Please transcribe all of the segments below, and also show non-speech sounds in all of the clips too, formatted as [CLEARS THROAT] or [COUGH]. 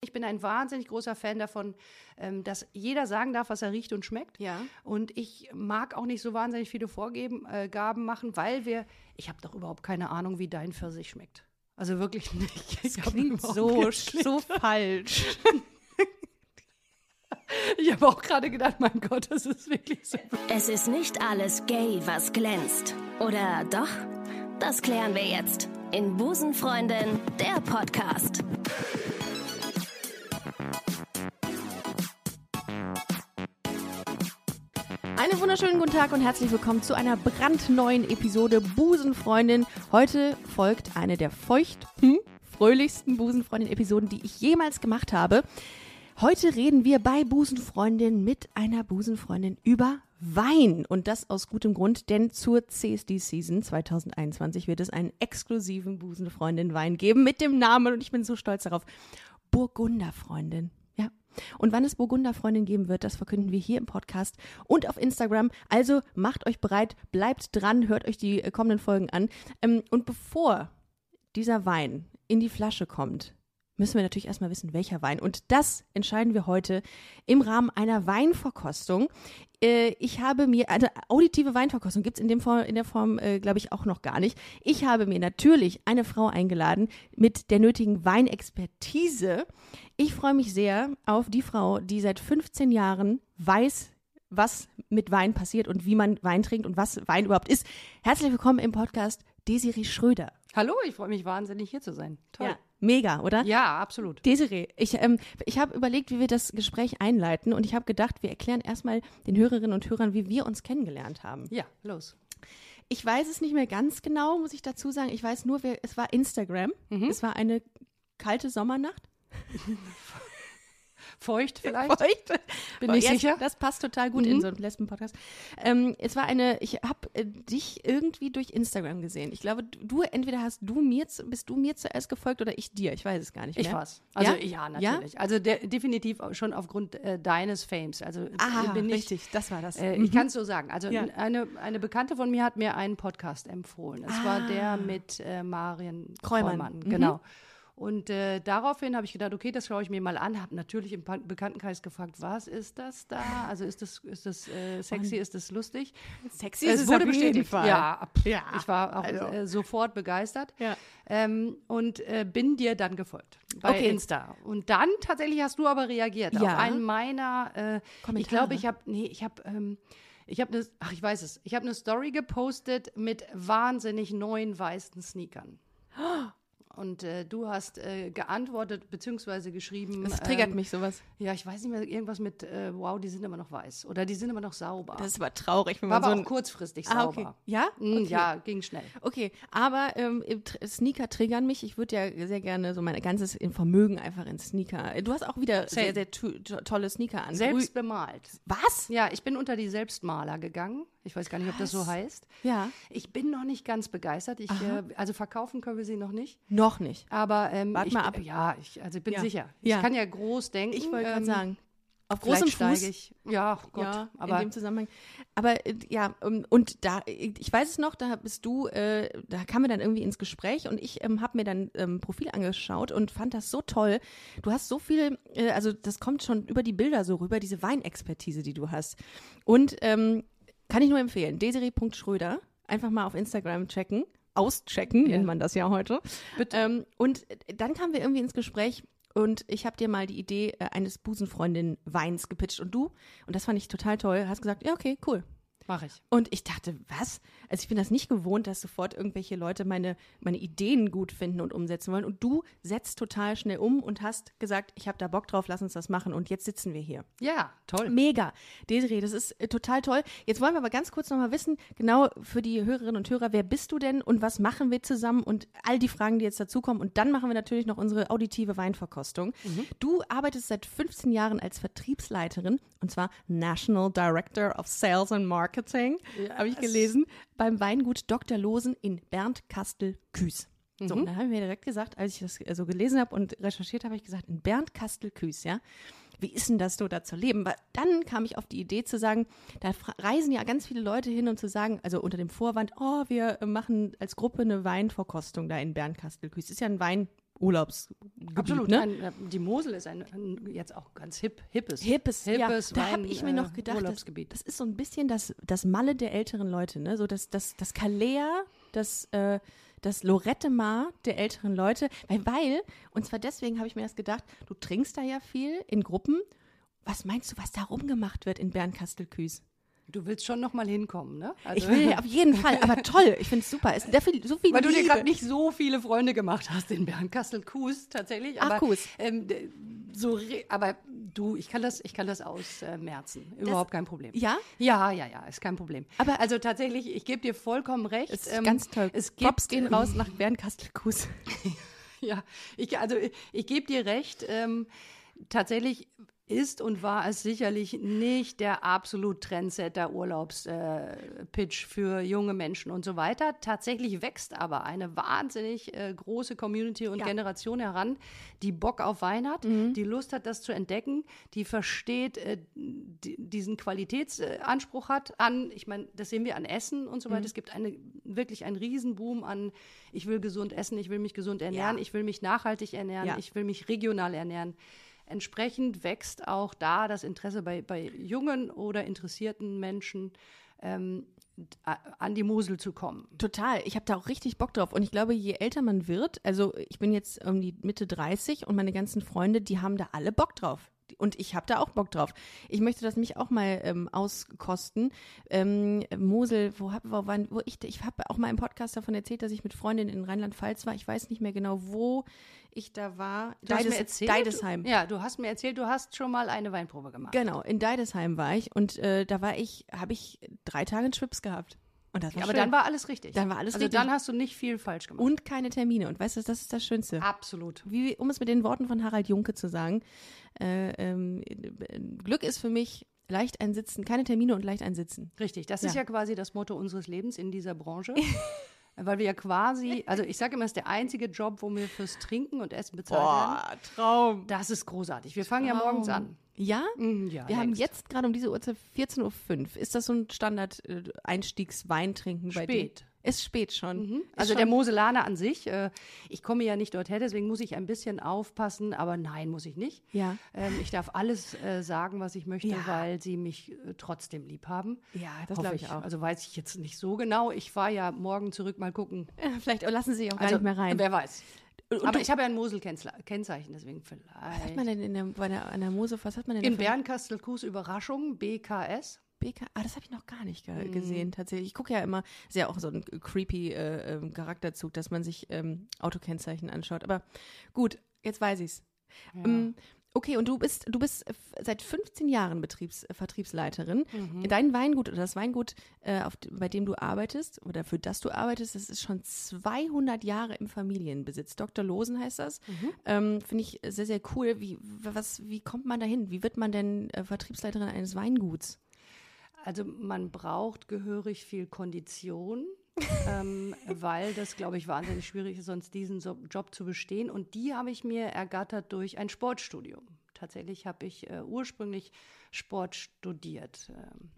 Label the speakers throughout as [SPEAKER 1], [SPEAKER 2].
[SPEAKER 1] Ich bin ein wahnsinnig großer Fan davon, ähm, dass jeder sagen darf, was er riecht und schmeckt.
[SPEAKER 2] Ja.
[SPEAKER 1] Und ich mag auch nicht so wahnsinnig viele Vorgaben äh, Gaben machen, weil wir, ich habe doch überhaupt keine Ahnung, wie dein Pfirsich schmeckt. Also wirklich nicht. [LAUGHS]
[SPEAKER 2] Das
[SPEAKER 1] Ich hab
[SPEAKER 2] klingt
[SPEAKER 1] überhaupt
[SPEAKER 2] so,
[SPEAKER 1] nicht-
[SPEAKER 2] so falsch.
[SPEAKER 1] Ich habe auch gerade gedacht, mein Gott, das ist wirklich so.
[SPEAKER 3] Es ist nicht alles gay, was glänzt. Oder doch? Das klären wir jetzt in Busenfreundin, der Podcast.
[SPEAKER 2] Einen wunderschönen guten Tag und herzlich willkommen zu einer brandneuen Episode Busenfreundin. Heute folgt eine der feuchten, fröhlichsten Busenfreundin-Episoden, die ich jemals gemacht habe. Heute reden wir bei Busenfreundin mit einer Busenfreundin über Wein. Und das aus gutem Grund, denn zur CSD-Season 2021 wird es einen exklusiven Busenfreundin-Wein geben mit dem Namen und ich bin so stolz darauf. Burgunderfreundin. Ja. Und wann es Burgunderfreundin geben wird, das verkünden wir hier im Podcast und auf Instagram. Also macht euch bereit, bleibt dran, hört euch die äh, kommenden Folgen an. Ähm, Und bevor dieser Wein in die Flasche kommt, müssen wir natürlich erstmal wissen, welcher Wein. Und das entscheiden wir heute im Rahmen einer Weinverkostung. Äh, Ich habe mir, also auditive Weinverkostung gibt es in, dem Form- in der Form, äh, glaube ich, auch noch gar nicht. Ich habe mir natürlich eine Frau eingeladen mit der nötigen Weinexpertise. Ich freue mich sehr auf die Frau, die seit 15 Jahren weiß, was mit Wein passiert und wie man Wein trinkt und was Wein überhaupt ist. Herzlich willkommen im Podcast Desiree Schröder.
[SPEAKER 1] Hallo, ich freue mich wahnsinnig hier zu sein. Toll.
[SPEAKER 2] Ja, mega, oder?
[SPEAKER 1] Ja, absolut.
[SPEAKER 2] Desiree, ich, ähm, ich habe überlegt, wie wir das Gespräch einleiten und ich habe gedacht, wir erklären erstmal den Hörerinnen und Hörern, wie wir uns kennengelernt haben.
[SPEAKER 1] Ja, los.
[SPEAKER 2] Ich weiß es nicht mehr ganz genau, muss ich dazu sagen. Ich weiß nur, wir, es war Instagram.
[SPEAKER 1] Mhm.
[SPEAKER 2] Es war eine kalte Sommernacht.
[SPEAKER 1] Feucht vielleicht?
[SPEAKER 2] [LAUGHS] Feucht.
[SPEAKER 1] Bin nicht
[SPEAKER 2] Jetzt-
[SPEAKER 1] sicher. Mhm.
[SPEAKER 2] Das passt total gut in so einem Lesben-Podcast. Ähm, es war eine, ich habe äh, dich irgendwie durch Instagram gesehen. Ich glaube, du, du entweder hast du mir, zu- bist du mir zuerst gefolgt oder ich dir. Ich weiß es gar nicht mehr.
[SPEAKER 1] Ich war's. Also ja,
[SPEAKER 2] Ja?
[SPEAKER 1] natürlich. Also de definitiv auch schon aufgrund äh, deines Fames. Also
[SPEAKER 2] Ah,
[SPEAKER 1] ich bin nicht,
[SPEAKER 2] richtig, das war das. Mhm.
[SPEAKER 1] Äh, Ich kann es so sagen. Also
[SPEAKER 2] Ja.
[SPEAKER 1] n- eine, eine Bekannte von mir hat mir einen Podcast empfohlen. Es war der mit äh, Marion
[SPEAKER 2] Ah. Kräumann.
[SPEAKER 1] Kräumann.
[SPEAKER 2] Mhm.
[SPEAKER 1] Genau. Und äh, daraufhin habe ich gedacht, okay, das schaue ich mir mal an. Habe natürlich im Pa- Bekanntenkreis gefragt, was ist das da? Also ist das, ist das äh, sexy, ist das lustig?
[SPEAKER 2] Sexy ist es auf jeden Fall.
[SPEAKER 1] Ja, pff,
[SPEAKER 2] Ja,
[SPEAKER 1] ich war auch
[SPEAKER 2] also.
[SPEAKER 1] äh, sofort begeistert.
[SPEAKER 2] Ja.
[SPEAKER 1] Ähm, und äh, bin dir dann gefolgt bei
[SPEAKER 2] Okay.
[SPEAKER 1] Insta. Und dann tatsächlich hast du aber reagiert
[SPEAKER 2] Ja.
[SPEAKER 1] auf einen meiner äh, Ich
[SPEAKER 2] Kommentare.
[SPEAKER 1] glaube, ich habe nee, ich habe ähm, ich habe eine ach, ich weiß es. Ich habe eine Story gepostet mit wahnsinnig neuen weißen
[SPEAKER 2] [GASPS]
[SPEAKER 1] Sneakern. Und äh, du hast äh, geantwortet bzw. geschrieben.
[SPEAKER 2] Das triggert
[SPEAKER 1] ähm,
[SPEAKER 2] mich sowas.
[SPEAKER 1] Ja, ich weiß nicht mehr, irgendwas mit, äh, wow, die sind aber noch weiß. Oder die sind aber noch sauber.
[SPEAKER 2] Das ist aber traurig, wenn
[SPEAKER 1] War
[SPEAKER 2] man
[SPEAKER 1] aber
[SPEAKER 2] so
[SPEAKER 1] auch
[SPEAKER 2] ein
[SPEAKER 1] kurzfristig
[SPEAKER 2] Ah,
[SPEAKER 1] sauber.
[SPEAKER 2] okay. Ja?
[SPEAKER 1] Mm,
[SPEAKER 2] Okay.
[SPEAKER 1] Ja, ging schnell.
[SPEAKER 2] Okay, aber ähm, Tr- Sneaker triggern mich. Ich würde ja sehr gerne so mein ganzes Vermögen einfach in Sneaker. Du hast auch wieder
[SPEAKER 1] Same.
[SPEAKER 2] sehr, sehr tu- to tolle Sneaker an.
[SPEAKER 1] Selbst
[SPEAKER 2] Grü-
[SPEAKER 1] bemalt.
[SPEAKER 2] Was?
[SPEAKER 1] Ja, ich bin unter die Selbstmaler gegangen. Ich weiß gar nicht, ob das so
[SPEAKER 2] Was?
[SPEAKER 1] heißt.
[SPEAKER 2] Ja.
[SPEAKER 1] Ich bin noch nicht ganz begeistert. Ich, äh, also verkaufen können wir sie noch nicht.
[SPEAKER 2] Noch nicht.
[SPEAKER 1] Aber ähm,
[SPEAKER 2] Wart
[SPEAKER 1] ich,
[SPEAKER 2] mal ab.
[SPEAKER 1] ja, ich, also ich bin
[SPEAKER 2] Ja.
[SPEAKER 1] sicher.
[SPEAKER 2] Ja.
[SPEAKER 1] Ich kann ja groß denken.
[SPEAKER 2] Ich wollte gerade
[SPEAKER 1] ähm,
[SPEAKER 2] sagen. Auf
[SPEAKER 1] vielleicht
[SPEAKER 2] großem
[SPEAKER 1] steige
[SPEAKER 2] Fuß.
[SPEAKER 1] Ich. Ja, oh Gott.
[SPEAKER 2] ja, in
[SPEAKER 1] aber
[SPEAKER 2] dem Zusammenhang. Aber äh, ja, ähm, und da, äh, ich weiß es noch, da bist du, äh, da kamen wir dann irgendwie ins Gespräch und ich ähm, habe mir dann ähm, Profil angeschaut und fand das so toll. Du hast so viel, äh, also das kommt schon über die Bilder so rüber, diese Weinexpertise, die du hast. Und ähm, kann ich nur empfehlen, desiree.schröder, einfach mal auf Instagram checken, auschecken, nennt man das ja heute.
[SPEAKER 1] Bitte.
[SPEAKER 2] Ähm, und äh, dann kamen wir irgendwie ins Gespräch und ich habe dir mal die Idee äh, eines Busenfreundin-Weins gepitcht und du, und das fand ich total toll, hast gesagt, ja, okay, cool.
[SPEAKER 1] mache ich.
[SPEAKER 2] Und ich dachte, was? Also ich bin das nicht gewohnt, dass sofort irgendwelche Leute meine, meine Ideen gut finden und umsetzen wollen. Und du setzt total schnell um und hast gesagt, ich habe da Bock drauf, lass uns das machen. Und jetzt sitzen wir hier.
[SPEAKER 1] Ja, Ähm, toll.
[SPEAKER 2] Mega. Desiree, das ist äh, total toll. Jetzt wollen wir aber ganz kurz nochmal wissen, genau für die Hörerinnen und Hörer, wer bist du denn und was machen wir zusammen und all die Fragen, die jetzt dazukommen. Und dann machen wir natürlich noch unsere auditive Weinverkostung. Du arbeitest seit 15 Jahren als Vertriebsleiterin und zwar National Director of Sales and Marketing, habe ich gelesen, beim Weingut Dr. Losen in Bernd-Kastel-Küß. So, und dann haben wir direkt gesagt, als ich das äh, so gelesen habe und recherchiert habe, habe ich gesagt, in Bernd-Kastel-Küß, ja, wie ist denn das so da zu leben? Weil dann kam ich auf die Idee zu sagen, da fra- reisen ja ganz viele Leute hin und zu sagen, also unter dem Vorwand, oh, wir äh, machen als Gruppe eine Weinverkostung da in Bernkastelküß. Ist ja ein Wein, Urlaubsgebiet,
[SPEAKER 1] Absolut.
[SPEAKER 2] ne?
[SPEAKER 1] Ein, äh, die Mosel ist ein, ein jetzt auch ganz hip, hippes.
[SPEAKER 2] Hippes,
[SPEAKER 1] hippes
[SPEAKER 2] ja. Da habe
[SPEAKER 1] Wein-
[SPEAKER 2] ich mir noch
[SPEAKER 1] äh,
[SPEAKER 2] gedacht, das,
[SPEAKER 1] Urlaubsgebiet.
[SPEAKER 2] das ist so ein bisschen das, das Malle der älteren Leute, ne? So das, das, das Kalea, das, äh, das Lorette Mar der älteren Leute. Weil, weil, und zwar deswegen habe ich mir das gedacht, du trinkst da ja viel in Gruppen. Was meinst du, was da rumgemacht wird in Bernkastel-Küß?
[SPEAKER 1] Du willst schon noch mal hinkommen, ne?
[SPEAKER 2] Ich will ja auf jeden Fall,
[SPEAKER 1] [LAUGHS]
[SPEAKER 2] aber toll, ich finde es super. Es ist sehr viel, so viel
[SPEAKER 1] Weil du dir
[SPEAKER 2] Liebe.
[SPEAKER 1] gerade nicht so viele Freunde gemacht hast in Bernkastel-Kues tatsächlich.
[SPEAKER 2] Ach,
[SPEAKER 1] aber,
[SPEAKER 2] Kues.
[SPEAKER 1] Ähm, d- so re- aber du, ich kann das, ich kann das ausmerzen. Überhaupt kein Problem.
[SPEAKER 2] Ja?
[SPEAKER 1] Ja, ja, ja, ist kein Problem.
[SPEAKER 2] Aber-
[SPEAKER 1] also tatsächlich, ich gebe dir vollkommen recht.
[SPEAKER 2] Es ist
[SPEAKER 1] ähm,
[SPEAKER 2] ganz toll.
[SPEAKER 1] Es gibt,
[SPEAKER 2] Props gehen raus nach Bernkastel-Kues.
[SPEAKER 1] [LAUGHS] Ja, ich, also ich, ich gebe dir recht. Ähm, tatsächlich ist und war es sicherlich nicht der absolut Trendsetter Urlaubspitch äh, Pitch für junge Menschen und so weiter. Tatsächlich wächst aber eine wahnsinnig äh, große Community und
[SPEAKER 2] Ja. Mhm.
[SPEAKER 1] Generation heran, die Bock auf Wein hat, die Lust hat, das zu entdecken, die versteht, äh, di- diesen Qualitätsanspruch hat an, ich meine, das sehen wir an Essen und so
[SPEAKER 2] Mhm.
[SPEAKER 1] weiter. Es gibt eine, wirklich einen Riesenboom an, ich will gesund essen, ich will mich gesund ernähren,
[SPEAKER 2] Ja.
[SPEAKER 1] ich will mich nachhaltig ernähren,
[SPEAKER 2] Ja.
[SPEAKER 1] ich will mich regional ernähren. Entsprechend wächst auch da das Interesse bei, bei jungen oder interessierten Menschen, ähm, d- a- an die Mosel zu kommen.
[SPEAKER 2] Total. Ich habe da auch richtig Bock drauf. Und ich glaube, je älter man wird, also ich bin jetzt irgendwie Mitte 30 und meine ganzen Freunde, die haben da alle Bock drauf. Und ich habe da auch Bock drauf. Ich möchte das mich auch mal ähm, auskosten. Ähm, Mosel, wo, hab, wo, waren, wo ich, ich habe auch mal im Podcast davon erzählt, dass ich mit Freundinnen in Rheinland-Pfalz war. Ich weiß nicht mehr genau, wo ich da war.
[SPEAKER 1] Du hast mir
[SPEAKER 2] Deides-
[SPEAKER 1] erzählt,
[SPEAKER 2] Deidesheim.
[SPEAKER 1] Ja, du hast mir erzählt, du hast schon mal eine Weinprobe gemacht.
[SPEAKER 2] Genau, in Deidesheim war ich und äh, da war ich, habe ich drei Tage einen Schwips gehabt. Und das war
[SPEAKER 1] Aber
[SPEAKER 2] Genau, schön.
[SPEAKER 1] dann war alles richtig.
[SPEAKER 2] Dann war alles
[SPEAKER 1] also
[SPEAKER 2] richtig.
[SPEAKER 1] dann hast du nicht viel falsch gemacht.
[SPEAKER 2] und keine Termine. Und weißt du, das ist das Schönste.
[SPEAKER 1] Absolut.
[SPEAKER 2] wie, um es mit den Worten von Harald Junke zu sagen, äh, ähm, äh, Glück ist für mich leicht ein Sitzen, keine Termine und leicht ein Sitzen.
[SPEAKER 1] Richtig, das ist
[SPEAKER 2] Ja.
[SPEAKER 1] ja quasi das Motto unseres Lebens in dieser
[SPEAKER 2] [LAUGHS]
[SPEAKER 1] Branche. Weil wir ja quasi, also ich sage immer, es ist der einzige Job, wo wir fürs Trinken und Essen bezahlt werden.
[SPEAKER 2] Traum.
[SPEAKER 1] Das ist großartig. Wir fangen ja morgens an.
[SPEAKER 2] Ja?
[SPEAKER 1] Mhm, ja,
[SPEAKER 2] Wir haben
[SPEAKER 1] längst.
[SPEAKER 2] jetzt gerade um diese Uhrzeit 14.05 Uhr. Ist das so ein Standard-Einstiegsweintrinken bei dir?
[SPEAKER 1] Spät.
[SPEAKER 2] Ist spät schon. Ist
[SPEAKER 1] Also
[SPEAKER 2] schon
[SPEAKER 1] der Moselaner an sich, äh, ich komme ja nicht dorthin, deswegen muss ich ein bisschen aufpassen, aber nein, muss ich nicht.
[SPEAKER 2] Ja.
[SPEAKER 1] Ähm, ich darf alles äh, sagen, was ich möchte,
[SPEAKER 2] Ja.
[SPEAKER 1] weil sie mich äh, trotzdem lieb haben.
[SPEAKER 2] Ja, das
[SPEAKER 1] Hoffe
[SPEAKER 2] glaube ich auch.
[SPEAKER 1] Also weiß ich jetzt nicht so genau. Ich fahre ja morgen zurück, mal gucken.
[SPEAKER 2] Vielleicht lassen sie auch [LAUGHS] gar
[SPEAKER 1] also,
[SPEAKER 2] nicht mehr rein.
[SPEAKER 1] Wer weiß.
[SPEAKER 2] Und
[SPEAKER 1] Aber
[SPEAKER 2] du-
[SPEAKER 1] ich habe ja ein Mosel-Kennzeichen, deswegen
[SPEAKER 2] was hat man
[SPEAKER 1] vielleicht.
[SPEAKER 2] denn in der, bei der, an der Mose, was hat man denn
[SPEAKER 1] In
[SPEAKER 2] da für-
[SPEAKER 1] Bernkastel-Kues Überraschung, BKS.
[SPEAKER 2] BK, ah, das habe ich noch gar nicht ge gesehen, tatsächlich. Ich gucke ja immer, ist ja auch so ein creepy äh, ähm, Charakterzug, dass man sich ähm, Autokennzeichen anschaut. Aber gut, jetzt weiß ich's. Ähm, okay, und du bist, du bist äh, f- seit 15 Jahren Betriebs, äh, Vertriebsleiterin. Dein Weingut oder das Weingut, äh, auf, d- bei dem du arbeitest oder für das du arbeitest, das ist schon 200 Jahre im Familienbesitz. Dr. Losen heißt das. Ähm, Finde ich sehr, sehr cool. Wie, w- was, wie kommt man dahin? Wie wird man denn äh, Vertriebsleiterin eines Weinguts?
[SPEAKER 1] Also man braucht gehörig viel Kondition, [LAUGHS] ähm, weil das, glaube ich, wahnsinnig schwierig ist, sonst diesen so Job zu bestehen. Und die habe ich mir ergattert durch ein Sportstudium. Tatsächlich habe ich äh, ursprünglich Sport studiert. Ähm,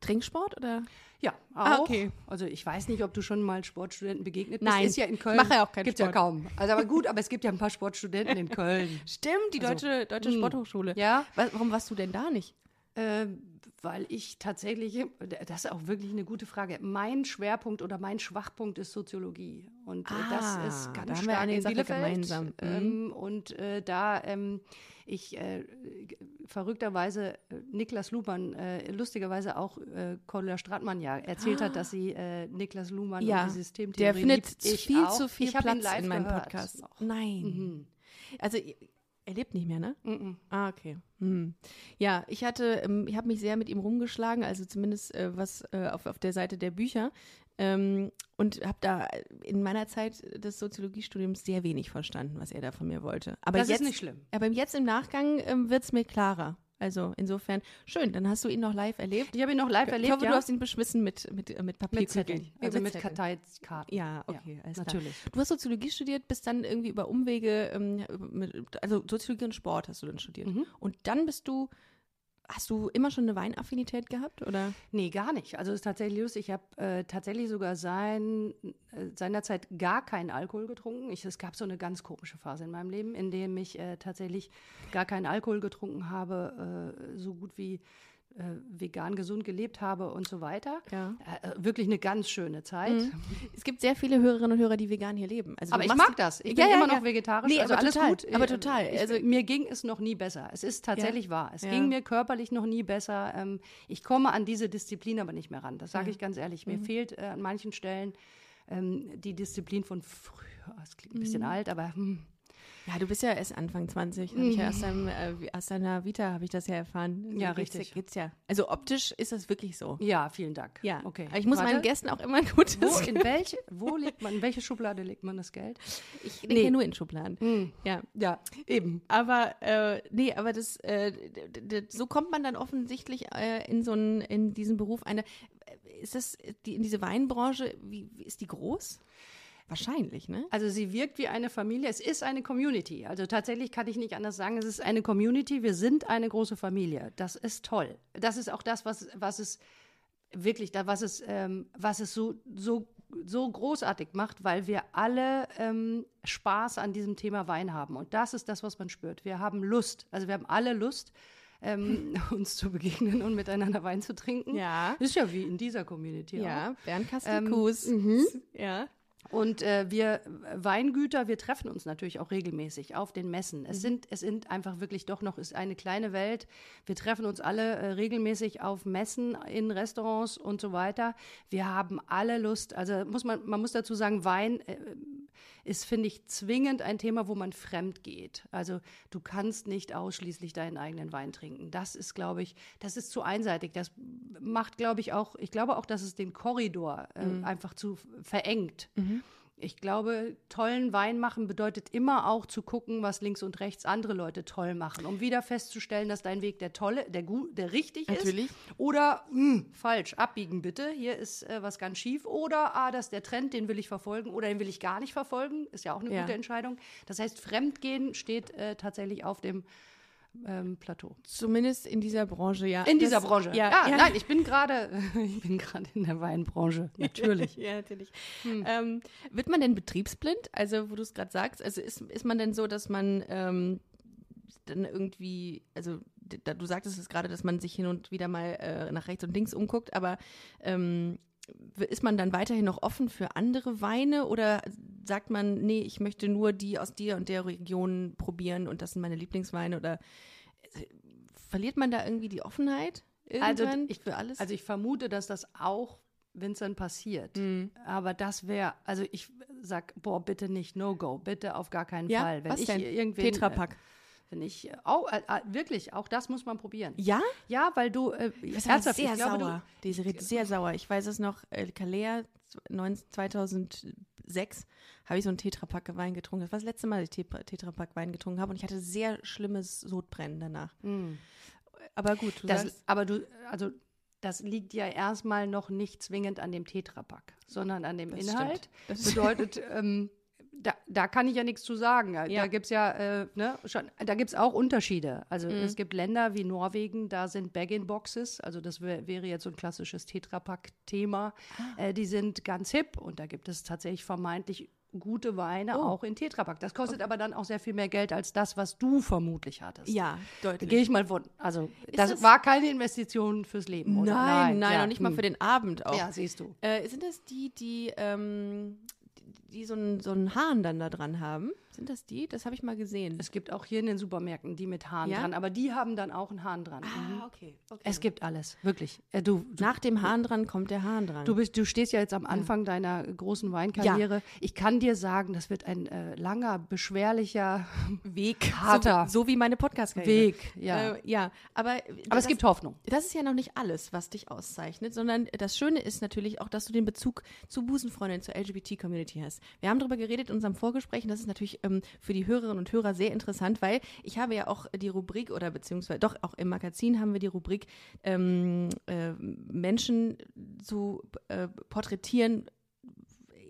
[SPEAKER 2] Trinksport oder?
[SPEAKER 1] ja, auch.
[SPEAKER 2] Ah, okay.
[SPEAKER 1] Also ich weiß nicht, ob du schon mal Sportstudenten begegnet bist.
[SPEAKER 2] Nein,
[SPEAKER 1] ist ja in
[SPEAKER 2] ich
[SPEAKER 1] Köln.
[SPEAKER 2] mache ja auch keinen
[SPEAKER 1] gibt's
[SPEAKER 2] Sport.
[SPEAKER 1] ja kaum. Also aber gut, aber es gibt ja ein paar Sportstudenten in
[SPEAKER 2] [LAUGHS]
[SPEAKER 1] Köln.
[SPEAKER 2] Stimmt, die
[SPEAKER 1] Also,
[SPEAKER 2] deutsche, deutsche Sporthochschule.
[SPEAKER 1] Ja.
[SPEAKER 2] hm. Wa- warum warst du denn da nicht?
[SPEAKER 1] Ähm, weil ich tatsächlich, das ist auch wirklich eine gute Frage. Mein Schwerpunkt oder mein Schwachpunkt ist Soziologie. Und äh,
[SPEAKER 2] Ah,
[SPEAKER 1] das ist
[SPEAKER 2] da
[SPEAKER 1] ganz
[SPEAKER 2] haben wir
[SPEAKER 1] stark
[SPEAKER 2] eine
[SPEAKER 1] in
[SPEAKER 2] Sache
[SPEAKER 1] Bielefeld.
[SPEAKER 2] gemeinsam. Mhm.
[SPEAKER 1] Ähm, und äh, da ähm, ich äh, g- verrückterweise äh, Niklas Luhmann, äh, lustigerweise auch äh, Cordula Stratmann ja erzählt hat, dass sie äh, Niklas Luhmann
[SPEAKER 2] Ja,
[SPEAKER 1] und die Systemtheorie
[SPEAKER 2] Der findet
[SPEAKER 1] liebt. Ich
[SPEAKER 2] viel
[SPEAKER 1] auch.
[SPEAKER 2] zu viel
[SPEAKER 1] ich hab ihn
[SPEAKER 2] Platz
[SPEAKER 1] live
[SPEAKER 2] in meinem
[SPEAKER 1] gehört Oh. Mhm.
[SPEAKER 2] Podcast.
[SPEAKER 1] noch.
[SPEAKER 2] Nein. Also i- er lebt nicht mehr, ne?
[SPEAKER 1] Mhm.
[SPEAKER 2] Ah, okay. Hm. Ja, ich hatte, ähm, ich habe mich sehr mit ihm rumgeschlagen, also zumindest äh, was äh, auf, auf der Seite der Bücher. Ähm, und habe da äh, in meiner Zeit des Soziologiestudiums sehr wenig verstanden, was er da von mir wollte. Aber
[SPEAKER 1] Das ist
[SPEAKER 2] jetzt,
[SPEAKER 1] nicht schlimm.
[SPEAKER 2] Aber jetzt im Nachgang ähm, wird es mir klarer. Also insofern, schön, dann hast du ihn noch live erlebt.
[SPEAKER 1] Ich habe ihn noch live erlebt.
[SPEAKER 2] ich hoffe,
[SPEAKER 1] ja.
[SPEAKER 2] du hast ihn beschmissen mit, mit, äh, mit Papierkugeln.
[SPEAKER 1] mit Zetteln,
[SPEAKER 2] Äh,
[SPEAKER 1] also mit,
[SPEAKER 2] Zetteln.
[SPEAKER 1] Karteikarten.
[SPEAKER 2] Ja, okay, alles klar.
[SPEAKER 1] natürlich.
[SPEAKER 2] Du hast Soziologie studiert, bist dann irgendwie über Mhm. Umwege, ähm, mit, also Soziologie und Sport hast du dann studiert. Und dann bist du, Hast du immer schon eine Weinaffinität gehabt? Oder?
[SPEAKER 1] Nee, gar nicht. Also es ist tatsächlich lustig. Ich habe äh, tatsächlich sogar sein, äh, seinerzeit gar keinen Alkohol getrunken. Ich, es gab so eine ganz komische Phase in meinem Leben, in dem ich äh, tatsächlich gar keinen Alkohol getrunken habe, äh, so gut wie äh, vegan gesund gelebt habe und so weiter.
[SPEAKER 2] Ja.
[SPEAKER 1] Äh, äh, wirklich eine ganz schöne Zeit.
[SPEAKER 2] Es gibt sehr viele Hörerinnen und Hörer, die vegan hier leben. Also,
[SPEAKER 1] Aber
[SPEAKER 2] du
[SPEAKER 1] ich
[SPEAKER 2] machst-
[SPEAKER 1] mag das. Ich bin immer noch vegetarisch.
[SPEAKER 2] genau. Nee,
[SPEAKER 1] also
[SPEAKER 2] aber
[SPEAKER 1] alles
[SPEAKER 2] total,
[SPEAKER 1] gut.
[SPEAKER 2] Aber
[SPEAKER 1] Äh,
[SPEAKER 2] total.
[SPEAKER 1] Ich,
[SPEAKER 2] also,
[SPEAKER 1] also mir ging es noch nie besser. Es ist tatsächlich wahr. Es
[SPEAKER 2] Ja.
[SPEAKER 1] ging mir körperlich noch nie besser. Ähm, ich komme an diese Disziplin aber nicht mehr ran. Das sage ich ganz ehrlich.
[SPEAKER 2] Mhm.
[SPEAKER 1] Mir fehlt äh, an manchen Stellen ähm, die Disziplin von früher. Es klingt ein
[SPEAKER 2] Mhm.
[SPEAKER 1] bisschen alt, aber hm.
[SPEAKER 2] ja, du bist ja erst Anfang 20. Hab ich ja aus, deinem, äh, aus deiner Vita habe ich das ja erfahren.
[SPEAKER 1] Ja,
[SPEAKER 2] geht's,
[SPEAKER 1] richtig.
[SPEAKER 2] Geht's ja. Also optisch ist das wirklich so.
[SPEAKER 1] ja, vielen Dank.
[SPEAKER 2] Ja,
[SPEAKER 1] okay.
[SPEAKER 2] Aber ich muss
[SPEAKER 1] Warte.
[SPEAKER 2] meinen Gästen auch immer ein gutes.
[SPEAKER 1] Wo, in welche, wo legt man, in welche Schublade legt man das Geld?
[SPEAKER 2] ich denke
[SPEAKER 1] nee.
[SPEAKER 2] ja nur in Schubladen. Ja.
[SPEAKER 1] Ja, eben.
[SPEAKER 2] Aber äh, nee, aber das äh, d- d- d- so kommt man dann offensichtlich äh, in so einen, in diesen Beruf eine. Ist das die, in diese Weinbranche? Wie, wie ist die groß? Wahrscheinlich, ne?
[SPEAKER 1] Also sie wirkt wie eine Familie. Es ist eine Community. Also tatsächlich kann ich nicht anders sagen. Es ist eine Community. Wir sind eine große Familie. Das ist toll. Das ist auch das, was, was es wirklich, da, was es, ähm, was es so, so, so großartig macht, weil wir alle ähm, Spaß an diesem Thema Wein haben. Und das ist das, was man spürt. Wir haben Lust. Also wir haben alle Lust, ähm, [LAUGHS] uns zu begegnen und miteinander Wein zu trinken.
[SPEAKER 2] Ja.
[SPEAKER 1] Ist ja wie in dieser Community auch.
[SPEAKER 2] Ja, Bernd Kastelkus.
[SPEAKER 1] Mhm.
[SPEAKER 2] Ja.
[SPEAKER 1] Und äh, wir Weingüter, wir treffen uns natürlich auch regelmäßig auf den Messen. Es sind es sind einfach wirklich doch noch ist eine kleine Welt. Wir treffen uns alle äh, regelmäßig auf Messen in Restaurants und so weiter. Wir haben alle Lust. Also muss man man muss dazu sagen, Wein äh, ist finde ich zwingend ein Thema, wo man fremd geht. Also du kannst nicht ausschließlich deinen eigenen Wein trinken. Das ist glaube ich, das ist zu einseitig. Das macht glaube ich auch, ich glaube auch, dass es den Korridor äh, einfach zu verengt. Ich glaube, tollen Wein machen bedeutet immer auch zu gucken, was links und rechts andere Leute toll machen, um wieder festzustellen, dass dein Weg der tolle, der gut, der richtig
[SPEAKER 2] Natürlich.
[SPEAKER 1] ist. Oder mh, falsch, abbiegen bitte. Hier ist äh, was ganz schief. Oder ah, das ist der Trend, den will ich verfolgen oder den will ich gar nicht verfolgen. Ist ja auch eine
[SPEAKER 2] Ja.
[SPEAKER 1] gute Entscheidung. Das heißt, Fremdgehen steht äh, tatsächlich auf dem ähm, Plateau.
[SPEAKER 2] Zumindest in dieser Branche, ja.
[SPEAKER 1] In dieser
[SPEAKER 2] Ah, Das-
[SPEAKER 1] Branche.
[SPEAKER 2] Ja,
[SPEAKER 1] ja,
[SPEAKER 2] ja.
[SPEAKER 1] nein, ich bin gerade, [LAUGHS] ich bin gerade in der
[SPEAKER 2] [LAUGHS]
[SPEAKER 1] Weinbranche. Natürlich.
[SPEAKER 2] ja, natürlich.
[SPEAKER 1] Hm.
[SPEAKER 2] Ähm, wird man denn betriebsblind? Also, wo du es gerade sagst, also ist, ist man denn so, dass man ähm, dann irgendwie, also d- da, du sagtest es gerade, dass man sich hin und wieder mal äh, nach rechts und links umguckt, aber ähm, w- ist man dann weiterhin noch offen für andere Weine oder sagt man, nee, ich möchte nur die aus dir und der Region probieren und das sind meine Lieblingsweine oder äh, verliert man da irgendwie die Offenheit?
[SPEAKER 1] Also,
[SPEAKER 2] Irgendwann
[SPEAKER 1] ich-
[SPEAKER 2] für alles?
[SPEAKER 1] Also ich vermute, dass das auch Winzern passiert.
[SPEAKER 2] Mhm.
[SPEAKER 1] Aber das wäre, also ich sag, boah, bitte nicht No-Go, bitte auf gar keinen
[SPEAKER 2] ja,
[SPEAKER 1] Fall. Wenn
[SPEAKER 2] was
[SPEAKER 1] ich
[SPEAKER 2] denn?
[SPEAKER 1] irgendwen, äh,
[SPEAKER 2] Tetra Pak.
[SPEAKER 1] Wenn ich, oh, äh, äh, wirklich, auch das muss man probieren.
[SPEAKER 2] Ja?
[SPEAKER 1] Ja, weil du, äh,
[SPEAKER 2] Das
[SPEAKER 1] ernsthaft,
[SPEAKER 2] sehr
[SPEAKER 1] ich glaube,
[SPEAKER 2] sauer.
[SPEAKER 1] du,
[SPEAKER 2] Diese Rede sehr sauer. Ich weiß es noch, äh, Kalea 19 2006 habe ich so einen Tetrapack Wein getrunken. Das war das letzte Mal, dass ich Tetra- Tetrapack Wein getrunken habe und ich hatte sehr schlimmes Sodbrennen danach. Aber gut, du sagst,
[SPEAKER 1] Hm. das, aber du, also das liegt ja erstmal noch nicht zwingend an dem Tetrapack, sondern an dem
[SPEAKER 2] Das
[SPEAKER 1] Inhalt.
[SPEAKER 2] stimmt. Das ist- [LAUGHS]
[SPEAKER 1] bedeutet, ähm, da, da kann ich ja nichts zu sagen.
[SPEAKER 2] Ja.
[SPEAKER 1] Da gibt es ja, äh, ne, schon, da gibt's auch Unterschiede. Also
[SPEAKER 2] Mhm.
[SPEAKER 1] es gibt Länder wie Norwegen, da sind Bag-in-Boxes, also das wär, wäre jetzt so ein klassisches Tetrapack-Thema.
[SPEAKER 2] Ah.
[SPEAKER 1] Äh, die sind ganz hip und da gibt es tatsächlich vermeintlich gute Weine
[SPEAKER 2] Oh.
[SPEAKER 1] auch in Tetrapack. Das kostet aber dann auch sehr viel mehr Geld als das, was du vermutlich hattest.
[SPEAKER 2] ja,
[SPEAKER 1] Da
[SPEAKER 2] deutlich.
[SPEAKER 1] Gehe ich mal von. Also, das,
[SPEAKER 2] das-
[SPEAKER 1] war keine Investition fürs Leben, oder?
[SPEAKER 2] Nein, nein,
[SPEAKER 1] ja.
[SPEAKER 2] noch nicht mal
[SPEAKER 1] Hm.
[SPEAKER 2] für den Abend auch.
[SPEAKER 1] Ja, siehst du.
[SPEAKER 2] Äh, sind das die, die, ähm, die, die so einen so einen Hahn dann da dran haben? Sind das die? Das habe ich mal gesehen.
[SPEAKER 1] Es gibt auch hier in den Supermärkten die mit Haaren
[SPEAKER 2] Ja? Ah,
[SPEAKER 1] dran, aber die haben dann auch einen Hahn dran. Mhm.
[SPEAKER 2] okay.
[SPEAKER 1] Es gibt alles, wirklich. Äh, du, du,
[SPEAKER 2] Nach dem Hahn dran kommt der Hahn dran.
[SPEAKER 1] du, bist, du stehst ja jetzt am Anfang deiner großen Weinkarriere. Ich kann dir sagen, das wird ein äh, langer, beschwerlicher Weg, harter
[SPEAKER 2] So, so wie meine Podcast-Karriere.
[SPEAKER 1] Weg. Ja.
[SPEAKER 2] Äh, ja, aber,
[SPEAKER 1] aber es gibt Hoffnung.
[SPEAKER 2] Das ist ja noch nicht alles, was dich auszeichnet, sondern das Schöne ist natürlich auch, dass du den Bezug zu Busenfreundin, zur LGBT-Community hast. Wir haben darüber geredet in unserem Vorgespräch und das ist natürlich ähm, für die Hörerinnen und Hörer sehr interessant, weil ich habe ja auch die Rubrik oder beziehungsweise doch auch im Magazin haben wir die Rubrik ähm, äh, Menschen zu äh, porträtieren,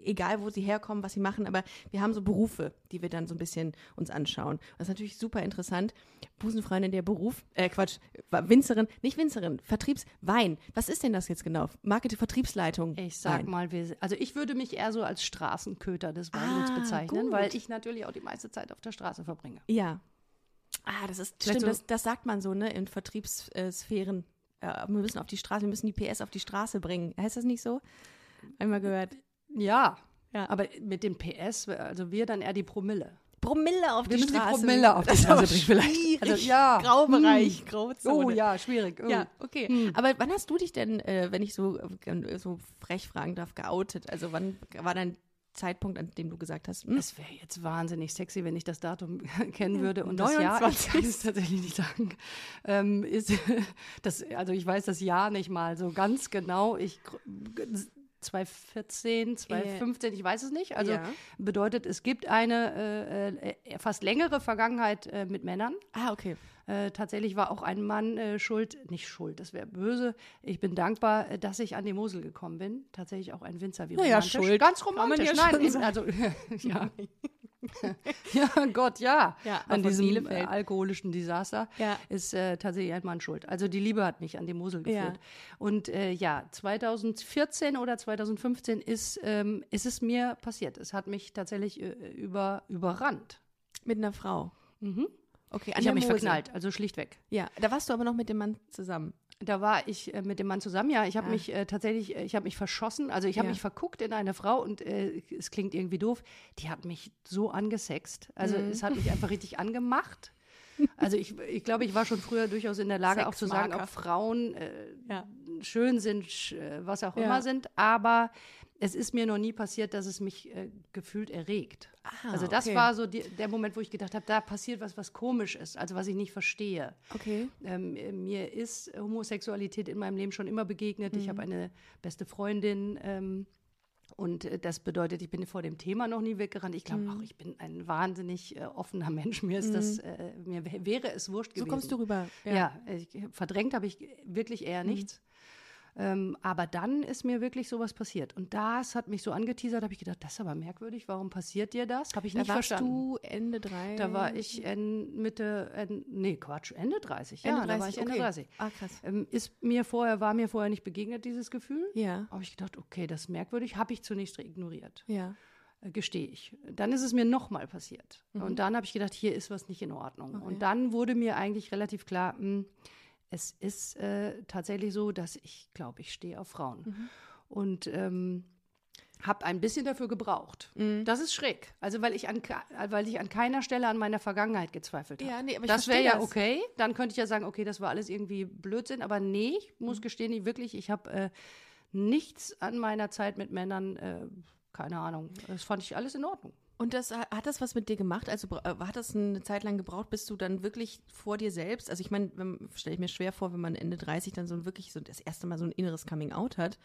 [SPEAKER 2] egal wo sie herkommen, was sie machen, aber wir haben so Berufe, die wir dann so ein bisschen uns anschauen. Das ist natürlich super interessant. Busenfreundin, der Beruf, äh Quatsch, Winzerin, nicht Winzerin, Vertriebswein. Was ist denn das jetzt genau? Marketing, Vertriebsleitung.
[SPEAKER 1] Ich sag
[SPEAKER 2] Wein.
[SPEAKER 1] mal, wir, also ich würde mich eher so als Straßenköter des Weinens
[SPEAKER 2] Ah,
[SPEAKER 1] bezeichnen,
[SPEAKER 2] gut.
[SPEAKER 1] weil ich natürlich auch die meiste Zeit auf der Straße verbringe.
[SPEAKER 2] Ja. Ah, das ist
[SPEAKER 1] Vielleicht
[SPEAKER 2] stimmt,
[SPEAKER 1] so-
[SPEAKER 2] das, das sagt man so, ne, in Vertriebssphären. Äh, wir müssen auf die Straße, wir müssen die PS auf die Straße bringen. Heißt das nicht so? Einmal gehört.
[SPEAKER 1] Ja.
[SPEAKER 2] Ja.
[SPEAKER 1] Aber mit dem PS, also wir dann eher die Promille.
[SPEAKER 2] Promille auf
[SPEAKER 1] Wir
[SPEAKER 2] die
[SPEAKER 1] müssen die
[SPEAKER 2] Straße.
[SPEAKER 1] Promille auf die
[SPEAKER 2] Das ist aber
[SPEAKER 1] Straße bringen vielleicht.
[SPEAKER 2] schwierig.
[SPEAKER 1] Also, ja.
[SPEAKER 2] Graubereich, Grauzone.
[SPEAKER 1] Oh ja, schwierig. Oh.
[SPEAKER 2] Ja, okay. Aber wann hast du dich denn, äh, wenn ich so, äh, so frech fragen darf, geoutet? Also wann war dein Zeitpunkt, an dem du gesagt hast, hm,
[SPEAKER 1] Es wäre jetzt wahnsinnig sexy, wenn ich das Datum [LAUGHS] kennen würde und das
[SPEAKER 2] 29..
[SPEAKER 1] Jahr. Ich kann es tatsächlich nicht sagen. Ähm, ist, [LAUGHS] das, also ich weiß das Jahr nicht mal so ganz genau. Ich gr- 2014, 2015, ich weiß es nicht. Also
[SPEAKER 2] Ja.
[SPEAKER 1] bedeutet, es gibt eine äh, äh, fast längere Vergangenheit äh, mit Männern.
[SPEAKER 2] ah, okay.
[SPEAKER 1] Äh, tatsächlich war auch ein Mann äh, schuld, nicht schuld, das wäre böse. Ich bin dankbar, äh, dass ich an die Mosel gekommen bin. Tatsächlich auch ein Winzer wie
[SPEAKER 2] Naja,
[SPEAKER 1] romantisch.
[SPEAKER 2] schuld
[SPEAKER 1] Ganz
[SPEAKER 2] man
[SPEAKER 1] romantisch,
[SPEAKER 2] ja
[SPEAKER 1] nein,
[SPEAKER 2] schon
[SPEAKER 1] in,
[SPEAKER 2] sagen.
[SPEAKER 1] also [LAUGHS] ja. [LAUGHS] ja, Gott, ja.
[SPEAKER 2] Ja, aber
[SPEAKER 1] an
[SPEAKER 2] von
[SPEAKER 1] diesem äh,
[SPEAKER 2] Bielefeld.
[SPEAKER 1] alkoholischen Desaster
[SPEAKER 2] Ja.
[SPEAKER 1] ist äh, tatsächlich ein Mann schuld. Also die Liebe hat mich an die Mosel
[SPEAKER 2] Ja.
[SPEAKER 1] geführt. Und äh, ja, 2014 oder 2015 ist, ähm, ist es mir passiert. Es hat mich tatsächlich äh, über, überrannt.
[SPEAKER 2] Mit einer Frau. Okay, an
[SPEAKER 1] Mhm. Ich
[SPEAKER 2] der
[SPEAKER 1] habe mich
[SPEAKER 2] Mosel.
[SPEAKER 1] verknallt, also schlichtweg.
[SPEAKER 2] Ja, da warst du aber noch mit dem Mann zusammen.
[SPEAKER 1] Da war ich äh, mit dem Mann zusammen. Ja, ich habe
[SPEAKER 2] Ah.
[SPEAKER 1] mich äh, tatsächlich, äh, ich habe mich verschossen. Also ich habe
[SPEAKER 2] Ja.
[SPEAKER 1] mich verguckt in eine Frau und äh, es klingt irgendwie doof. Die hat mich so angesext. Also
[SPEAKER 2] Mhm.
[SPEAKER 1] es hat mich einfach richtig angemacht. Also ich, ich glaube, ich war schon früher durchaus in der Lage, auch zu sagen,
[SPEAKER 2] Sexmarker.
[SPEAKER 1] ob Frauen äh,
[SPEAKER 2] Ja.
[SPEAKER 1] schön sind, sch, äh, was auch
[SPEAKER 2] Ja.
[SPEAKER 1] immer sind. Aber es ist mir noch nie passiert, dass es mich äh, gefühlt erregt.
[SPEAKER 2] Ah,
[SPEAKER 1] also das
[SPEAKER 2] okay.
[SPEAKER 1] war so die, der Moment, wo ich gedacht habe, da passiert was, was komisch ist, also was ich nicht verstehe.
[SPEAKER 2] Okay.
[SPEAKER 1] Ähm, äh, mir ist Homosexualität in meinem Leben schon immer begegnet. Ich habe eine beste Freundin. Ähm, und äh, das bedeutet, ich bin vor dem Thema noch nie weggerannt. Ich glaube auch, ich bin ein wahnsinnig äh, offener Mensch. Mir ist das, äh, mir wä- wäre es wurscht
[SPEAKER 2] So
[SPEAKER 1] gewesen.
[SPEAKER 2] kommst du rüber.
[SPEAKER 1] Ja, äh, ich, verdrängt habe ich wirklich eher nichts. Ähm, aber dann ist mir wirklich sowas passiert. Und das hat mich so angeteasert, habe ich gedacht, das ist aber merkwürdig, warum passiert dir das? Habe ich
[SPEAKER 2] Da
[SPEAKER 1] nicht
[SPEAKER 2] warst
[SPEAKER 1] verstanden.
[SPEAKER 2] du Ende drei.
[SPEAKER 1] Da war ich en, Mitte, en, nee, Quatsch, Ende 30. Ja,
[SPEAKER 2] Ende
[SPEAKER 1] da war
[SPEAKER 2] 30,
[SPEAKER 1] ich Ende
[SPEAKER 2] okay.
[SPEAKER 1] 30.
[SPEAKER 2] Ah, krass.
[SPEAKER 1] Ähm, ist mir vorher, war mir vorher nicht begegnet, dieses Gefühl.
[SPEAKER 2] Ja.
[SPEAKER 1] Habe ich gedacht, okay, das ist merkwürdig, habe ich zunächst ignoriert,
[SPEAKER 2] Ja.
[SPEAKER 1] äh, gestehe ich. Dann ist es mir nochmal passiert.
[SPEAKER 2] Mhm.
[SPEAKER 1] Und dann habe ich gedacht, hier ist was nicht in Ordnung. Und dann wurde mir eigentlich relativ klar, mh, es ist äh, tatsächlich so, dass ich glaube, ich stehe auf Frauen.
[SPEAKER 2] Mhm.
[SPEAKER 1] Und ähm, habe ein bisschen dafür gebraucht.
[SPEAKER 2] Mhm.
[SPEAKER 1] Das ist schräg. Also weil ich an ke- weil ich an keiner Stelle an meiner Vergangenheit gezweifelt habe.
[SPEAKER 2] Ja, nee, aber ich
[SPEAKER 1] das wäre
[SPEAKER 2] verstehe
[SPEAKER 1] ja
[SPEAKER 2] das.
[SPEAKER 1] okay. Dann könnte ich ja sagen, okay, das war alles irgendwie Blödsinn, aber nee, ich
[SPEAKER 2] Mhm.
[SPEAKER 1] muss gestehen, ich wirklich, ich habe äh, nichts an meiner Zeit mit Männern, äh, keine Ahnung. Das fand ich alles in Ordnung.
[SPEAKER 2] Und das hat das was mit dir gemacht? Also bra- äh, hat das eine Zeit lang gebraucht, bis du dann wirklich vor dir selbst? Also ich meine, stelle ich mir schwer vor, wenn man Ende 30 dann so ein wirklich so das erste Mal so ein inneres Coming Out hat,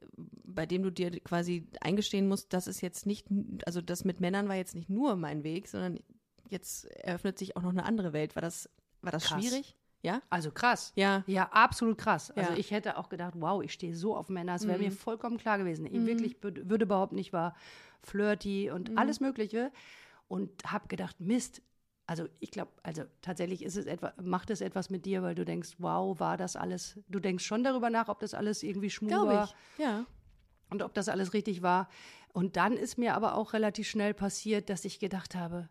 [SPEAKER 2] äh, bei dem du dir quasi eingestehen musst, das ist jetzt nicht, n- also das mit Männern war jetzt nicht nur mein Weg, sondern jetzt eröffnet sich auch noch eine andere Welt. War das war das
[SPEAKER 1] Krass.
[SPEAKER 2] schwierig? Ja.
[SPEAKER 1] Also krass.
[SPEAKER 2] Ja.
[SPEAKER 1] Ja, absolut krass. Also
[SPEAKER 2] Ja. Mhm.
[SPEAKER 1] ich hätte auch gedacht, wow, ich stehe so auf Männer. Es wäre mir vollkommen klar gewesen. Ich wirklich bü- würde überhaupt nicht war flirty und
[SPEAKER 2] Mhm.
[SPEAKER 1] alles Mögliche. Und habe gedacht, Mist. Also ich glaube, also tatsächlich ist es etwa, macht es etwas mit dir, weil du denkst, wow, war das alles. Du denkst schon darüber nach, ob das alles irgendwie schmur war
[SPEAKER 2] Glaube ich. Ja.
[SPEAKER 1] und ob das alles richtig war. Und dann ist mir aber auch relativ schnell passiert, dass ich gedacht habe,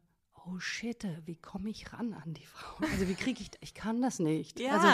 [SPEAKER 1] oh shit, wie komme ich ran an die
[SPEAKER 2] [LAUGHS]
[SPEAKER 1] Frauen? Also wie kriege ich, ich kann das nicht.
[SPEAKER 2] Ja.
[SPEAKER 1] Also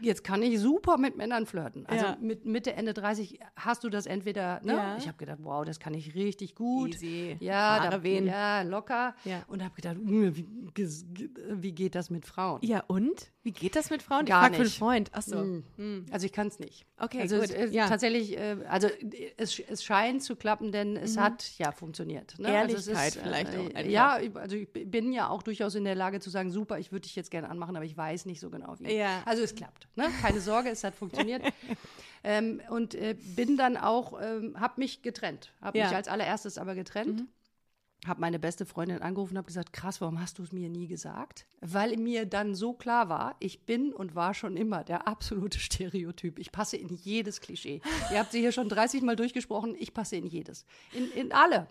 [SPEAKER 1] jetzt kann ich super mit Männern flirten. Also
[SPEAKER 2] Ja.
[SPEAKER 1] mit Mitte, Ende 30 hast du das entweder, ne?
[SPEAKER 2] Ja.
[SPEAKER 1] Ich habe gedacht, wow, das kann ich richtig gut.
[SPEAKER 2] Easy.
[SPEAKER 1] Ja,
[SPEAKER 2] Haare wehen.
[SPEAKER 1] ja, locker.
[SPEAKER 2] Ja.
[SPEAKER 1] Und habe gedacht, mm, wie, ges- ge- wie geht das mit Frauen?
[SPEAKER 2] Ja und? Wie geht das mit Frauen?
[SPEAKER 1] Gar
[SPEAKER 2] ich frag für einen
[SPEAKER 1] nicht.
[SPEAKER 2] Freund. Ach so. Mm.
[SPEAKER 1] Also ich kann es nicht.
[SPEAKER 2] Okay,
[SPEAKER 1] also
[SPEAKER 2] gut,
[SPEAKER 1] Es, es,
[SPEAKER 2] ja.
[SPEAKER 1] tatsächlich, äh, also äh, es, es scheint zu klappen, denn es hat ja funktioniert. Ne? also
[SPEAKER 2] Mhm. Ehrlichkeit
[SPEAKER 1] es ist,
[SPEAKER 2] vielleicht auch einfach.
[SPEAKER 1] Ja, ich- also ich bin ja auch durchaus in der Lage zu sagen, super, ich würde dich jetzt gerne anmachen, aber ich weiß nicht so genau wie.
[SPEAKER 2] Ja.
[SPEAKER 1] Also es klappt. Ne? Keine Sorge, es hat
[SPEAKER 2] [LAUGHS]
[SPEAKER 1] funktioniert. ähm, und äh, bin dann auch, ähm, habe mich getrennt, habe
[SPEAKER 2] Ja.
[SPEAKER 1] Mhm. mich als allererstes aber getrennt. habe meine beste Freundin angerufen und habe gesagt, krass, warum hast du es mir nie gesagt? Weil mir dann so klar war, ich bin und war schon immer der absolute Stereotyp. Ich passe in jedes Klischee. Ihr habt sie hier schon 30 Mal durchgesprochen, ich passe in jedes. In, in alle.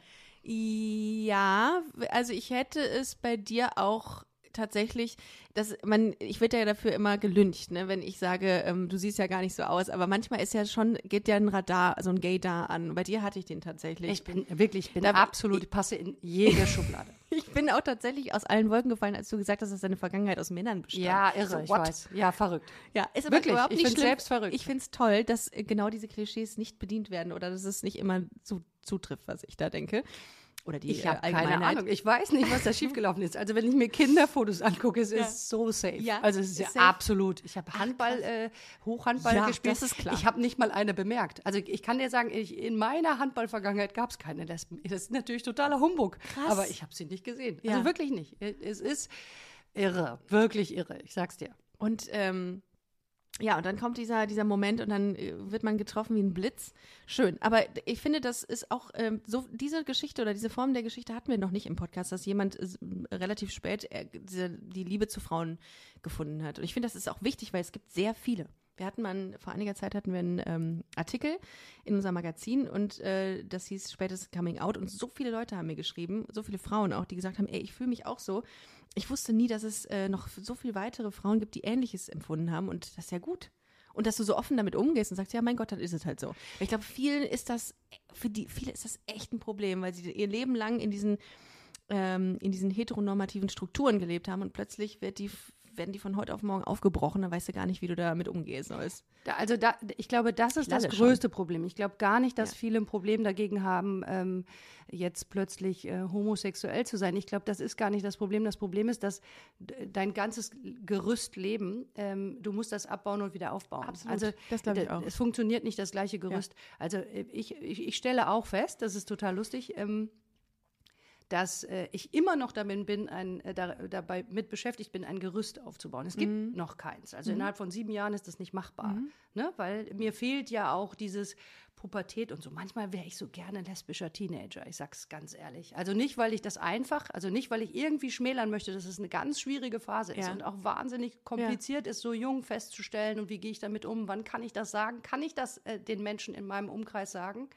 [SPEAKER 2] Ja, also ich hätte es bei dir auch tatsächlich, dass man, ich werde ja dafür immer gelüncht, ne, wenn ich sage, ähm, du siehst ja gar nicht so aus, aber manchmal ist ja schon, geht ja ein Radar, so ein Gaydar an. Bei dir hatte ich den tatsächlich.
[SPEAKER 1] Ich bin wirklich, ich bin
[SPEAKER 2] Da-
[SPEAKER 1] absolut, ich passe in jede Schublade.
[SPEAKER 2] [LAUGHS] Ich bin auch tatsächlich aus allen Wolken gefallen, als du gesagt hast, dass deine Vergangenheit aus Männern
[SPEAKER 1] [LAUGHS]
[SPEAKER 2] besteht.
[SPEAKER 1] ja, irre, ich weiß. Ja, verrückt.
[SPEAKER 2] Ja, ist aber
[SPEAKER 1] Wirklich,
[SPEAKER 2] überhaupt
[SPEAKER 1] ich
[SPEAKER 2] nicht
[SPEAKER 1] find's
[SPEAKER 2] schlimm.
[SPEAKER 1] selbst verrückt.
[SPEAKER 2] Ich finde es toll, dass äh, genau diese Klischees nicht bedient werden oder dass es nicht immer zu, zutrifft, was ich da denke. Oder die
[SPEAKER 1] Ich
[SPEAKER 2] äh,
[SPEAKER 1] habe keine
[SPEAKER 2] Allgemeinheit.
[SPEAKER 1] Ahnung. Ich weiß nicht,
[SPEAKER 2] [LAUGHS]
[SPEAKER 1] was da schiefgelaufen ist. Also wenn ich mir Kinderfotos angucke, es ist so safe.
[SPEAKER 2] Ja,
[SPEAKER 1] also es ist ja
[SPEAKER 2] ist safe.
[SPEAKER 1] absolut. Ich habe Handball, äh, Hochhandball
[SPEAKER 2] Ja,
[SPEAKER 1] gespielt.
[SPEAKER 2] das ist klar.
[SPEAKER 1] Ich habe nicht mal eine bemerkt. Also ich kann dir sagen, ich, in meiner Handballvergangenheit gab es keine Lesben. Das ist natürlich totaler Humbug.
[SPEAKER 2] Krass.
[SPEAKER 1] Aber ich habe sie nicht gesehen.
[SPEAKER 2] Ja.
[SPEAKER 1] Also wirklich nicht. Es ist irre, wirklich irre. Ich sag's dir.
[SPEAKER 2] Und ähm, ja, und dann kommt dieser, dieser Moment und dann äh, wird man getroffen wie ein Blitz. Schön. Aber ich finde, das ist auch ähm, so, diese Geschichte oder diese Form der Geschichte hatten wir noch nicht im Podcast, dass jemand äh, relativ spät äh, diese, die Liebe zu Frauen gefunden hat. Und ich finde, das ist auch wichtig, weil es gibt sehr viele. Wir hatten mal, ein- vor einiger Zeit hatten wir einen ähm, Artikel in unserem Magazin und äh, das hieß spätes Coming Out und so viele Leute haben mir geschrieben, so viele Frauen auch, die gesagt haben, ey, ich fühle mich auch so. Ich wusste nie, dass es äh, noch so viele weitere Frauen gibt, die Ähnliches empfunden haben und das ist ja gut. Und dass du so offen damit umgehst und sagst, ja, mein Gott, dann ist es halt so. Weil ich glaube, vielen ist das, für die, viele ist das echt ein Problem, weil sie ihr Leben lang in diesen ähm, in diesen heteronormativen Strukturen gelebt haben und plötzlich wird die, werden die von heute auf morgen aufgebrochen, dann weißt du gar nicht, wie du damit umgehen sollst.
[SPEAKER 1] Da, also da, ich glaube, das ist das
[SPEAKER 2] lalle schon.
[SPEAKER 1] größte Problem. Ich glaube gar nicht, dass
[SPEAKER 2] Ja.
[SPEAKER 1] viele ein Problem dagegen haben, ähm, jetzt plötzlich äh, homosexuell zu sein. Ich glaube, das ist gar nicht das Problem. Das Problem ist, dass d- dein ganzes Gerüst Leben, ähm, du musst das abbauen und wieder aufbauen.
[SPEAKER 2] Absolut.
[SPEAKER 1] Also
[SPEAKER 2] Das glaub ich
[SPEAKER 1] d-
[SPEAKER 2] auch.
[SPEAKER 1] Es funktioniert nicht das gleiche Gerüst. Also äh, ich, ich, ich stelle auch fest, das ist total lustig. Ähm, dass äh, ich immer noch damit bin, ein, äh, da, dabei mit beschäftigt bin, ein Gerüst aufzubauen. Es gibt
[SPEAKER 2] Mhm.
[SPEAKER 1] noch keins. Also innerhalb von sieben Jahren ist das nicht machbar. Ne? Weil mir fehlt ja auch dieses Pubertät und so. Manchmal wäre ich so gerne lesbischer Teenager, ich sag's ganz ehrlich. Also nicht, weil ich das einfach, also nicht, weil ich irgendwie schmälern möchte, dass es eine ganz schwierige Phase ist
[SPEAKER 2] Ja.
[SPEAKER 1] und auch wahnsinnig kompliziert ist, so jung festzustellen und wie gehe ich damit um, wann kann ich das sagen, kann ich das äh, den Menschen in meinem Umkreis
[SPEAKER 2] Mhm.
[SPEAKER 1] sagen?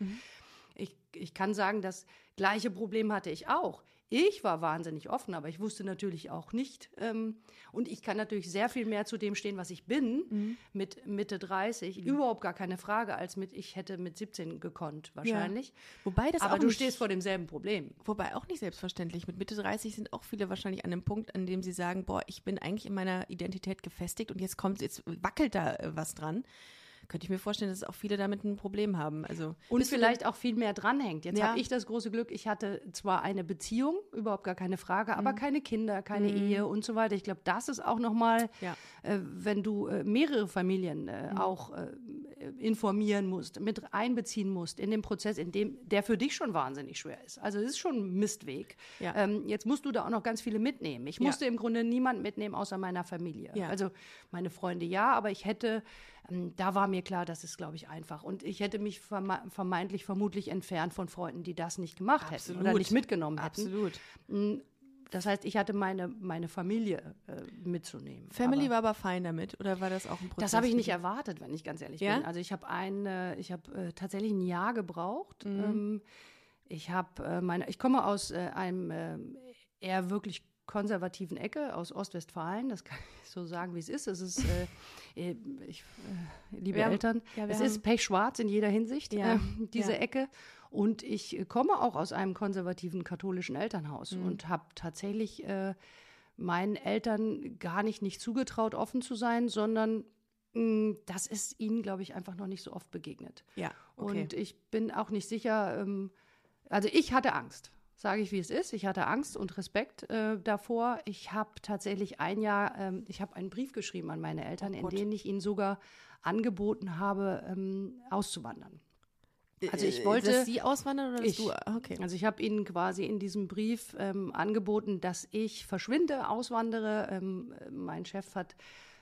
[SPEAKER 1] ich, ich kann sagen, das gleiche Problem hatte ich auch. Ich war wahnsinnig offen, aber ich wusste natürlich auch nicht. Ähm, und ich kann natürlich sehr viel mehr zu dem stehen, was ich bin,
[SPEAKER 2] Mhm.
[SPEAKER 1] mit Mitte 30. Überhaupt gar keine Frage, als mit ich hätte mit 17 gekonnt, wahrscheinlich.
[SPEAKER 2] Wobei das
[SPEAKER 1] Aber
[SPEAKER 2] auch
[SPEAKER 1] du
[SPEAKER 2] nicht,
[SPEAKER 1] stehst vor demselben Problem.
[SPEAKER 2] Wobei auch nicht selbstverständlich. Mit Mitte 30 sind auch viele wahrscheinlich an dem Punkt, an dem sie sagen, boah, ich bin eigentlich in meiner Identität gefestigt und jetzt kommt, jetzt wackelt da äh, was dran. Könnte ich mir vorstellen, dass auch viele damit ein Problem haben. Also
[SPEAKER 1] Und
[SPEAKER 2] bist du
[SPEAKER 1] vielleicht auch viel mehr dranhängt. Jetzt
[SPEAKER 2] Ja.
[SPEAKER 1] habe ich das große Glück, ich hatte zwar eine Beziehung, überhaupt gar keine Frage,
[SPEAKER 2] Mhm.
[SPEAKER 1] aber keine Kinder, keine Ehe und so weiter. Ich glaube, das ist auch nochmal,
[SPEAKER 2] Ja.
[SPEAKER 1] äh, wenn du äh, mehrere Familien
[SPEAKER 2] Mhm.
[SPEAKER 1] äh, auch äh, informieren musst, mit einbeziehen musst in den Prozess, in dem, der für dich schon wahnsinnig schwer ist. Also es ist schon ein Mistweg.
[SPEAKER 2] Ja.
[SPEAKER 1] Ähm, jetzt musst du da auch noch ganz viele mitnehmen. Ich
[SPEAKER 2] Ja.
[SPEAKER 1] musste im Grunde niemand mitnehmen außer meiner Familie.
[SPEAKER 2] Ja.
[SPEAKER 1] Also meine Freunde ja, aber ich hätte, ähm, da war mir klar, das ist, glaube ich, einfach. Und ich hätte mich verme vermeintlich, vermutlich entfernt von Freunden, die das nicht gemacht hätten oder
[SPEAKER 2] Absolut.
[SPEAKER 1] nicht mitgenommen hätten.
[SPEAKER 2] absolut.
[SPEAKER 1] Das heißt, ich hatte meine, meine Familie äh, mitzunehmen.
[SPEAKER 2] Family
[SPEAKER 1] Aber
[SPEAKER 2] war aber fein damit oder war das auch ein Prozess?
[SPEAKER 1] das habe ich
[SPEAKER 2] für
[SPEAKER 1] nicht
[SPEAKER 2] dich?
[SPEAKER 1] erwartet, wenn ich ganz ehrlich
[SPEAKER 2] Ja?
[SPEAKER 1] bin. Also ich habe ein, äh, ich habe äh, tatsächlich ein Jahr gebraucht.
[SPEAKER 2] Mhm.
[SPEAKER 1] Ähm, ich habe äh, meine, ich komme aus äh, einem ähm, eher wirklich konservativen Ecke aus Ostwestfalen. Das kann ich so sagen, wie es ist. Es ist,
[SPEAKER 2] [LAUGHS]
[SPEAKER 1] äh, ich, äh, liebe
[SPEAKER 2] Wir haben-
[SPEAKER 1] Eltern,
[SPEAKER 2] ja, wir
[SPEAKER 1] es ist
[SPEAKER 2] haben-
[SPEAKER 1] pechschwarz in jeder Hinsicht,
[SPEAKER 2] Ja,
[SPEAKER 1] ähm, diese
[SPEAKER 2] ja.
[SPEAKER 1] Ecke. Und ich äh, komme auch aus einem konservativen katholischen Elternhaus
[SPEAKER 2] Mhm.
[SPEAKER 1] und habe tatsächlich äh, meinen Eltern gar nicht nicht zugetraut, offen zu sein, sondern mh, das ist ihnen, glaube ich, einfach noch nicht so oft begegnet.
[SPEAKER 2] Ja, okay.
[SPEAKER 1] Und ich bin auch nicht sicher, ähm, also ich hatte Angst, sage ich, wie es ist. Ich hatte Angst und Respekt äh, davor. Ich habe tatsächlich ein Jahr, ähm, ich habe einen Brief geschrieben an meine Eltern,
[SPEAKER 2] Oh
[SPEAKER 1] in
[SPEAKER 2] Gott.
[SPEAKER 1] dem ich ihnen sogar angeboten habe, ähm, auszuwandern. Also ich
[SPEAKER 2] Äh,
[SPEAKER 1] wollte-
[SPEAKER 2] Dass sie auswandern oder dass
[SPEAKER 1] Ich.
[SPEAKER 2] du? Ah, Okay.
[SPEAKER 1] Also ich habe Ihnen quasi in diesem Brief ähm, angeboten, dass ich verschwinde, auswandere. Ähm, äh, mein Chef hat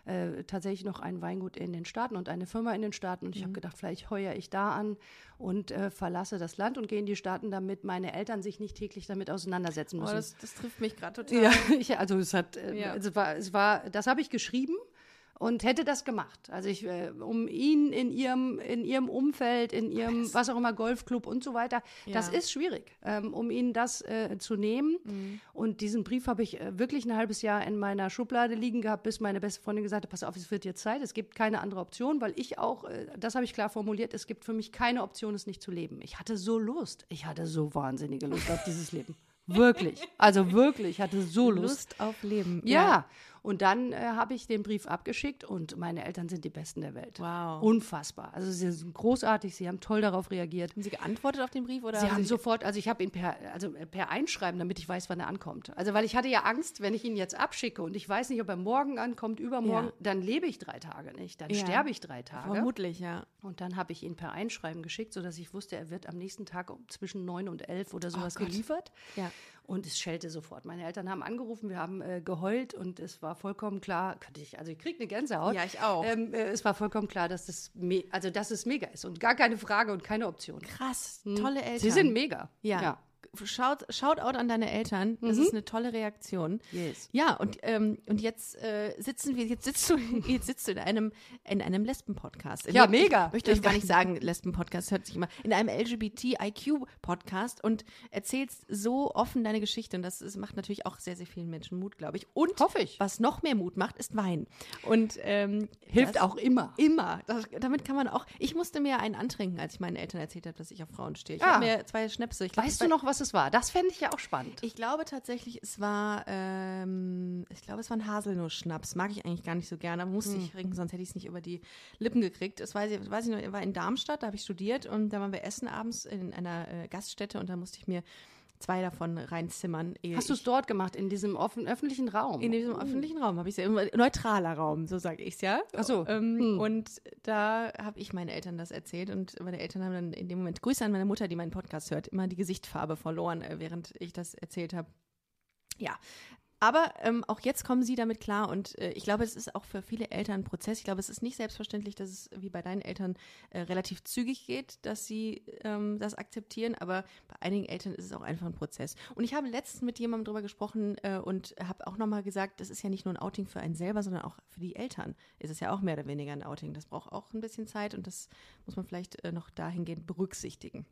[SPEAKER 1] äh, tatsächlich noch ein Weingut in den Staaten und eine Firma in den Staaten. Und ich
[SPEAKER 2] Mhm.
[SPEAKER 1] habe gedacht, vielleicht heuere ich da an und äh, verlasse das Land und gehe in die Staaten, damit meine Eltern sich nicht täglich damit auseinandersetzen
[SPEAKER 2] Oh,
[SPEAKER 1] müssen.
[SPEAKER 2] das, das trifft mich gerade total.
[SPEAKER 1] [LAUGHS] Ja, ich, also es hat, äh,
[SPEAKER 2] Ja.
[SPEAKER 1] es war, es war, das habe ich geschrieben und hätte das gemacht. Also ich, äh, um ihn in ihrem, in ihrem Umfeld, in ihrem, was auch immer, Golfclub und so weiter, das
[SPEAKER 2] Ja.
[SPEAKER 1] ist schwierig, ähm, um ihnen das äh, zu nehmen. Und diesen Brief habe ich äh, wirklich ein halbes Jahr in meiner Schublade liegen gehabt, bis meine beste Freundin gesagt hat, pass auf, es wird jetzt Zeit, es gibt keine andere Option, weil ich auch, äh, das habe ich klar formuliert, es gibt für mich keine Option, es nicht zu leben. Ich hatte so Lust, ich hatte so wahnsinnige Lust auf dieses [LAUGHS] Leben. Wirklich, also wirklich, ich hatte so Lust.
[SPEAKER 2] Lust auf Leben.
[SPEAKER 1] Ja. und dann äh, habe ich den Brief abgeschickt und meine Eltern sind die Besten der Welt.
[SPEAKER 2] Wow.
[SPEAKER 1] Unfassbar. Also sie sind großartig, sie haben toll darauf reagiert.
[SPEAKER 2] Haben sie geantwortet auf den Brief oder?
[SPEAKER 1] Sie haben sofort, also ich habe ihn per, also per Einschreiben, damit ich weiß, wann er ankommt. Also weil ich hatte ja Angst, wenn ich ihn jetzt abschicke und ich weiß nicht, ob er morgen ankommt, übermorgen,
[SPEAKER 2] Ja.
[SPEAKER 1] dann lebe ich drei Tage nicht, dann
[SPEAKER 2] Ja.
[SPEAKER 1] sterbe ich drei Tage.
[SPEAKER 2] Vermutlich, ja.
[SPEAKER 1] Und dann habe ich ihn per Einschreiben geschickt, sodass ich wusste, er wird am nächsten Tag um zwischen neun und elf oder sowas
[SPEAKER 2] Oh Gott.
[SPEAKER 1] geliefert.
[SPEAKER 2] Ja.
[SPEAKER 1] Und es schellte sofort. Meine Eltern haben angerufen, wir haben äh, geheult und es war vollkommen klar, könnte ich, also ich kriege eine Gänsehaut.
[SPEAKER 2] Ja, ich auch.
[SPEAKER 1] Ähm, äh, es war vollkommen klar, dass das, me also, dass es mega ist und gar keine Frage und keine Option.
[SPEAKER 2] Krass, tolle Eltern.
[SPEAKER 1] Sie sind mega.
[SPEAKER 2] Ja. Schaut, schaut out an deine Eltern.
[SPEAKER 1] Mhm.
[SPEAKER 2] Das ist eine tolle Reaktion.
[SPEAKER 1] Yes.
[SPEAKER 2] Ja, und, ähm, und jetzt äh, sitzen wir, jetzt sitzt du, [LAUGHS] jetzt sitzt du in einem, in einem Lesben-Podcast. In
[SPEAKER 1] Ja,
[SPEAKER 2] dem-
[SPEAKER 1] mega.
[SPEAKER 2] Ich möchte euch
[SPEAKER 1] Ich
[SPEAKER 2] gar
[SPEAKER 1] kann- [LAUGHS]
[SPEAKER 2] nicht sagen, Lesben-Podcast hört sich immer in einem LGBTIQ-Podcast und erzählst so offen deine Geschichte. Und das ist, macht natürlich auch sehr, sehr vielen Menschen Mut, glaube ich. Und
[SPEAKER 1] Hoffe ich.
[SPEAKER 2] was noch mehr Mut macht, ist Wein. Und ähm,
[SPEAKER 1] Hilft
[SPEAKER 2] das-
[SPEAKER 1] auch immer.
[SPEAKER 2] Immer. Das, damit kann man auch. Ich musste mir einen antrinken, als ich meinen Eltern erzählt habe, dass ich auf Frauen stehe. Ich
[SPEAKER 1] Ah.
[SPEAKER 2] habe mir zwei Schnäpse. Ich glaub,
[SPEAKER 1] Weißt
[SPEAKER 2] das
[SPEAKER 1] du
[SPEAKER 2] war-
[SPEAKER 1] noch, was es war? Das fände ich ja auch spannend.
[SPEAKER 2] Ich glaube tatsächlich, es war, ähm, ich glaube, es war ein Haselnuss-Schnaps. Mag ich eigentlich gar nicht so gerne, aber
[SPEAKER 1] Hm.
[SPEAKER 2] musste ich trinken, sonst hätte ich es nicht über die Lippen gekriegt. Das weiß ich, weiß ich noch, war in Darmstadt, da habe ich studiert und da waren wir essen abends in einer äh, Gaststätte und da musste ich mir zwei davon reinzimmern. ehe
[SPEAKER 1] Hast du es
[SPEAKER 2] Äh, ich-
[SPEAKER 1] dort gemacht, in diesem offen, öffentlichen Raum?
[SPEAKER 2] in diesem öffentlichen Raum habe ich ja immer neutraler Raum, so sage ich es ja.
[SPEAKER 1] Ach so. Hm.
[SPEAKER 2] Ähm, Und da habe ich meinen Eltern das erzählt und meine Eltern haben dann in dem Moment Grüße an meine Mutter, die meinen Podcast hört, immer die Gesichtsfarbe verloren, äh, während ich das erzählt habe. Ja. Aber ähm, auch jetzt kommen sie damit klar und äh, ich glaube, es ist auch für viele Eltern ein Prozess. Ich glaube, es ist nicht selbstverständlich, dass es wie bei deinen Eltern äh, relativ zügig geht, dass sie ähm, das akzeptieren. Aber bei einigen Eltern ist es auch einfach ein Prozess. Und ich habe letztens mit jemandem drüber gesprochen äh, und habe auch nochmal gesagt, das ist ja nicht nur ein Outing für einen selber, sondern auch für die Eltern ist es ja auch mehr oder weniger ein Outing. Das braucht auch ein bisschen Zeit und das muss man vielleicht äh, noch dahingehend berücksichtigen.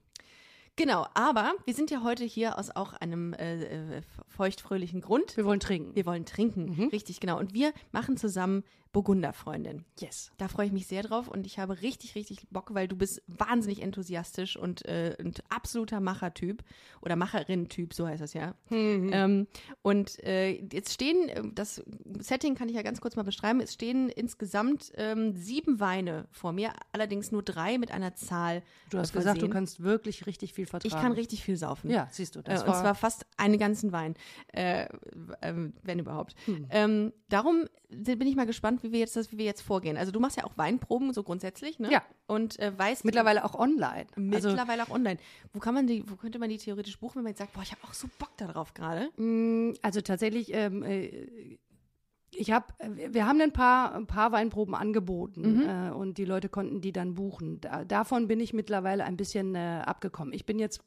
[SPEAKER 2] Genau, aber wir sind ja heute hier aus auch einem äh, äh, feuchtfröhlichen Grund.
[SPEAKER 1] Wir wollen trinken.
[SPEAKER 2] Wir wollen trinken,
[SPEAKER 1] Mhm.
[SPEAKER 2] richtig genau. Und wir machen zusammen Burgunderfreundin.
[SPEAKER 1] Yes.
[SPEAKER 2] Da freue ich mich sehr drauf und ich habe richtig, richtig Bock, weil du bist wahnsinnig enthusiastisch und, äh, und absoluter Machertyp oder Macherin-Typ, so heißt das ja.
[SPEAKER 1] Mhm.
[SPEAKER 2] Ähm, und äh, jetzt stehen, äh, das Setting kann ich ja ganz kurz mal beschreiben, es stehen insgesamt ähm, sieben Weine vor mir, allerdings nur drei mit einer Zahl.
[SPEAKER 1] Du hast
[SPEAKER 2] versehen.
[SPEAKER 1] gesagt, du kannst wirklich richtig viel vertragen.
[SPEAKER 2] Ich kann richtig viel saufen.
[SPEAKER 1] Ja, siehst du,
[SPEAKER 2] Äh,
[SPEAKER 1] das
[SPEAKER 2] und
[SPEAKER 1] war,
[SPEAKER 2] zwar fast einen ganzen Wein, äh, ähm, wenn überhaupt.
[SPEAKER 1] Hm.
[SPEAKER 2] Ähm, darum sind- bin ich mal gespannt, wie wir jetzt das, wie wir jetzt vorgehen. Also du machst ja auch Weinproben so grundsätzlich, ne?
[SPEAKER 1] Ja.
[SPEAKER 2] Und äh, weißt
[SPEAKER 1] mittlerweile auch online. Also,
[SPEAKER 2] mittlerweile auch online. Wo kann man die, wo könnte man die theoretisch buchen, wenn man jetzt sagt, boah, ich habe auch so Bock darauf gerade?
[SPEAKER 1] Mm, Also tatsächlich, ähm, äh, ich habe, wir haben ein paar, ein paar Weinproben angeboten
[SPEAKER 2] Mhm.
[SPEAKER 1] äh, und die Leute konnten die dann buchen. Da, davon bin ich mittlerweile ein bisschen äh, abgekommen. Ich bin jetzt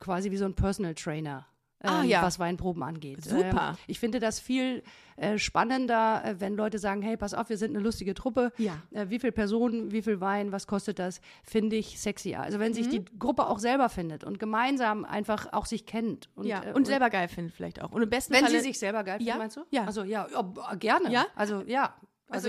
[SPEAKER 1] quasi wie so ein Personal Trainer. ähm,
[SPEAKER 2] Ah, ja.
[SPEAKER 1] Was Weinproben angeht.
[SPEAKER 2] Super.
[SPEAKER 1] Ähm, ich finde das viel äh, spannender, äh, wenn Leute sagen, hey, pass auf, wir sind eine lustige Truppe.
[SPEAKER 2] Ja.
[SPEAKER 1] Äh, wie viel Personen, wie viel Wein, was kostet das, finde ich sexier. Also wenn
[SPEAKER 2] Mhm.
[SPEAKER 1] sich die Gruppe auch selber findet und gemeinsam einfach auch sich kennt. Und,
[SPEAKER 2] ja.
[SPEAKER 1] äh,
[SPEAKER 2] und selber geil finden vielleicht auch. Und im besten
[SPEAKER 1] wenn
[SPEAKER 2] Falle,
[SPEAKER 1] sie sich selber geil finden,
[SPEAKER 2] Ja,
[SPEAKER 1] meinst du?
[SPEAKER 2] ja.
[SPEAKER 1] Also ja, ob- gerne.
[SPEAKER 2] Ja?
[SPEAKER 1] Also ja.
[SPEAKER 2] Also,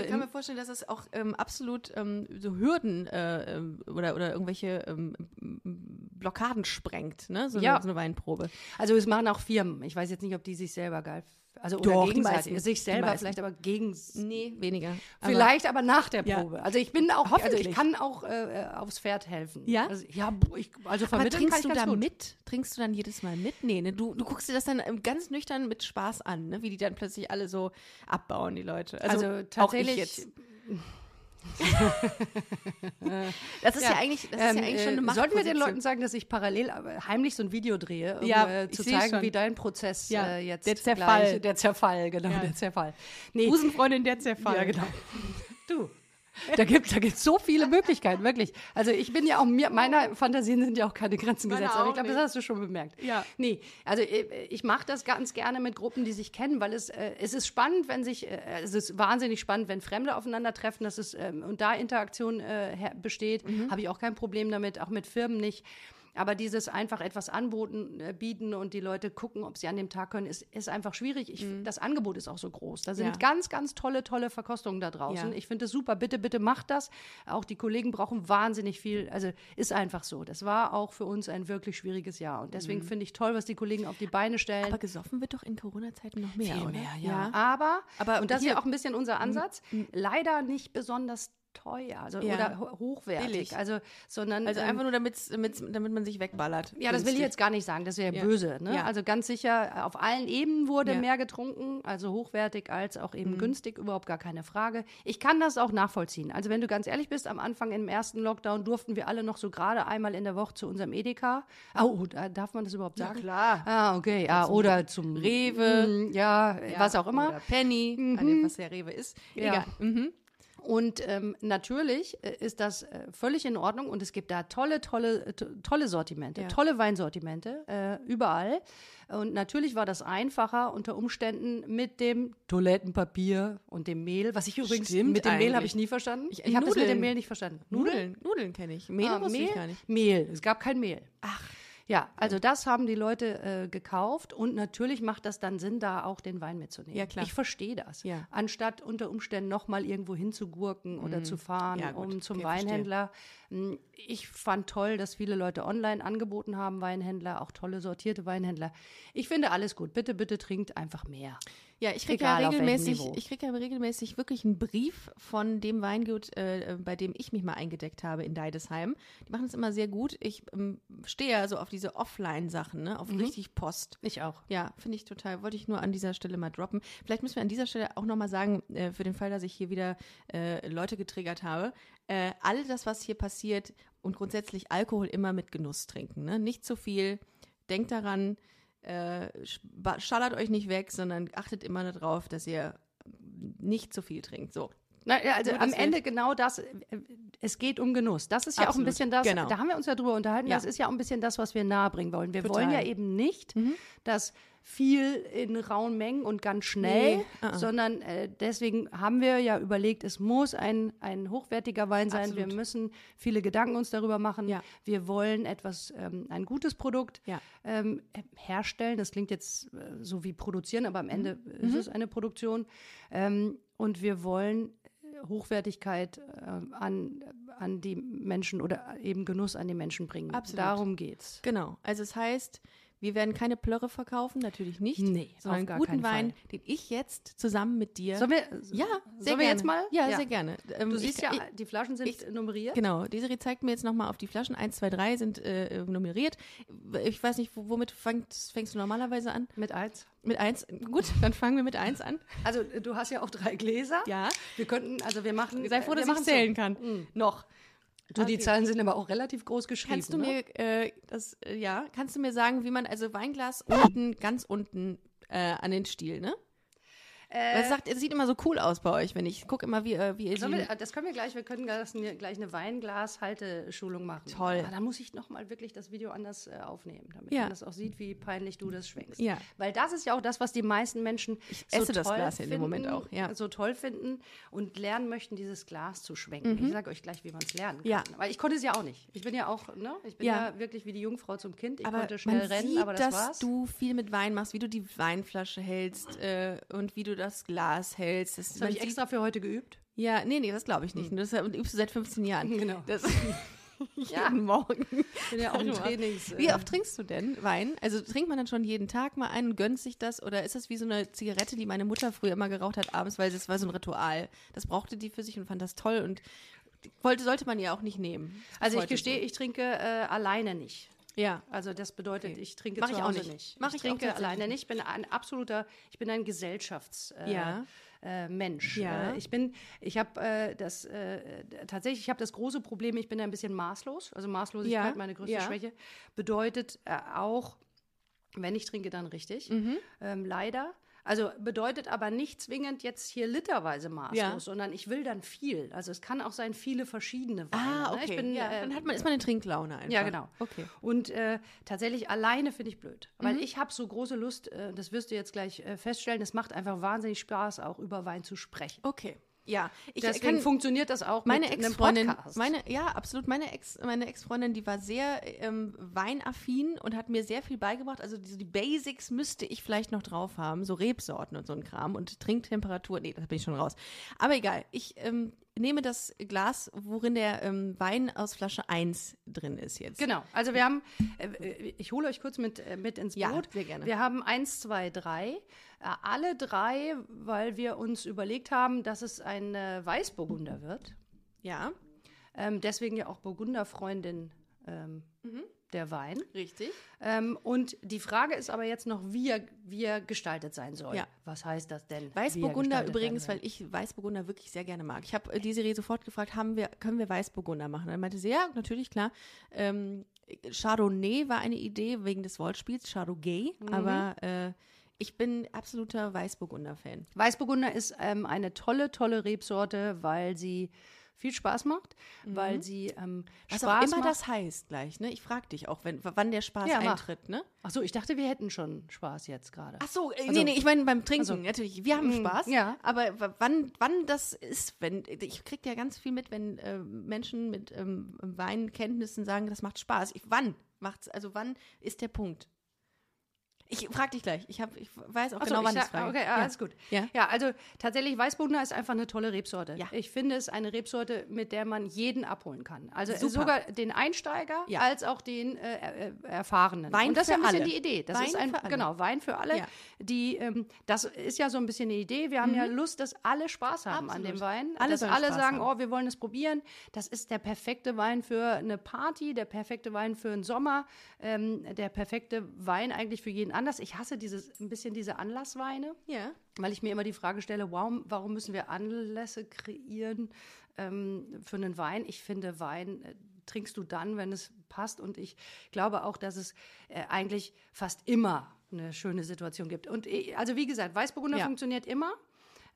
[SPEAKER 1] Also,
[SPEAKER 2] ich kann
[SPEAKER 1] im,
[SPEAKER 2] mir vorstellen, dass es auch ähm, absolut ähm, so Hürden äh, ähm, oder, oder irgendwelche ähm, Blockaden sprengt, ne? So,
[SPEAKER 1] Ja.
[SPEAKER 2] eine, so eine Weinprobe.
[SPEAKER 1] also es machen auch Firmen. Ich weiß jetzt nicht, ob die sich selber geil f- also
[SPEAKER 2] Doch,
[SPEAKER 1] oder
[SPEAKER 2] die
[SPEAKER 1] gegenseitig.
[SPEAKER 2] meisten.
[SPEAKER 1] Sich
[SPEAKER 2] Die
[SPEAKER 1] selber
[SPEAKER 2] meisten.
[SPEAKER 1] vielleicht aber gegen
[SPEAKER 2] Nee, weniger. Aber-
[SPEAKER 1] vielleicht aber nach der
[SPEAKER 2] Ja.
[SPEAKER 1] Probe. Also ich bin auch also ich
[SPEAKER 2] Hoffentlich.
[SPEAKER 1] kann auch äh, aufs Pferd helfen.
[SPEAKER 2] Ja?
[SPEAKER 1] Also, ja, bo- ich, also
[SPEAKER 2] Aber
[SPEAKER 1] vermitteln kann
[SPEAKER 2] trinkst
[SPEAKER 1] ich
[SPEAKER 2] du
[SPEAKER 1] ganz
[SPEAKER 2] da
[SPEAKER 1] gut.
[SPEAKER 2] mit? Trinkst du dann jedes Mal mit? Nee, ne? du, du guckst dir das dann ähm, ganz nüchtern mit Spaß an, ne? wie die dann plötzlich alle so abbauen, die Leute.
[SPEAKER 1] Also
[SPEAKER 2] Also, auch ich
[SPEAKER 1] tatsächlich-
[SPEAKER 2] jetzt. [LAUGHS] Das ist ja, eigentlich, das ist ja eigentlich schon eine
[SPEAKER 1] ähm, äh,
[SPEAKER 2] Macht.
[SPEAKER 1] sollten wir den Leuten sagen, dass ich parallel äh, heimlich so ein Video drehe, um
[SPEAKER 2] Ja,
[SPEAKER 1] äh,
[SPEAKER 2] ich
[SPEAKER 1] zu
[SPEAKER 2] seh's
[SPEAKER 1] zeigen,
[SPEAKER 2] schon.
[SPEAKER 1] wie dein Prozess
[SPEAKER 2] Ja,
[SPEAKER 1] äh, jetzt
[SPEAKER 2] der Zerfall.
[SPEAKER 1] Gleich, der Zerfall, genau,
[SPEAKER 2] Ja.
[SPEAKER 1] der Zerfall. Nee,
[SPEAKER 2] Busenfreundin der Zerfall.
[SPEAKER 1] ja, genau. Du. Da gibt da gibt's so viele Möglichkeiten, wirklich. Also ich bin ja auch, mir, meiner Fantasien sind ja auch keine Grenzen
[SPEAKER 2] Meiner
[SPEAKER 1] gesetzt, aber
[SPEAKER 2] auch
[SPEAKER 1] ich glaube, das
[SPEAKER 2] nicht.
[SPEAKER 1] hast du schon bemerkt.
[SPEAKER 2] Ja.
[SPEAKER 1] Nee, also ich, ich mache das ganz gerne mit Gruppen, die sich kennen, weil es, äh, es ist spannend, wenn sich, äh, es ist wahnsinnig spannend, wenn Fremde aufeinandertreffen, das ist, ähm, und da Interaktion äh, her- besteht,
[SPEAKER 2] Mhm.
[SPEAKER 1] habe ich auch kein Problem damit, auch mit Firmen nicht. Aber dieses einfach etwas anboten, äh, bieten und die Leute gucken, ob sie an dem Tag können, ist, ist einfach schwierig. Ich, Das Angebot ist auch so groß. Da sind
[SPEAKER 2] Mhm. Ja.
[SPEAKER 1] ganz, ganz tolle, tolle Verkostungen da draußen.
[SPEAKER 2] Ja.
[SPEAKER 1] Ich finde es super. Bitte, bitte macht das. Auch die Kollegen brauchen wahnsinnig viel. Also ist einfach so. Das war auch für uns ein wirklich schwieriges Jahr. Und deswegen finde ich toll, was die Kollegen auf die Beine stellen.
[SPEAKER 2] Mhm. Aber gesoffen wird doch in Corona-Zeiten noch mehr,
[SPEAKER 1] Viel
[SPEAKER 2] oder?
[SPEAKER 1] mehr, ja. Aber,
[SPEAKER 2] Aber
[SPEAKER 1] und das ist
[SPEAKER 2] hier- mhm.
[SPEAKER 1] ja auch ein bisschen unser Ansatz, leider nicht besonders teuer also,
[SPEAKER 2] Ja.
[SPEAKER 1] oder ho- hochwertig.
[SPEAKER 2] Billig.
[SPEAKER 1] Also, sondern,
[SPEAKER 2] Also
[SPEAKER 1] ähm,
[SPEAKER 2] einfach nur, damit's, damit's, damit man sich wegballert.
[SPEAKER 1] ja, das will ich
[SPEAKER 2] Günstig.
[SPEAKER 1] jetzt gar nicht sagen, das wäre
[SPEAKER 2] Ja.
[SPEAKER 1] ja böse. Ne?
[SPEAKER 2] Ja.
[SPEAKER 1] Also ganz sicher, auf allen Ebenen wurde
[SPEAKER 2] Ja. Mhm.
[SPEAKER 1] mehr getrunken, also hochwertig als auch eben günstig, überhaupt gar keine Frage. Ich kann das auch nachvollziehen. Also wenn du ganz ehrlich bist, am Anfang im ersten Lockdown durften wir alle noch so gerade einmal in der Woche zu unserem Edeka. Oh, da darf man das überhaupt sagen?
[SPEAKER 2] klar.
[SPEAKER 1] Ah, okay. Ah, oder zum
[SPEAKER 2] Rewe.
[SPEAKER 1] Mm, Ja, was auch immer. Mhm.
[SPEAKER 2] Oder Penny, an dem, was der Rewe ist.
[SPEAKER 1] Ja.
[SPEAKER 2] Egal. Mhm.
[SPEAKER 1] Und ähm, natürlich äh, ist das äh, völlig in Ordnung und es gibt da tolle, tolle, äh, to- tolle Sortimente,
[SPEAKER 2] Ja.
[SPEAKER 1] tolle Weinsortimente äh, überall. Und natürlich war das einfacher unter Umständen mit dem Toilettenpapier und dem Mehl, was ich übrigens
[SPEAKER 2] Stimmt
[SPEAKER 1] mit dem Mehl habe
[SPEAKER 2] eigentlich.
[SPEAKER 1] ich nie verstanden.
[SPEAKER 2] Ich-
[SPEAKER 1] Ich, habe das mit
[SPEAKER 2] Nudeln.
[SPEAKER 1] dem Mehl nicht verstanden.
[SPEAKER 2] Nudeln, Nudeln kenne ich. Mehl
[SPEAKER 1] Ah,
[SPEAKER 2] wusste
[SPEAKER 1] Mehl?
[SPEAKER 2] ich gar nicht.
[SPEAKER 1] Mehl. Es gab kein Mehl. Ach. Ja, also das haben die Leute äh, gekauft und natürlich macht das dann Sinn, da auch den Wein mitzunehmen.
[SPEAKER 2] Ja, klar.
[SPEAKER 1] Ich verstehe das.
[SPEAKER 2] Ja. Mm.
[SPEAKER 1] Anstatt unter Umständen nochmal irgendwo hinzugurken oder zu fahren,
[SPEAKER 2] Ja, gut.
[SPEAKER 1] um zum
[SPEAKER 2] Okay,
[SPEAKER 1] Weinhändler. Mm, Ich fand toll, dass viele Leute online angeboten haben, Weinhändler, auch tolle sortierte Weinhändler. Ich finde alles gut. Bitte, bitte trinkt einfach mehr.
[SPEAKER 2] Ja, ich kriege ja
[SPEAKER 1] Egal auf welchem
[SPEAKER 2] regelmäßig,
[SPEAKER 1] Niveau.
[SPEAKER 2] ich kriege ja regelmäßig wirklich einen Brief von dem Weingut, äh, äh, bei dem ich mich mal eingedeckt habe in Deidesheim. Die machen es immer sehr gut. Ich ähm, stehe ja so auf diese Offline-Sachen, ne? auf
[SPEAKER 1] Mhm.
[SPEAKER 2] richtig Post.
[SPEAKER 1] Ich auch.
[SPEAKER 2] Ja, finde ich total. Wollte ich nur an dieser Stelle mal droppen. Vielleicht müssen wir an dieser Stelle auch nochmal sagen, äh, für den Fall, dass ich hier wieder äh, Leute getriggert habe, äh, all das, was hier passiert und grundsätzlich Alkohol immer mit Genuss trinken. Ne? Nicht zu viel. Denkt daran, äh, sch- ba- schallert euch nicht weg, sondern achtet immer darauf, dass ihr nicht zu viel trinkt. So.
[SPEAKER 1] Na, ja, also
[SPEAKER 2] Nur,
[SPEAKER 1] am
[SPEAKER 2] dass wir-
[SPEAKER 1] Ende genau das, äh, es geht um Genuss. Das ist ja
[SPEAKER 2] Absolut,
[SPEAKER 1] auch ein bisschen das,
[SPEAKER 2] genau.
[SPEAKER 1] da haben wir uns ja drüber unterhalten,
[SPEAKER 2] Ja.
[SPEAKER 1] das ist ja auch ein bisschen das, was wir nahebringen wollen. Wir
[SPEAKER 2] Total. Mhm.
[SPEAKER 1] wollen ja eben nicht, dass viel in rauen Mengen und ganz schnell,
[SPEAKER 2] Nee, ah, ah.
[SPEAKER 1] sondern äh, deswegen haben wir ja überlegt, es muss ein, ein hochwertiger Wein sein.
[SPEAKER 2] Absolut.
[SPEAKER 1] Wir müssen viele Gedanken uns darüber machen.
[SPEAKER 2] Ja.
[SPEAKER 1] Wir wollen etwas, ähm, ein gutes Produkt
[SPEAKER 2] Ja.
[SPEAKER 1] ähm, herstellen. Das klingt jetzt äh, so wie produzieren, aber am
[SPEAKER 2] Mhm.
[SPEAKER 1] Ende äh, ist es eine Produktion. Ähm, und wir wollen Hochwertigkeit äh, an, an die Menschen oder eben Genuss an die Menschen bringen.
[SPEAKER 2] Absolut.
[SPEAKER 1] Darum geht's.
[SPEAKER 2] Genau. Also es heißt, wir werden keine Plörre verkaufen, natürlich nicht.
[SPEAKER 1] Nee, auf
[SPEAKER 2] sondern
[SPEAKER 1] gar
[SPEAKER 2] guten
[SPEAKER 1] keinen
[SPEAKER 2] Wein,
[SPEAKER 1] Fall.
[SPEAKER 2] den ich jetzt zusammen mit dir.
[SPEAKER 1] Sollen wir,
[SPEAKER 2] ja, sehr
[SPEAKER 1] sollen
[SPEAKER 2] gerne.
[SPEAKER 1] wir jetzt mal?
[SPEAKER 2] Ja, sehr gerne. Ähm,
[SPEAKER 1] Du
[SPEAKER 2] ich-
[SPEAKER 1] siehst ja,
[SPEAKER 2] ich-
[SPEAKER 1] die Flaschen sind
[SPEAKER 2] ich-
[SPEAKER 1] nummeriert.
[SPEAKER 2] Genau, Desiree zeigt mir jetzt nochmal auf die Flaschen. 1, 2, 3 sind äh, nummeriert. Ich weiß nicht, wo- womit fängt, fängst du normalerweise an?
[SPEAKER 1] Mit eins.
[SPEAKER 2] Mit 1? Gut, [LAUGHS] dann fangen wir mit 1 an.
[SPEAKER 1] Also äh, du hast ja auch drei Gläser.
[SPEAKER 2] Ja.
[SPEAKER 1] Wir könnten, also wir machen.
[SPEAKER 2] Sei froh,
[SPEAKER 1] äh, wir
[SPEAKER 2] dass ich
[SPEAKER 1] machen's so. Hm.
[SPEAKER 2] zählen kann. Noch.
[SPEAKER 1] Du, die
[SPEAKER 2] Okay.
[SPEAKER 1] Zahlen sind aber auch relativ groß geschrieben.
[SPEAKER 2] Kannst du
[SPEAKER 1] ne?
[SPEAKER 2] mir, äh, das, äh, ja, kannst du mir sagen, wie man, also Weinglas unten, ganz unten äh, an den Stiel, ne? Weil es sagt, es sieht immer so cool aus bei euch, wenn ich gucke immer, wie, äh, wie ihr
[SPEAKER 1] Äh. Sollen
[SPEAKER 2] die-
[SPEAKER 1] wir, das können wir gleich, wir können das, ne- gleich eine Weinglas-Halteschulung machen.
[SPEAKER 2] Toll.
[SPEAKER 1] Aber da muss ich nochmal wirklich das Video anders äh, aufnehmen, damit
[SPEAKER 2] Ja.
[SPEAKER 1] man das auch sieht, wie peinlich du das schwenkst.
[SPEAKER 2] Ja.
[SPEAKER 1] Weil das ist ja auch das, was die meisten Menschen ich
[SPEAKER 2] esse
[SPEAKER 1] so
[SPEAKER 2] das
[SPEAKER 1] toll
[SPEAKER 2] Glas ja
[SPEAKER 1] finden,
[SPEAKER 2] in dem Moment auch, ja.
[SPEAKER 1] so toll finden und lernen möchten, dieses Glas zu schwenken. Ich sage euch gleich, wie man es lernen kann.
[SPEAKER 2] Mhm. Ja.
[SPEAKER 1] Weil ich konnte es ja auch nicht. Ich bin ja auch, ne? Ich bin
[SPEAKER 2] Ja.
[SPEAKER 1] ja, wirklich wie die Jungfrau zum Kind. Ich
[SPEAKER 2] aber
[SPEAKER 1] konnte schnell
[SPEAKER 2] man
[SPEAKER 1] rennen,
[SPEAKER 2] sieht,
[SPEAKER 1] aber das
[SPEAKER 2] dass
[SPEAKER 1] war's.
[SPEAKER 2] du viel mit Wein machst, wie du die Weinflasche hältst äh, und wie du das Glas hältst. Das,
[SPEAKER 1] das
[SPEAKER 2] man
[SPEAKER 1] habe ich
[SPEAKER 2] sieht-
[SPEAKER 1] extra für heute geübt.
[SPEAKER 2] [LAUGHS] Ja, nee, nee, das glaube ich nicht. Das äh, übst du seit 15 Jahren.
[SPEAKER 1] [LAUGHS] Genau.
[SPEAKER 2] Das jeden Morgen.
[SPEAKER 1] Ich bin ja auch im
[SPEAKER 2] Warte mal.
[SPEAKER 1] Trainings.
[SPEAKER 2] Wie
[SPEAKER 1] äh,
[SPEAKER 2] oft trinkst du denn Wein? Also trinkt man dann schon jeden Tag mal einen, gönnt sich das? Oder ist das wie so eine Zigarette, die meine Mutter früher immer geraucht hat abends, weil das war so ein Ritual. Das brauchte die für sich und fand das toll und wollte, sollte man ja auch nicht nehmen. Das
[SPEAKER 1] Also ich
[SPEAKER 2] wollte sie.
[SPEAKER 1] gestehe, ich trinke äh, alleine nicht.
[SPEAKER 2] Ja.
[SPEAKER 1] Also das bedeutet,
[SPEAKER 2] Okay.
[SPEAKER 1] ich trinke
[SPEAKER 2] Mach
[SPEAKER 1] zu
[SPEAKER 2] ich auch
[SPEAKER 1] Hause
[SPEAKER 2] nicht.
[SPEAKER 1] nicht.
[SPEAKER 2] Mach
[SPEAKER 1] ich
[SPEAKER 2] ich auch
[SPEAKER 1] trinke
[SPEAKER 2] tatsächlich
[SPEAKER 1] alleine
[SPEAKER 2] nicht.
[SPEAKER 1] nicht. Ich bin ein absoluter, ich bin ein Gesellschafts. Äh,
[SPEAKER 2] Ja.
[SPEAKER 1] äh, Mensch.
[SPEAKER 2] Ja.
[SPEAKER 1] Äh, ich bin, ich habe äh, das äh, d- tatsächlich, ich habe das große Problem, ich bin da ein bisschen maßlos. Also Maßlosigkeit,
[SPEAKER 2] Ja,
[SPEAKER 1] meine größte
[SPEAKER 2] ja.
[SPEAKER 1] Schwäche, bedeutet äh, auch, wenn ich trinke, dann richtig.
[SPEAKER 2] Mhm.
[SPEAKER 1] Ähm, leider. Also bedeutet aber nicht zwingend jetzt hier literweise maßlos,
[SPEAKER 2] Ja.
[SPEAKER 1] sondern ich will dann viel. Also es kann auch sein, viele verschiedene Weine.
[SPEAKER 2] Ah, okay.
[SPEAKER 1] ne? Ich bin,
[SPEAKER 2] ja,
[SPEAKER 1] äh,
[SPEAKER 2] dann hat man, ist man eine Trinklaune einfach.
[SPEAKER 1] ja, genau.
[SPEAKER 2] Okay. Mhm.
[SPEAKER 1] Und äh, tatsächlich alleine finde ich blöd, weil ich habe so große Lust, äh, das wirst du jetzt gleich äh, feststellen, es macht einfach wahnsinnig Spaß, auch über Wein zu sprechen.
[SPEAKER 2] Okay. Ja, ich
[SPEAKER 1] Deswegen
[SPEAKER 2] kann,
[SPEAKER 1] funktioniert das auch
[SPEAKER 2] meine
[SPEAKER 1] mit einem
[SPEAKER 2] Ex-Freundin,
[SPEAKER 1] Podcast.
[SPEAKER 2] meine, ja, absolut, meine Ex, meine Ex-Freundin, die war sehr ähm, weinaffin und hat mir sehr viel beigebracht. Also die, die Basics müsste ich vielleicht noch drauf haben, so Rebsorten und so ein Kram und Trinktemperatur. Nee, da bin ich schon raus. Aber egal, ich ähm, nehme das Glas, worin der ähm, Wein aus Flasche 1 drin ist jetzt.
[SPEAKER 1] Genau, also wir haben, äh, äh, ich hole euch kurz mit, äh, mit ins
[SPEAKER 2] Ja,
[SPEAKER 1] Boot.
[SPEAKER 2] sehr gerne.
[SPEAKER 1] Wir haben eins, zwei, drei. Äh, Alle drei, weil wir uns überlegt haben, dass es ein äh, Weißburgunder wird.
[SPEAKER 2] Ja,
[SPEAKER 1] Ähm, deswegen ja auch Burgunderfreundin ähm,
[SPEAKER 2] Mhm.
[SPEAKER 1] der Wein.
[SPEAKER 2] richtig.
[SPEAKER 1] Ähm, und die Frage ist aber jetzt noch, wie er, wie er gestaltet sein soll.
[SPEAKER 2] Ja.
[SPEAKER 1] Was heißt das denn? wie er
[SPEAKER 2] Weißburgunder
[SPEAKER 1] gestaltet
[SPEAKER 2] übrigens,
[SPEAKER 1] werden
[SPEAKER 2] weil ich Weißburgunder wirklich sehr gerne mag. Ich habe äh, die Serie sofort gefragt, haben wir, können wir Weißburgunder machen? Dann meinte sie, ja, natürlich, klar. Ähm, Chardonnay war eine Idee wegen des Wortspiels, Chardonnay,
[SPEAKER 1] Mhm.
[SPEAKER 2] aber äh, ich bin absoluter Weißburgunder-Fan.
[SPEAKER 1] soll? Weißburgunder ist ähm, eine tolle, tolle Rebsorte, weil sie viel Spaß macht, weil sie ähm,
[SPEAKER 2] Was
[SPEAKER 1] Spaß
[SPEAKER 2] auch immer
[SPEAKER 1] macht.
[SPEAKER 2] das heißt gleich, ne? Ich frage dich auch, wenn, w- wann der Spaß
[SPEAKER 1] Ja, mach.
[SPEAKER 2] eintritt, ne?
[SPEAKER 1] Ach so, ich dachte, wir hätten schon Spaß jetzt gerade.
[SPEAKER 2] Ach so, äh, nee,
[SPEAKER 1] Also-
[SPEAKER 2] nee, ich meine beim Trinken,
[SPEAKER 1] also-
[SPEAKER 2] natürlich. Wir haben
[SPEAKER 1] Mm,
[SPEAKER 2] Spaß.
[SPEAKER 1] ja.
[SPEAKER 2] Aber w- wann, wann das ist, wenn, ich kriege ja ganz viel mit, wenn äh, Menschen mit ähm, Weinkenntnissen sagen, das macht Spaß. Ich, wann macht's, also wann ist der Punkt? Ich frage dich gleich. Ich, hab, ich weiß auch
[SPEAKER 1] Ach so,
[SPEAKER 2] genau,
[SPEAKER 1] ich
[SPEAKER 2] wann
[SPEAKER 1] sag-
[SPEAKER 2] das frage.
[SPEAKER 1] Okay, ja, alles gut.
[SPEAKER 2] Ja.
[SPEAKER 1] Ja. also tatsächlich, Weißburgunder ist einfach eine tolle Rebsorte.
[SPEAKER 2] Ja.
[SPEAKER 1] Ich finde es eine Rebsorte, mit der man jeden abholen kann. Also
[SPEAKER 2] Super.
[SPEAKER 1] sogar den Einsteiger
[SPEAKER 2] Ja.
[SPEAKER 1] als auch den äh, äh, Erfahrenen.
[SPEAKER 2] Wein
[SPEAKER 1] Und das ist
[SPEAKER 2] für
[SPEAKER 1] ja ein bisschen
[SPEAKER 2] alle.
[SPEAKER 1] die Idee. Das
[SPEAKER 2] Wein
[SPEAKER 1] ist ein,
[SPEAKER 2] für alle.
[SPEAKER 1] Genau, Wein für alle.
[SPEAKER 2] Ja.
[SPEAKER 1] Die, ähm, das ist ja so ein bisschen die Idee. Wir haben ja Lust, dass alle Spaß haben an
[SPEAKER 2] Mhm. Absolut.
[SPEAKER 1] dem Wein.
[SPEAKER 2] Alle
[SPEAKER 1] dass
[SPEAKER 2] sollen
[SPEAKER 1] alle
[SPEAKER 2] Spaß
[SPEAKER 1] sagen,
[SPEAKER 2] haben.
[SPEAKER 1] oh, wir wollen es probieren. Das ist der perfekte Wein für eine Party, der perfekte Wein für einen Sommer, ähm, der perfekte Wein eigentlich für jeden anders. Ich hasse dieses, ein bisschen diese Anlassweine
[SPEAKER 2] Ja.
[SPEAKER 1] weil ich mir immer die Frage stelle, warum, warum müssen wir Anlässe kreieren ähm, für einen Wein? Ich finde, Wein äh, trinkst du dann, wenn es passt. Und ich glaube auch, dass es äh, eigentlich fast immer eine schöne Situation gibt. Und äh, also wie gesagt, Weißburgunder
[SPEAKER 2] Ja.
[SPEAKER 1] funktioniert immer,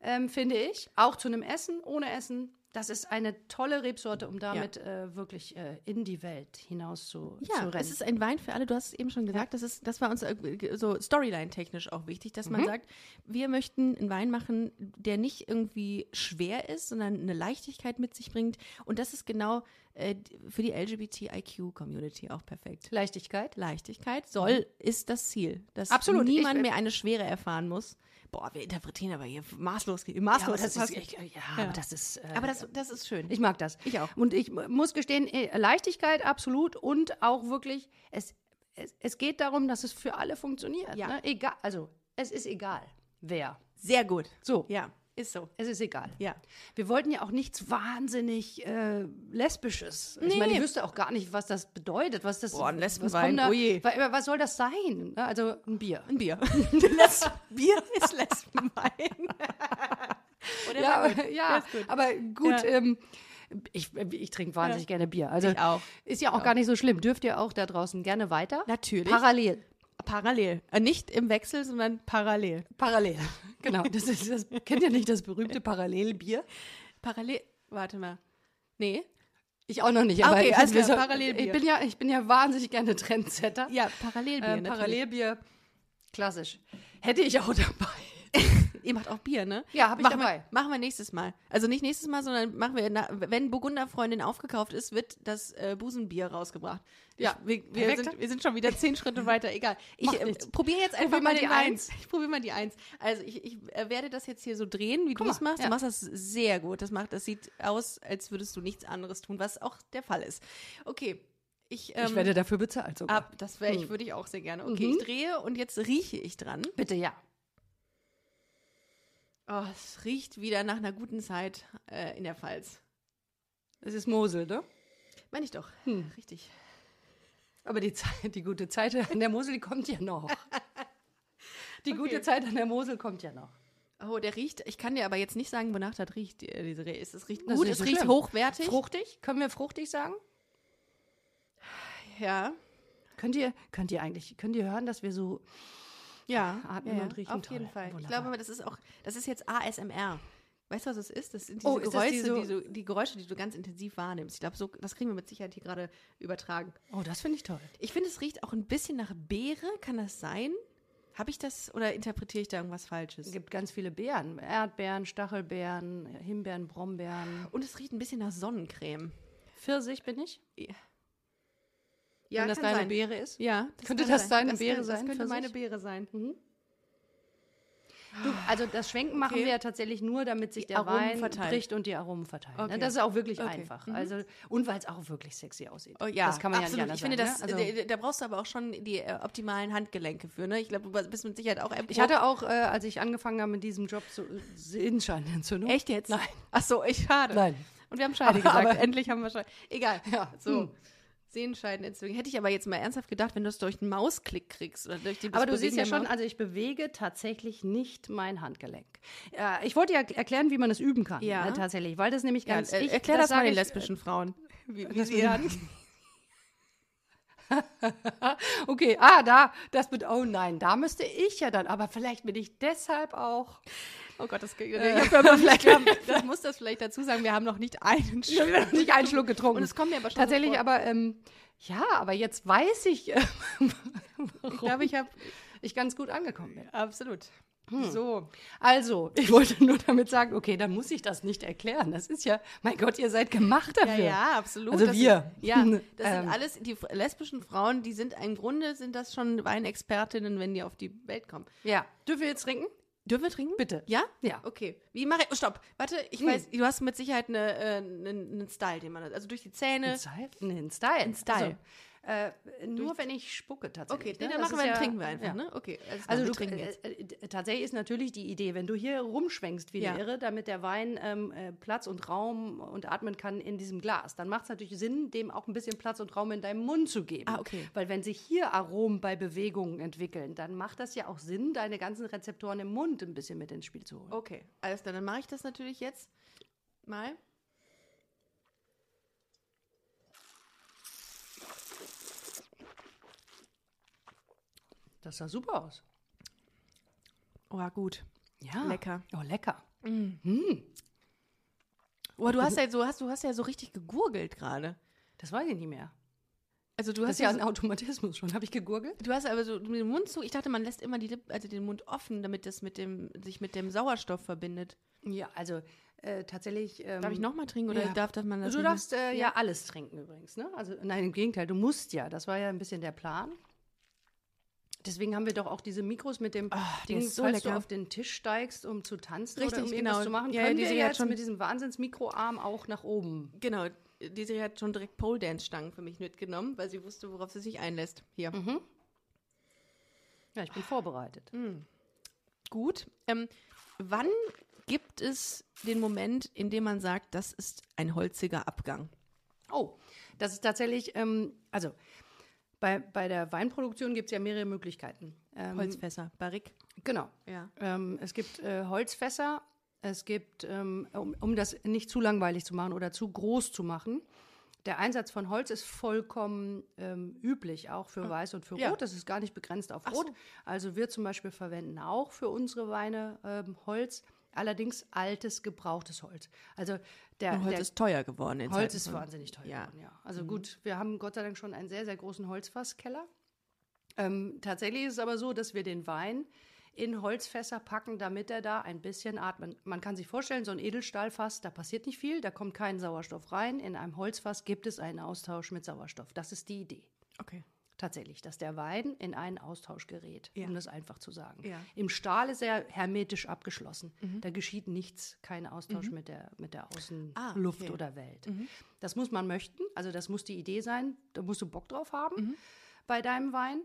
[SPEAKER 1] ähm, finde ich. Auch zu einem Essen, ohne Essen. Das ist eine tolle Rebsorte, um damit äh, wirklich äh, in die Welt hinaus zu, zu
[SPEAKER 2] Ja,
[SPEAKER 1] rennen.
[SPEAKER 2] es ist ein Wein für alle. Du hast es eben schon gesagt, das, ist, das war uns äh, ge- so Storyline-technisch auch wichtig, dass
[SPEAKER 1] Mhm.
[SPEAKER 2] man sagt, wir möchten einen Wein machen, der nicht irgendwie schwer ist, sondern eine Leichtigkeit mit sich bringt. Und das ist genau äh, für die LGBTIQ-Community auch perfekt.
[SPEAKER 1] Leichtigkeit.
[SPEAKER 2] Leichtigkeit soll, ist das Ziel. Dass
[SPEAKER 1] Mhm. Absolut, ich-
[SPEAKER 2] niemand
[SPEAKER 1] äh,
[SPEAKER 2] mehr eine Schwere erfahren muss. Boah, wir interpretieren aber hier maßlos. maßlos maßlos.
[SPEAKER 1] ja, aber das ist. äh,
[SPEAKER 2] aber das, das ist schön.
[SPEAKER 1] Ich mag das.
[SPEAKER 2] Ich auch.
[SPEAKER 1] Und ich mu- muss gestehen, eh, Leichtigkeit absolut und auch wirklich, es, es, es geht darum, dass es für alle funktioniert.
[SPEAKER 2] Ja.
[SPEAKER 1] Ne? Egal, also es ist egal, wer.
[SPEAKER 2] Sehr gut.
[SPEAKER 1] So,
[SPEAKER 2] Ja, ist so.
[SPEAKER 1] es ist egal.
[SPEAKER 2] Ja.
[SPEAKER 1] Wir wollten ja auch nichts wahnsinnig äh, Lesbisches. Ich meine,
[SPEAKER 2] Nee.
[SPEAKER 1] ich wüsste auch gar nicht, was das bedeutet. Was das,
[SPEAKER 2] Boah, ein
[SPEAKER 1] was,
[SPEAKER 2] Lesbenwein,
[SPEAKER 1] kommt da,
[SPEAKER 2] oje.
[SPEAKER 1] wa- was soll das sein? Ne? Also ein Bier.
[SPEAKER 2] [LAUGHS] Ein Bier. Les Bier ist [LAUGHS] Lesbenwein. Oder
[SPEAKER 1] Ja,
[SPEAKER 2] gut.
[SPEAKER 1] aber- [LAUGHS] ja
[SPEAKER 2] ist gut.
[SPEAKER 1] aber gut,
[SPEAKER 2] Ja.
[SPEAKER 1] ähm, ich, ich trinke wahnsinnig gerne Bier. Also
[SPEAKER 2] Ich auch.
[SPEAKER 1] ist ja auch gar nicht so schlimm. Dürft ihr auch da draußen gerne weiter?
[SPEAKER 2] Natürlich.
[SPEAKER 1] Parallel.
[SPEAKER 2] parallel. Äh, Nicht im Wechsel, sondern parallel.
[SPEAKER 1] Parallel. [LAUGHS] Genau. Das ist das, kennt ihr nicht das berühmte Parallelbier?
[SPEAKER 2] Parallel. Warte mal. Nee.
[SPEAKER 1] Ich auch noch nicht,
[SPEAKER 2] Ah,
[SPEAKER 1] aber
[SPEAKER 2] okay,
[SPEAKER 1] ich,
[SPEAKER 2] alles
[SPEAKER 1] wir
[SPEAKER 2] klar,
[SPEAKER 1] so-
[SPEAKER 2] Parallelbier.
[SPEAKER 1] Ich bin ja, ich bin ja wahnsinnig gerne Trendsetter.
[SPEAKER 2] Ja, Parallelbier.
[SPEAKER 1] ähm, Parallelbier, klassisch. Hätte ich auch dabei.
[SPEAKER 2] Ihr macht auch Bier, ne?
[SPEAKER 1] Ja, hab ich
[SPEAKER 2] machen
[SPEAKER 1] dabei.
[SPEAKER 2] Wir, machen wir nächstes Mal. Also nicht nächstes Mal, sondern machen wir, na, wenn Burgunderfreundin aufgekauft ist, wird das äh, Busenbier rausgebracht.
[SPEAKER 1] Ja,
[SPEAKER 2] Ich, wir, wir,
[SPEAKER 1] perfekt.
[SPEAKER 2] sind, wir sind schon wieder zehn
[SPEAKER 1] [LAUGHS]
[SPEAKER 2] Schritte weiter. Egal. Ich
[SPEAKER 1] Macht
[SPEAKER 2] äh,
[SPEAKER 1] nichts.
[SPEAKER 2] probiere jetzt einfach
[SPEAKER 1] Probier
[SPEAKER 2] mal
[SPEAKER 1] mal
[SPEAKER 2] den
[SPEAKER 1] die
[SPEAKER 2] Eins. Ich probiere mal die Eins. Also ich, ich äh, werde das jetzt hier so drehen, wie du es
[SPEAKER 1] mal,
[SPEAKER 2] machst.
[SPEAKER 1] ja.
[SPEAKER 2] Du machst das sehr gut. Das macht, das sieht aus, als würdest du nichts anderes tun, was auch der Fall ist. Okay. Ich, ähm,
[SPEAKER 1] Ich werde Hm. Mhm. dafür bezahlt sogar.
[SPEAKER 2] ab. Das wäre ich, würde ich auch sehr gerne. Okay, ich drehe und jetzt rieche ich dran.
[SPEAKER 1] Bitte, ja.
[SPEAKER 2] Oh, es riecht wieder nach einer guten Zeit äh, in der Pfalz.
[SPEAKER 1] Es ist Mosel, ne?
[SPEAKER 2] Meine ich doch.
[SPEAKER 1] Hm.
[SPEAKER 2] Richtig.
[SPEAKER 1] Aber die Zeit, die gute Zeit an der Mosel, die kommt ja noch. Die gute Zeit an der Mosel kommt ja noch.
[SPEAKER 2] Oh, der riecht, ich kann dir aber jetzt nicht sagen, wonach das riecht, äh, diese Reh. Es, es riecht
[SPEAKER 1] Das ist
[SPEAKER 2] gut,
[SPEAKER 1] nicht
[SPEAKER 2] es
[SPEAKER 1] so
[SPEAKER 2] riecht
[SPEAKER 1] schlimm.
[SPEAKER 2] hochwertig.
[SPEAKER 1] Fruchtig? Können wir fruchtig sagen?
[SPEAKER 2] Ja.
[SPEAKER 1] Könnt ihr, könnt ihr eigentlich, könnt ihr hören, dass wir so,
[SPEAKER 2] Ja,
[SPEAKER 1] Atmen
[SPEAKER 2] ja,
[SPEAKER 1] und riechen
[SPEAKER 2] Auf
[SPEAKER 1] toll.
[SPEAKER 2] jeden Fall. Ich
[SPEAKER 1] Wunderbar.
[SPEAKER 2] glaube, aber das ist auch, das ist jetzt ASMR. Weißt du, was es ist? Das sind diese
[SPEAKER 1] Oh, ist das
[SPEAKER 2] Geräusche,
[SPEAKER 1] die
[SPEAKER 2] die,
[SPEAKER 1] so-
[SPEAKER 2] so, die Geräusche, die du ganz intensiv wahrnimmst. Ich glaube, so, das kriegen wir mit Sicherheit hier gerade übertragen.
[SPEAKER 1] oh, das finde ich toll.
[SPEAKER 2] Ich finde, es riecht auch ein bisschen nach Beere. Kann das sein? Habe ich das oder interpretiere ich da irgendwas Falsches?
[SPEAKER 1] Es gibt ganz viele Beeren. Erdbeeren, Stachelbeeren, Himbeeren, Brombeeren.
[SPEAKER 2] Und es riecht ein bisschen nach Sonnencreme.
[SPEAKER 1] Pfirsich bin ich,
[SPEAKER 2] Ja,
[SPEAKER 1] wenn das
[SPEAKER 2] kann
[SPEAKER 1] deine
[SPEAKER 2] sein.
[SPEAKER 1] Beere ist.
[SPEAKER 2] Ja,
[SPEAKER 1] Könnte
[SPEAKER 2] kann
[SPEAKER 1] das deine Beere
[SPEAKER 2] kann-
[SPEAKER 1] sein
[SPEAKER 2] Das könnte
[SPEAKER 1] für
[SPEAKER 2] meine
[SPEAKER 1] sich?
[SPEAKER 2] Beere sein. Mhm.
[SPEAKER 1] Du, also das Schwenken machen
[SPEAKER 2] Okay.
[SPEAKER 1] wir ja tatsächlich nur, damit sich
[SPEAKER 2] Die
[SPEAKER 1] der
[SPEAKER 2] Aromen
[SPEAKER 1] Wein
[SPEAKER 2] verteilen.
[SPEAKER 1] bricht und die Aromen verteilen. ne?
[SPEAKER 2] Okay.
[SPEAKER 1] Das ist auch wirklich
[SPEAKER 2] Okay.
[SPEAKER 1] einfach.
[SPEAKER 2] Mhm.
[SPEAKER 1] Also, und weil es auch wirklich sexy aussieht.
[SPEAKER 2] Oh, ja,
[SPEAKER 1] das kann man ja
[SPEAKER 2] absolut.
[SPEAKER 1] nicht anders
[SPEAKER 2] Ich finde,
[SPEAKER 1] sagen.
[SPEAKER 2] das, äh,
[SPEAKER 1] ne? also,
[SPEAKER 2] da, da brauchst du aber auch schon die äh, optimalen Handgelenke für. Ne? Ich glaube, du bist mit Sicherheit auch
[SPEAKER 1] ich hatte
[SPEAKER 2] oh.
[SPEAKER 1] auch, äh, als ich angefangen habe mit diesem Job, so äh, Sehenscheinentzündung.
[SPEAKER 2] Echt jetzt?
[SPEAKER 1] Nein.
[SPEAKER 2] Ach so, ich schade.
[SPEAKER 1] Nein.
[SPEAKER 2] Und wir haben Scheide
[SPEAKER 1] Aber-
[SPEAKER 2] gesagt.
[SPEAKER 1] aber-
[SPEAKER 2] endlich haben wir Scheide. Egal.
[SPEAKER 1] Ja,
[SPEAKER 2] So.
[SPEAKER 1] hm.
[SPEAKER 2] Sehenscheiden deswegen. Hätte ich aber jetzt mal ernsthaft gedacht, wenn du es durch einen Mausklick kriegst oder durch die
[SPEAKER 1] Aber du
[SPEAKER 2] das
[SPEAKER 1] siehst
[SPEAKER 2] Bewegen
[SPEAKER 1] ja
[SPEAKER 2] der
[SPEAKER 1] schon,
[SPEAKER 2] Maus-
[SPEAKER 1] also ich bewege tatsächlich nicht mein Handgelenk. Äh, ich wollte ja erklären, wie man das üben kann.
[SPEAKER 2] Ja.
[SPEAKER 1] Äh, tatsächlich, weil das nämlich ganz.
[SPEAKER 2] ja,
[SPEAKER 1] ich,
[SPEAKER 2] ich, erklär das, mal
[SPEAKER 1] sage
[SPEAKER 2] den
[SPEAKER 1] ich,
[SPEAKER 2] lesbischen Frauen. Wie, [LAUGHS] wie
[SPEAKER 1] das
[SPEAKER 2] sie
[SPEAKER 1] mit-
[SPEAKER 2] ihr Hand-
[SPEAKER 1] Okay, ah, da, das mit, oh nein, da müsste ich ja dann, aber vielleicht bin ich deshalb
[SPEAKER 2] [LAUGHS]
[SPEAKER 1] auch.
[SPEAKER 2] Oh
[SPEAKER 1] [LAUGHS]
[SPEAKER 2] Gott, das, [LAUGHS] ich
[SPEAKER 1] Äh,
[SPEAKER 2] hab ja mal vielleicht, das muss das vielleicht dazu sagen. Wir haben noch nicht
[SPEAKER 1] [LAUGHS]
[SPEAKER 2] einen Schluck.
[SPEAKER 1] Ich habe nicht einen Schluck getrunken.
[SPEAKER 2] Und es kommt mir aber schon
[SPEAKER 1] Tatsächlich,
[SPEAKER 2] so vor.
[SPEAKER 1] aber, ähm, ja, aber jetzt weiß ich, [LAUGHS] äh,
[SPEAKER 2] Ich glaube, ich habe
[SPEAKER 1] ich ganz gut angekommen bin.
[SPEAKER 2] absolut.
[SPEAKER 1] Hm.
[SPEAKER 2] So.
[SPEAKER 1] Also, ich wollte nur damit sagen, okay, dann muss ich das nicht erklären. Das ist ja, mein Gott, ihr seid gemacht
[SPEAKER 2] Ja,
[SPEAKER 1] dafür.
[SPEAKER 2] ja, absolut.
[SPEAKER 1] Also
[SPEAKER 2] das
[SPEAKER 1] wir. [LAUGHS]
[SPEAKER 2] Sind, ja, das
[SPEAKER 1] Ähm.
[SPEAKER 2] sind alles die f- lesbischen Frauen, die sind im Grunde sind das schon Weinexpertinnen, wenn die auf die Welt kommen.
[SPEAKER 1] ja. Dürfen wir jetzt trinken?
[SPEAKER 2] Dürfen wir trinken?
[SPEAKER 1] Bitte.
[SPEAKER 2] Ja?
[SPEAKER 1] Ja.
[SPEAKER 2] Okay. Wie mache ich. Oh, stopp. Warte, ich
[SPEAKER 1] Hm.
[SPEAKER 2] weiß, du hast mit Sicherheit einen äh, ne, nen Style, den man. Also durch die Zähne.
[SPEAKER 1] Ein Style? Nee, ein Style.
[SPEAKER 2] Ein Style.
[SPEAKER 1] Also, äh, nur wenn ich spucke tatsächlich.
[SPEAKER 2] Okay, nee,
[SPEAKER 1] ne?
[SPEAKER 2] dann
[SPEAKER 1] Das
[SPEAKER 2] machen
[SPEAKER 1] ist
[SPEAKER 2] wir, dann
[SPEAKER 1] ja-
[SPEAKER 2] trinken wir einfach,
[SPEAKER 1] ja.
[SPEAKER 2] ne? Okay. alles klar,
[SPEAKER 1] Also
[SPEAKER 2] wir
[SPEAKER 1] du,
[SPEAKER 2] trinken jetzt.
[SPEAKER 1] äh, äh, tatsächlich ist natürlich die Idee, wenn du hier rumschwenkst wie
[SPEAKER 2] Ja.
[SPEAKER 1] eine Irre, damit der Wein ähm, äh, Platz und Raum und atmen kann in diesem Glas, dann macht es natürlich Sinn, dem auch ein bisschen Platz und Raum in deinem Mund zu geben.
[SPEAKER 2] Ah, okay.
[SPEAKER 1] Weil wenn sich hier Aromen bei Bewegungen entwickeln, dann macht das ja auch Sinn, deine ganzen Rezeptoren im Mund ein bisschen mit ins Spiel zu holen.
[SPEAKER 2] Okay, alles klar, dann mache ich das natürlich jetzt mal.
[SPEAKER 1] Das sah super aus.
[SPEAKER 2] Oh, gut.
[SPEAKER 1] Ja.
[SPEAKER 2] Lecker.
[SPEAKER 1] Oh, lecker.
[SPEAKER 2] Oh, du hast ja so, hast, du hast ja so richtig gegurgelt gerade.
[SPEAKER 1] Das weiß ich nicht mehr.
[SPEAKER 2] Also du
[SPEAKER 1] Das
[SPEAKER 2] hast
[SPEAKER 1] ist ja
[SPEAKER 2] ja
[SPEAKER 1] ein
[SPEAKER 2] so,
[SPEAKER 1] Automatismus schon. Habe ich gegurgelt?
[SPEAKER 2] du hast aber so den Mund zu. Ich dachte, man lässt immer die Lippen, also den Mund offen, damit das mit dem, sich mit dem Sauerstoff verbindet.
[SPEAKER 1] Ja, also äh, tatsächlich. Ähm,
[SPEAKER 2] Darf ich nochmal trinken oder
[SPEAKER 1] ja.
[SPEAKER 2] darf das man das
[SPEAKER 1] Du
[SPEAKER 2] nicht mehr-
[SPEAKER 1] darfst äh, ja. alles trinken übrigens, ne? Also nein, im Gegenteil, du musst ja. Das war ja ein bisschen der Plan. Deswegen haben wir doch auch diese Mikros mit dem
[SPEAKER 2] Ah, der
[SPEAKER 1] Ding,
[SPEAKER 2] ist so
[SPEAKER 1] falls du
[SPEAKER 2] lecker.
[SPEAKER 1] auf den Tisch steigst, um zu tanzen
[SPEAKER 2] Richtig,
[SPEAKER 1] oder um irgendwas
[SPEAKER 2] genau.
[SPEAKER 1] zu machen,
[SPEAKER 2] Ja, ja,
[SPEAKER 1] können
[SPEAKER 2] die
[SPEAKER 1] wir
[SPEAKER 2] Serie hat
[SPEAKER 1] jetzt
[SPEAKER 2] schon-
[SPEAKER 1] mit diesem Wahnsinns-Mikroarm auch nach oben.
[SPEAKER 2] Genau, die Serie hat schon direkt Pole Dance Stangen für mich mitgenommen, weil sie wusste, worauf sie sich einlässt. Hier.
[SPEAKER 1] Ja, ich bin vorbereitet.
[SPEAKER 2] Mhm. Gut. Ähm, wann gibt es den Moment, in dem man sagt, das ist ein holziger Abgang?
[SPEAKER 1] Oh, das ist tatsächlich, ähm, also bei, bei der Weinproduktion gibt es ja mehrere Möglichkeiten. Ähm,
[SPEAKER 2] Holzfässer, Barrique.
[SPEAKER 1] Genau.
[SPEAKER 2] Mhm. Ja.
[SPEAKER 1] Ähm, es gibt äh, Holzfässer, es gibt, ähm, um, um das nicht zu langweilig zu machen oder zu groß zu machen, der Einsatz von Holz ist vollkommen ähm, üblich, auch für Weiß und für
[SPEAKER 2] Ah. ja.
[SPEAKER 1] Rot. Das ist gar nicht begrenzt auf
[SPEAKER 2] so.
[SPEAKER 1] Rot. Also wir zum Beispiel verwenden auch für unsere Weine ähm, Holz, allerdings altes, gebrauchtes Holz. Also der,
[SPEAKER 2] Und Äh, Holz
[SPEAKER 1] der
[SPEAKER 2] ist teuer geworden. in
[SPEAKER 1] Holz
[SPEAKER 2] Zeiten
[SPEAKER 1] ist
[SPEAKER 2] von-
[SPEAKER 1] wahnsinnig teuer
[SPEAKER 2] Ja. Mhm.
[SPEAKER 1] geworden, ja. Also gut, wir haben Gott sei Dank schon einen sehr, sehr großen Holzfasskeller. Ähm, tatsächlich ist es aber so, dass wir den Wein in Holzfässer packen, damit er da ein bisschen atmet. Man kann sich vorstellen, so ein Edelstahlfass, da passiert nicht viel, da kommt kein Sauerstoff rein. In einem Holzfass gibt es einen Austausch mit Sauerstoff. Das ist die Idee.
[SPEAKER 2] Okay.
[SPEAKER 1] Tatsächlich, dass der Wein in einen Austausch gerät,
[SPEAKER 2] Ja.
[SPEAKER 1] um das einfach zu sagen.
[SPEAKER 2] Ja. Mhm.
[SPEAKER 1] Im Stahl ist er hermetisch abgeschlossen. Da geschieht nichts, kein Austausch mit, der, mit der
[SPEAKER 2] Ah,
[SPEAKER 1] Außenluft
[SPEAKER 2] okay. Mhm.
[SPEAKER 1] oder Welt. Das muss man möchten, also das muss die Idee sein, da musst du Bock drauf haben
[SPEAKER 2] Mhm.
[SPEAKER 1] bei deinem Wein.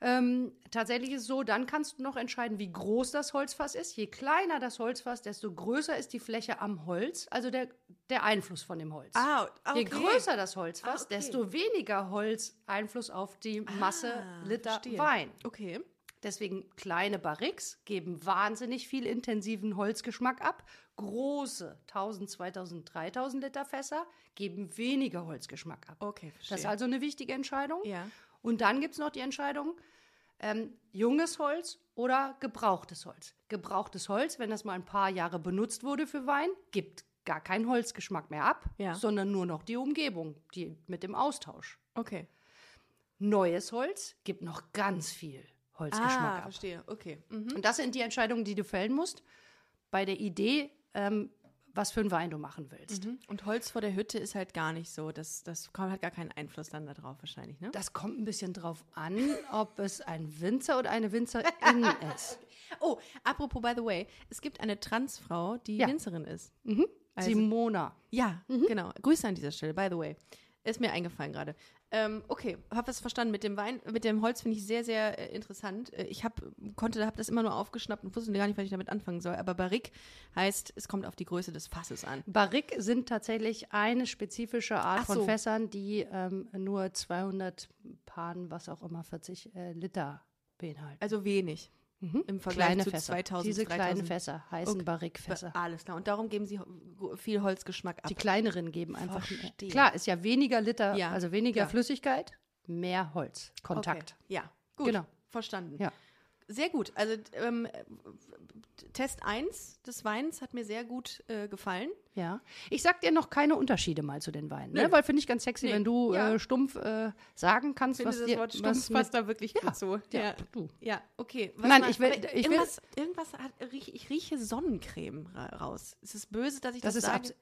[SPEAKER 1] Ähm, tatsächlich ist es so, dann kannst du noch entscheiden, wie groß das Holzfass ist. Je kleiner das Holzfass, desto größer ist die Fläche am Holz, also der, der Einfluss von dem Holz.
[SPEAKER 2] Ah, okay.
[SPEAKER 1] Je größer das Holzfass,
[SPEAKER 2] Ah, okay.
[SPEAKER 1] desto weniger Holz Einfluss auf die Masse
[SPEAKER 2] Ah,
[SPEAKER 1] Liter
[SPEAKER 2] verstehe.
[SPEAKER 1] Wein.
[SPEAKER 2] Okay.
[SPEAKER 1] Deswegen kleine Barriques geben wahnsinnig viel intensiven Holzgeschmack ab. Große 1000, 2000, 3000 Liter Fässer geben weniger Holzgeschmack ab.
[SPEAKER 2] Okay,
[SPEAKER 1] Das ist also eine wichtige Entscheidung.
[SPEAKER 2] Oh, Ja.
[SPEAKER 1] Und dann gibt es noch die Entscheidung, ähm, junges Holz oder gebrauchtes Holz. Gebrauchtes Holz, wenn das mal ein paar Jahre benutzt wurde für Wein, gibt gar keinen Holzgeschmack mehr ab,
[SPEAKER 2] Ja.
[SPEAKER 1] sondern nur noch die Umgebung, die mit dem Austausch.
[SPEAKER 2] Okay.
[SPEAKER 1] Neues Holz gibt noch ganz viel Holzgeschmack
[SPEAKER 2] Ah, mhm.
[SPEAKER 1] ab.
[SPEAKER 2] verstehe. Okay.
[SPEAKER 1] Und das sind die Entscheidungen, die du fällen musst bei der Idee, ähm, was für einen Wein du machen willst.
[SPEAKER 2] Hm? Und Holz vor der Hütte ist halt gar nicht so. Das, das kommt- hat gar keinen Einfluss dann da drauf wahrscheinlich, ne?
[SPEAKER 1] Das kommt ein bisschen drauf
[SPEAKER 2] [LAUGHS]
[SPEAKER 1] an, ob es ein Winzer oder eine Winzerin ist.
[SPEAKER 2] Oh, apropos, by the way, es gibt eine Transfrau, die
[SPEAKER 1] Ja.
[SPEAKER 2] Winzerin ist. Also-
[SPEAKER 1] Simona.
[SPEAKER 2] Ja, genau. Grüße an dieser Stelle, by the way. Ist mir eingefallen gerade. Ähm, okay, habe es verstanden. Mit dem Wein, mit dem Holz finde ich sehr, sehr äh, interessant. Äh, Ich hab, konnte, habe das immer nur aufgeschnappt und wusste gar nicht, was ich damit anfangen soll. Aber Barrique heißt, es kommt auf die Größe des Fasses an.
[SPEAKER 1] Barrique sind tatsächlich eine spezifische Art
[SPEAKER 2] Ach
[SPEAKER 1] von
[SPEAKER 2] so.
[SPEAKER 1] Fässern, die ähm, nur 200 Paaren, was auch immer, 40 äh, Liter beinhalten.
[SPEAKER 2] Also wenig im Vergleich
[SPEAKER 1] kleine
[SPEAKER 2] zu
[SPEAKER 1] Fässer.
[SPEAKER 2] 2000,
[SPEAKER 1] Diese
[SPEAKER 2] 3000.
[SPEAKER 1] kleinen Fässer heißen
[SPEAKER 2] Okay. Ah,
[SPEAKER 1] Barrique-Fässer.
[SPEAKER 2] Alles klar. Und darum geben sie ho- viel Holzgeschmack ab.
[SPEAKER 1] Die kleineren geben einfach
[SPEAKER 2] Verstehe.
[SPEAKER 1] mehr. Klar, ist ja weniger Liter,
[SPEAKER 2] Ja,
[SPEAKER 1] also weniger
[SPEAKER 2] klar.
[SPEAKER 1] Flüssigkeit, mehr Holzkontakt.
[SPEAKER 2] Okay. Ja, gut.
[SPEAKER 1] Genau.
[SPEAKER 2] Verstanden.
[SPEAKER 1] Ja.
[SPEAKER 2] Sehr gut. Also d- ähm, äh, Test 1 des Weins hat mir sehr gut äh, gefallen.
[SPEAKER 1] Ja. Ich sag dir noch keine Unterschiede mal zu den Weinen,
[SPEAKER 2] Nö.
[SPEAKER 1] ne? weil finde ich ganz sexy,
[SPEAKER 2] Nee.
[SPEAKER 1] wenn du
[SPEAKER 2] Ja.
[SPEAKER 1] äh, stumpf äh, sagen kannst, was dir was mit-
[SPEAKER 2] da wirklich
[SPEAKER 1] Ja,
[SPEAKER 2] Ja,
[SPEAKER 1] ja,
[SPEAKER 2] ja.
[SPEAKER 1] du.
[SPEAKER 2] okay.
[SPEAKER 1] Nein, ich will-
[SPEAKER 2] aber
[SPEAKER 1] ich will-
[SPEAKER 2] irgendwas, irgendwas hat, riech, ich rieche Sonnencreme ra- raus. Ist es böse, dass ich das,
[SPEAKER 1] Das ist
[SPEAKER 2] sage?
[SPEAKER 1] Abs-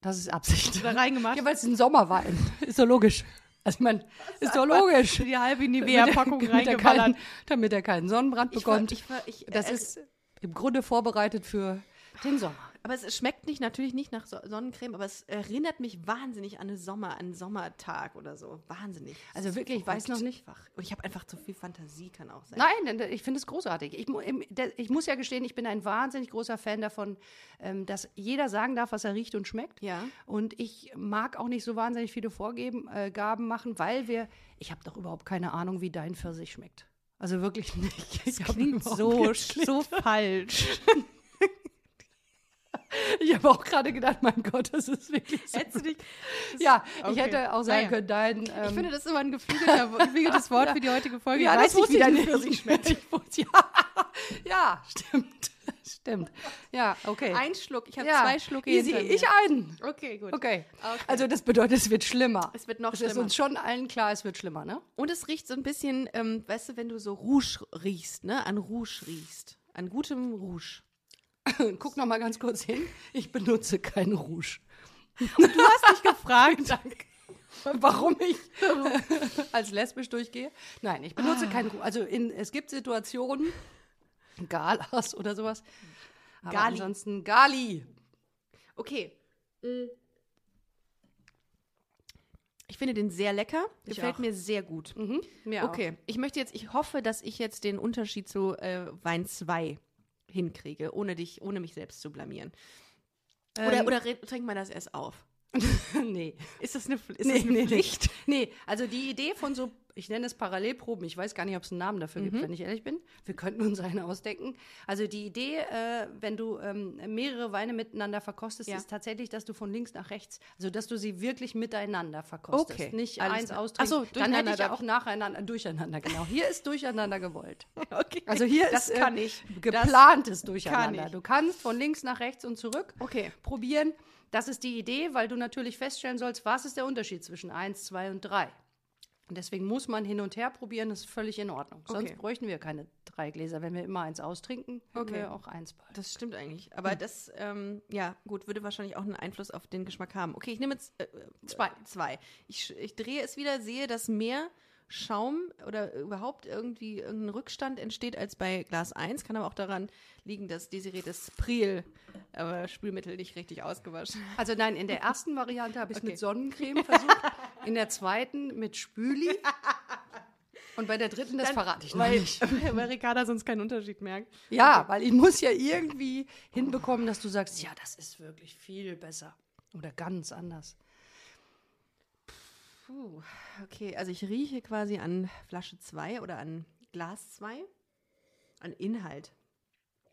[SPEAKER 1] Das ist Absicht.
[SPEAKER 2] Da reingemacht?
[SPEAKER 1] Ja, weil es ein Sommerwein [LAUGHS] ist doch logisch. Also ich meine, ist doch logisch.
[SPEAKER 2] Die halbe
[SPEAKER 1] Damit er- [LAUGHS] damit er keinen, damit er keinen Sonnenbrand
[SPEAKER 2] Ich, ver-
[SPEAKER 1] bekommt.
[SPEAKER 2] ich, ver- ich,
[SPEAKER 1] das
[SPEAKER 2] äh,
[SPEAKER 1] ist im Grunde vorbereitet für den Sommer.
[SPEAKER 2] Aber es schmeckt nicht, natürlich nicht nach so Sonnencreme, aber es erinnert mich wahnsinnig an eine Sommer, an einen Sommertag oder so. Wahnsinnig.
[SPEAKER 1] Also
[SPEAKER 2] Es ist
[SPEAKER 1] wirklich, ich weiß
[SPEAKER 2] verrückt
[SPEAKER 1] noch nicht.
[SPEAKER 2] Einfach. Und ich habe einfach zu viel Fantasie, kann auch sein.
[SPEAKER 1] Nein, denn ich finde es großartig. Ich, mu- im- der- ich muss ja gestehen, ich bin ein wahnsinnig großer Fan davon, ähm, dass jeder sagen darf, was er riecht und schmeckt.
[SPEAKER 2] Ja.
[SPEAKER 1] Und ich mag auch nicht so wahnsinnig viele Vorgaben äh, Gaben machen, weil wir, ich habe doch überhaupt keine Ahnung, wie dein Pfirsich schmeckt. Also wirklich nicht. Das
[SPEAKER 2] so [LAUGHS] falsch.
[SPEAKER 1] [LAUGHS] Ich habe auch gerade gedacht, mein Gott, das ist wirklich so.
[SPEAKER 2] Hättest du dich,
[SPEAKER 1] Ja,
[SPEAKER 2] Okay.
[SPEAKER 1] ich hätte auch sagen
[SPEAKER 2] Naja.
[SPEAKER 1] können, dein. Ähm,
[SPEAKER 2] ich finde, das ist immer ein [LAUGHS] geflügelter- geflügeltes Wort für die heutige Folge.
[SPEAKER 1] ja,
[SPEAKER 2] Ich weiß
[SPEAKER 1] das wusste
[SPEAKER 2] nicht,
[SPEAKER 1] ich
[SPEAKER 2] wie
[SPEAKER 1] nicht.
[SPEAKER 2] deine Pfirsich schmeckt. [LAUGHS]
[SPEAKER 1] Ich wusste, ja. [LAUGHS] ja, stimmt. [LAUGHS] Stimmt. Ja, okay.
[SPEAKER 2] Ein Schluck, ich habe
[SPEAKER 1] ja.
[SPEAKER 2] zwei Schlucke
[SPEAKER 1] Easy,
[SPEAKER 2] hinter mir.
[SPEAKER 1] ich einen.
[SPEAKER 2] Okay, gut.
[SPEAKER 1] Okay.
[SPEAKER 2] Okay.
[SPEAKER 1] Also, das bedeutet, es wird schlimmer.
[SPEAKER 2] Es wird noch
[SPEAKER 1] es ist
[SPEAKER 2] schlimmer.
[SPEAKER 1] uns schon allen klar, es wird schlimmer, ne? [LAUGHS]
[SPEAKER 2] Und es riecht so ein bisschen, ähm, weißt du, wenn du so Rouge riechst, ne? An Rouge riechst. An gutem Rouge.
[SPEAKER 1] Guck noch mal ganz kurz hin. Ich benutze keinen Rouge.
[SPEAKER 2] Du hast
[SPEAKER 1] [LAUGHS]
[SPEAKER 2] mich gefragt.
[SPEAKER 1] Warum ich als lesbisch durchgehe? Nein, ich benutze keinen Rouge. Also, in, es gibt Situationen, Galas oder sowas. Aber
[SPEAKER 2] Gali.
[SPEAKER 1] ansonsten Gali.
[SPEAKER 2] Okay. Mhm. Ich finde den sehr lecker.
[SPEAKER 1] Ich
[SPEAKER 2] Gefällt
[SPEAKER 1] auch.
[SPEAKER 2] mir sehr gut.
[SPEAKER 1] Ja, okay.
[SPEAKER 2] Okay. Ich möchte jetzt, ich hoffe, dass ich jetzt den Unterschied zu äh, Wein 2 hinkriege, ohne dich, ohne mich selbst zu blamieren. Oder,
[SPEAKER 1] Ähm,
[SPEAKER 2] oder re- trink mal das erst [LAUGHS] auf.
[SPEAKER 1] nee.
[SPEAKER 2] Ist das eine, Pfl- ist
[SPEAKER 1] Nee,
[SPEAKER 2] das eine
[SPEAKER 1] nee, nee.
[SPEAKER 2] Pflicht?
[SPEAKER 1] [LAUGHS] Nee, also die Idee von so, ich nenne es Parallelproben, ich weiß gar nicht, ob es einen Namen dafür gibt, wenn ich ehrlich bin. Wir könnten uns eine ausdenken. Also die Idee, äh, wenn du ähm, mehrere Weine miteinander verkostest,
[SPEAKER 2] Ja.
[SPEAKER 1] ist tatsächlich, dass du von links nach rechts, also dass du sie wirklich miteinander verkostest.
[SPEAKER 2] Okay,
[SPEAKER 1] Nicht
[SPEAKER 2] alles
[SPEAKER 1] eins
[SPEAKER 2] klar.
[SPEAKER 1] austrinkst.
[SPEAKER 2] Ach so,
[SPEAKER 1] Dann hätte
[SPEAKER 2] durcheinander
[SPEAKER 1] ich ja
[SPEAKER 2] darf
[SPEAKER 1] auch nacheinander, durcheinander, genau. Hier ist durcheinander gewollt.
[SPEAKER 2] [LAUGHS] Okay.
[SPEAKER 1] Also hier
[SPEAKER 2] das
[SPEAKER 1] ist
[SPEAKER 2] kann
[SPEAKER 1] äh,
[SPEAKER 2] ich. Das,
[SPEAKER 1] geplantes Durcheinander.
[SPEAKER 2] kann ich.
[SPEAKER 1] Du kannst von links nach rechts und zurück
[SPEAKER 2] Okay.
[SPEAKER 1] probieren. Das ist die Idee, weil du natürlich feststellen sollst, was ist der Unterschied zwischen 1, 2 und 3. Und deswegen muss man hin und her probieren, das ist völlig in Ordnung.
[SPEAKER 2] Okay.
[SPEAKER 1] Sonst bräuchten wir keine drei Gläser. Wenn wir immer eins austrinken, hätten
[SPEAKER 2] Okay.
[SPEAKER 1] wir auch eins bald.
[SPEAKER 2] das stimmt eigentlich. Aber das, ähm, ja, gut, würde wahrscheinlich auch einen Einfluss auf den Geschmack haben. Okay, ich nehme jetzt äh, äh,
[SPEAKER 1] Zwei.
[SPEAKER 2] zwei. Ich, sch- ich drehe es wieder, sehe, dass mehr Schaum oder überhaupt irgendwie irgendein Rückstand entsteht als bei Glas 1. Kann aber auch daran liegen, dass Desiree das Pril, aber Spülmittel nicht richtig ausgewaschen. hat.
[SPEAKER 1] Also nein, in der ersten Variante habe ich es
[SPEAKER 2] Okay.
[SPEAKER 1] mit Sonnencreme versucht, in der zweiten mit Spüli und bei der dritten, das verrate ich noch
[SPEAKER 2] weil,
[SPEAKER 1] nicht.
[SPEAKER 2] [LAUGHS] weil Ricarda sonst keinen Unterschied merkt.
[SPEAKER 1] Ja, weil ich muss ja irgendwie hinbekommen, dass du sagst, ja, das ist wirklich viel besser oder ganz anders.
[SPEAKER 2] Puh, okay, also ich rieche quasi an Flasche 2 oder an Glas 2. an Inhalt.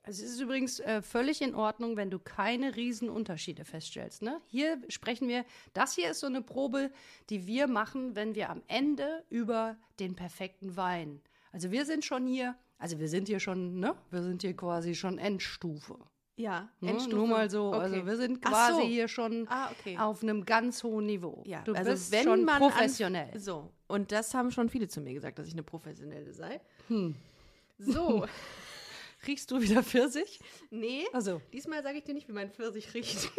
[SPEAKER 1] Es ist übrigens äh, völlig in Ordnung, wenn du keine Riesenunterschiede feststellst. Ne? Hier sprechen wir, das hier ist so eine Probe, die wir machen, wenn wir am Ende über den perfekten Wein. Also wir sind schon hier, also wir sind hier schon, ne? Wir sind hier quasi schon Endstufe.
[SPEAKER 2] Ja,
[SPEAKER 1] Ne? Nur mal so. Also wir sind quasi hier schon
[SPEAKER 2] Ah, okay.
[SPEAKER 1] auf einem ganz hohen Niveau.
[SPEAKER 2] Ja,
[SPEAKER 1] du
[SPEAKER 2] also
[SPEAKER 1] bist
[SPEAKER 2] wenn
[SPEAKER 1] schon
[SPEAKER 2] man anf-
[SPEAKER 1] professionell.
[SPEAKER 2] So, und das haben schon viele zu mir gesagt, dass ich eine professionelle sei.
[SPEAKER 1] Hm.
[SPEAKER 2] So,
[SPEAKER 1] Riechst du wieder [LAUGHS] Pfirsich?
[SPEAKER 2] nee,
[SPEAKER 1] Also,
[SPEAKER 2] diesmal sage ich dir nicht, wie mein Pfirsich riecht.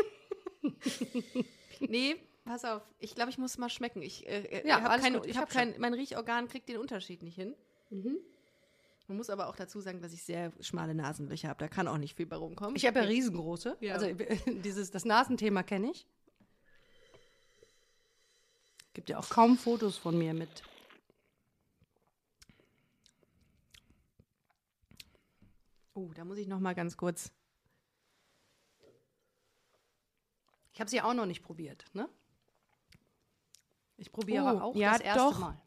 [SPEAKER 2] [LAUGHS] nee, pass auf, ich glaube, ich muss mal schmecken. Ich, äh,
[SPEAKER 1] Ja,
[SPEAKER 2] ja, hab
[SPEAKER 1] alles
[SPEAKER 2] kein,
[SPEAKER 1] gut,
[SPEAKER 2] ich
[SPEAKER 1] ich
[SPEAKER 2] hab
[SPEAKER 1] hab Mhm.
[SPEAKER 2] kein, mein Riechorgan kriegt den Unterschied nicht hin. Man muss aber auch dazu sagen, dass ich sehr schmale Nasenlöcher habe. Da kann auch nicht viel bei rumkommen.
[SPEAKER 1] ich habe ja riesengroße.
[SPEAKER 2] Ja.
[SPEAKER 1] Also [LAUGHS] dieses, das Nasenthema kenne ich. Gibt ja auch kaum Fotos von mir mit.
[SPEAKER 2] oh, da muss ich noch mal ganz kurz.
[SPEAKER 1] Ich habe sie auch noch nicht probiert, ne? Ich probiere
[SPEAKER 2] Oh,
[SPEAKER 1] auch
[SPEAKER 2] ja,
[SPEAKER 1] das erste
[SPEAKER 2] doch.
[SPEAKER 1] Mal.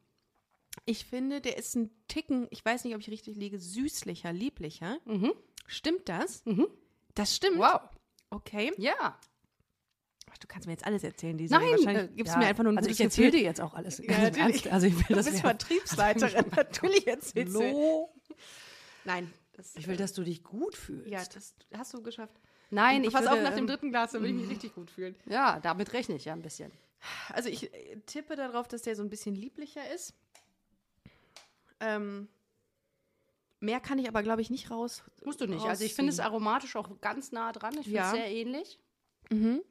[SPEAKER 2] Ich finde, der ist ein Ticken, ich weiß nicht, ob ich richtig liege, süßlicher, lieblicher.
[SPEAKER 1] Mhm.
[SPEAKER 2] Stimmt das? Das stimmt.
[SPEAKER 1] Wow.
[SPEAKER 2] Okay.
[SPEAKER 1] Ja.
[SPEAKER 2] Ach, du kannst mir jetzt alles erzählen, diese.
[SPEAKER 1] Nein,
[SPEAKER 2] Wahrscheinlich
[SPEAKER 1] äh,
[SPEAKER 2] gibst
[SPEAKER 1] ja.
[SPEAKER 2] du mir einfach nur ein
[SPEAKER 1] Also
[SPEAKER 2] gutes
[SPEAKER 1] ich erzähle
[SPEAKER 2] Gefühl.
[SPEAKER 1] dir jetzt auch [LAUGHS] alles.
[SPEAKER 2] Ja,
[SPEAKER 1] ganz im
[SPEAKER 2] natürlich.
[SPEAKER 1] Ernst. also ich will
[SPEAKER 2] Du
[SPEAKER 1] das
[SPEAKER 2] bist
[SPEAKER 1] werden. [LAUGHS]
[SPEAKER 2] Vertriebsleiterin. Natürlich erzählst du.
[SPEAKER 1] Hallo.
[SPEAKER 2] Nein. Das, äh,
[SPEAKER 1] Ich will, dass du dich gut fühlst.
[SPEAKER 2] ja, das hast du geschafft.
[SPEAKER 1] Nein, ich
[SPEAKER 2] Pass
[SPEAKER 1] würde,
[SPEAKER 2] auf, nach dem
[SPEAKER 1] ähm,
[SPEAKER 2] dritten Glas, dann will ich mich richtig gut fühlen.
[SPEAKER 1] Ja, damit rechne ich ja ein bisschen.
[SPEAKER 2] Also ich äh, tippe darauf, dass der so ein bisschen lieblicher ist. Ähm, mehr kann ich aber, glaube ich, nicht raus.
[SPEAKER 1] Musst du nicht. Also ich finde es aromatisch auch ganz nah dran. Ich finde
[SPEAKER 2] Ja.
[SPEAKER 1] es sehr ähnlich.
[SPEAKER 2] Mhm.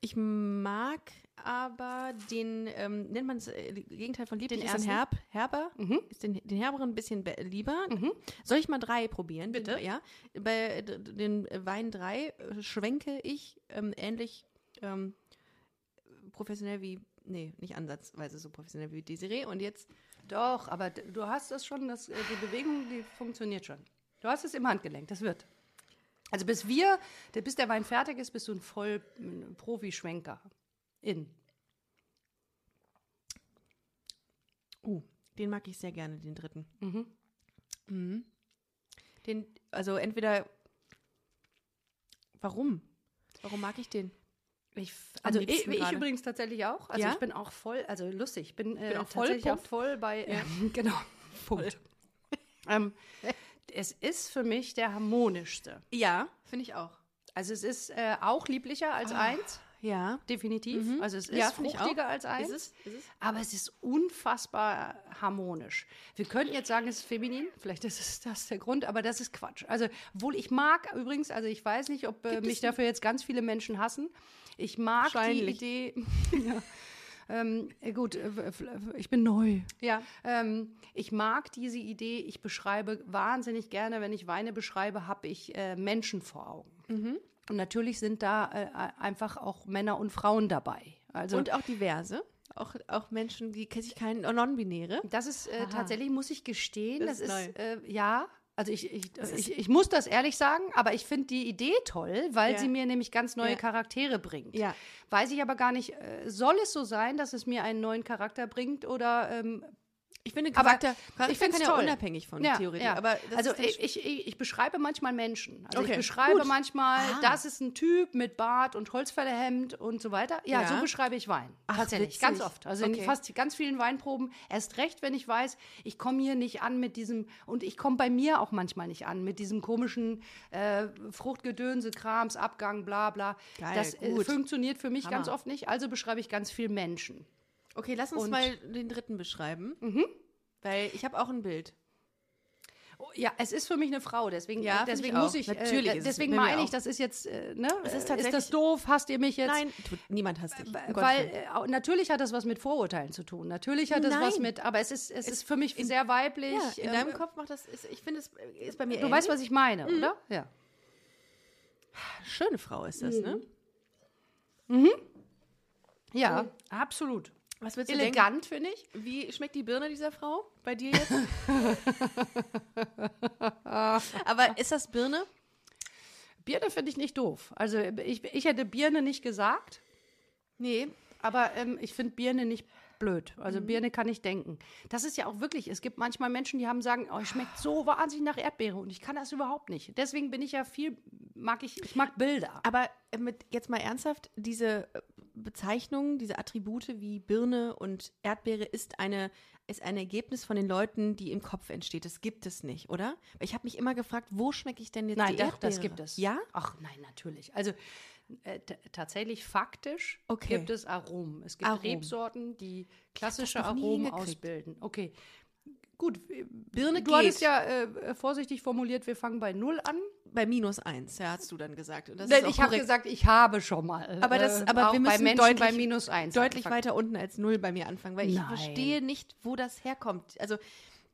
[SPEAKER 2] Ich mag aber den, ähm, nennt man es, äh, Gegenteil von lieblich,
[SPEAKER 1] Den
[SPEAKER 2] ist ein
[SPEAKER 1] ersten?
[SPEAKER 2] herb, herber,
[SPEAKER 1] Mhm.
[SPEAKER 2] ist den, den herberen ein bisschen be- lieber.
[SPEAKER 1] Mhm.
[SPEAKER 2] Soll ich mal drei probieren?
[SPEAKER 1] Bitte.
[SPEAKER 2] Den, ja, bei d- d- den Wein drei äh, schwenke ich ähm, ähnlich ähm, professionell wie, nee, nicht ansatzweise so professionell wie Desiree und jetzt,
[SPEAKER 1] Doch, aber d- du hast das schon, das, äh, die Bewegung, die funktioniert schon. Du hast es im Handgelenk, das wird. Also bis wir, d- bis der Wein fertig ist, bist du ein voll ein Profi-Schwenker. In.
[SPEAKER 2] uh, den mag ich sehr gerne, den dritten.
[SPEAKER 1] Mhm.
[SPEAKER 2] Mhm. Den, also entweder, warum? Warum mag ich den?
[SPEAKER 1] Ich, f-
[SPEAKER 2] Am
[SPEAKER 1] also ich,
[SPEAKER 2] liebsten
[SPEAKER 1] ich
[SPEAKER 2] gerade.
[SPEAKER 1] übrigens tatsächlich auch. Also
[SPEAKER 2] Ja?
[SPEAKER 1] ich bin auch voll, also lustig, ich bin, äh,
[SPEAKER 2] bin auch voll,
[SPEAKER 1] tatsächlich auch
[SPEAKER 2] Punkt.
[SPEAKER 1] voll bei, ähm, [LAUGHS] genau,
[SPEAKER 2] [LAUGHS]
[SPEAKER 1] Punkt. ähm, es ist für mich der harmonischste.
[SPEAKER 2] Ja, finde ich auch.
[SPEAKER 1] Also es ist äh, auch lieblicher
[SPEAKER 2] Ah.
[SPEAKER 1] als eins,
[SPEAKER 2] Ja.
[SPEAKER 1] definitiv. Also es ist
[SPEAKER 2] Mhm. Ja, finde ich auch.
[SPEAKER 1] fruchtiger als eins. Aber es ist unfassbar harmonisch. Wir könnten jetzt sagen, es ist feminin, vielleicht ist es das der Grund, aber das ist Quatsch. Also, wohl ich mag übrigens, also ich weiß nicht, ob äh,
[SPEAKER 2] Gibt es
[SPEAKER 1] mich dafür jetzt ganz viele Menschen hassen. Ich mag die
[SPEAKER 2] Wahrscheinlich. [LAUGHS]
[SPEAKER 1] Idee. ja. Ähm, äh, gut, äh, f- f- ich bin neu.
[SPEAKER 2] Ja.
[SPEAKER 1] Ähm, ich mag diese Idee. Ich beschreibe wahnsinnig gerne, wenn ich Weine beschreibe, habe ich äh, Menschen vor Augen.
[SPEAKER 2] Mhm.
[SPEAKER 1] Und natürlich sind da äh, einfach auch Männer und Frauen dabei. Also
[SPEAKER 2] Und auch diverse. Auch, auch Menschen, die sich kein Non-Binäre.
[SPEAKER 1] Das ist äh, tatsächlich, muss ich gestehen,
[SPEAKER 2] Das
[SPEAKER 1] das,
[SPEAKER 2] ist
[SPEAKER 1] ist, äh, ja, also ich, ich, ich, ich muss das ehrlich sagen, aber ich finde die Idee toll, weil
[SPEAKER 2] Ja.
[SPEAKER 1] sie mir nämlich ganz neue
[SPEAKER 2] Ja.
[SPEAKER 1] Charaktere bringt.
[SPEAKER 2] Ja.
[SPEAKER 1] Weiß ich aber gar nicht, äh, soll es so sein, dass es mir einen neuen Charakter bringt oder ähm,
[SPEAKER 2] Ich finde,
[SPEAKER 1] Aber
[SPEAKER 2] Charakter, Charakter
[SPEAKER 1] ich find's
[SPEAKER 2] kann ja
[SPEAKER 1] toll.
[SPEAKER 2] unabhängig von
[SPEAKER 1] ja,
[SPEAKER 2] Theorie.
[SPEAKER 1] ja.
[SPEAKER 2] Aber das
[SPEAKER 1] also
[SPEAKER 2] ist dann
[SPEAKER 1] ich, ich, ich ich beschreibe manchmal Menschen. Also
[SPEAKER 2] Okay,
[SPEAKER 1] ich beschreibe
[SPEAKER 2] gut. Ah.
[SPEAKER 1] manchmal, das ist ein Typ mit Bart und Holzfällerhemd und so weiter. Ja,
[SPEAKER 2] Ja.
[SPEAKER 1] so beschreibe ich Wein.
[SPEAKER 2] Ach,
[SPEAKER 1] Tatsächlich,
[SPEAKER 2] witzig.
[SPEAKER 1] ganz oft. Also
[SPEAKER 2] Okay.
[SPEAKER 1] in fast ganz vielen Weinproben. Erst recht, wenn ich weiß, ich komme hier nicht an mit diesem, und ich komme bei mir auch manchmal nicht an, mit diesem komischen äh, Fruchtgedönse, Krams, Abgang, bla bla.
[SPEAKER 2] Geil,
[SPEAKER 1] das äh,
[SPEAKER 2] gut.
[SPEAKER 1] funktioniert für mich ganz
[SPEAKER 2] Hammer.
[SPEAKER 1] oft nicht, also beschreibe ich ganz viel Menschen.
[SPEAKER 2] okay, lass uns
[SPEAKER 1] und- Mhm.
[SPEAKER 2] mal den dritten beschreiben. Weil ich habe auch ein Bild.
[SPEAKER 1] Oh, Ja, es ist für mich eine Frau, deswegen,
[SPEAKER 2] Ja,
[SPEAKER 1] ja,
[SPEAKER 2] find ich
[SPEAKER 1] deswegen
[SPEAKER 2] auch.
[SPEAKER 1] muss ich,
[SPEAKER 2] Natürlich
[SPEAKER 1] äh,
[SPEAKER 2] ist es
[SPEAKER 1] deswegen
[SPEAKER 2] bei mir
[SPEAKER 1] meine
[SPEAKER 2] auch.
[SPEAKER 1] ich, das ist jetzt, äh, ne,
[SPEAKER 2] Es ist
[SPEAKER 1] äh, ist
[SPEAKER 2] tatsächlich-
[SPEAKER 1] das doof, hasst ihr mich jetzt?
[SPEAKER 2] Nein, tut, niemand hasst dich. Um Gottes
[SPEAKER 1] Weil
[SPEAKER 2] Willen.
[SPEAKER 1] äh, au- natürlich hat das was mit Vorurteilen zu tun. Natürlich hat das was
[SPEAKER 2] Nein.
[SPEAKER 1] mit, aber es ist, es ist für mich sehr weiblich.
[SPEAKER 2] ja, in
[SPEAKER 1] ähm,
[SPEAKER 2] deinem Kopf Mhm. macht das, ist, ich finde, es ist bei mir
[SPEAKER 1] du weißt, was ich meine, oder? Ja.
[SPEAKER 2] was schöne Frau ist das,
[SPEAKER 1] Mhm.
[SPEAKER 2] ne?
[SPEAKER 1] Ja, absolut.
[SPEAKER 2] Was willst du denken?
[SPEAKER 1] Elegant, finde ich.
[SPEAKER 2] Wie schmeckt die Birne dieser Frau bei
[SPEAKER 1] [LAUGHS]
[SPEAKER 2] dir jetzt? Aber ist das Birne?
[SPEAKER 1] Birne finde ich nicht doof. Also ich, ich hätte Birne nicht gesagt,
[SPEAKER 2] Nee,
[SPEAKER 1] aber ähm, ich finde Birne nicht blöd. Also
[SPEAKER 2] Mhm.
[SPEAKER 1] Birne kann ich denken. Das ist ja auch wirklich, es gibt manchmal Menschen, die haben sagen, oh, es schmeckt so wahnsinnig nach Erdbeere und ich kann das überhaupt nicht. Deswegen bin ich ja viel, mag ich, ich mag Bilder.
[SPEAKER 2] Aber mit, jetzt mal ernsthaft, diese Bezeichnungen, diese Attribute wie Birne und Erdbeere ist, eine, ist ein Ergebnis von den Leuten, die im Kopf entsteht. Das gibt es nicht, oder? Weil Ich habe mich immer gefragt, wo schmecke ich denn jetzt
[SPEAKER 1] Nein,
[SPEAKER 2] die
[SPEAKER 1] doch,
[SPEAKER 2] Erdbeere?
[SPEAKER 1] das gibt es.
[SPEAKER 2] Ja?
[SPEAKER 1] Ach nein, natürlich. Also äh, t- tatsächlich faktisch
[SPEAKER 2] Okay.
[SPEAKER 1] gibt es Aromen. Es gibt
[SPEAKER 2] Aromen.
[SPEAKER 1] Rebsorten, die klassische
[SPEAKER 2] noch nie
[SPEAKER 1] Aromen
[SPEAKER 2] hingekriegt.
[SPEAKER 1] ausbilden. Okay. Gut, äh, Birne du
[SPEAKER 2] geht.
[SPEAKER 1] hattest ja äh, vorsichtig formuliert, wir fangen bei null an.
[SPEAKER 2] Bei minus eins, ja, hast du dann gesagt. Und das
[SPEAKER 1] Denn
[SPEAKER 2] ist auch
[SPEAKER 1] ich habe
[SPEAKER 2] korrekt.
[SPEAKER 1] gesagt, ich habe schon mal.
[SPEAKER 2] Aber das-
[SPEAKER 1] äh,
[SPEAKER 2] aber
[SPEAKER 1] auch
[SPEAKER 2] wir
[SPEAKER 1] bei
[SPEAKER 2] müssen
[SPEAKER 1] Menschen
[SPEAKER 2] deutlich-
[SPEAKER 1] bei minus eins.
[SPEAKER 2] deutlich
[SPEAKER 1] angefangen.
[SPEAKER 2] weiter unten als null bei mir anfangen, weil ich
[SPEAKER 1] Nein.
[SPEAKER 2] verstehe nicht, wo das herkommt. Also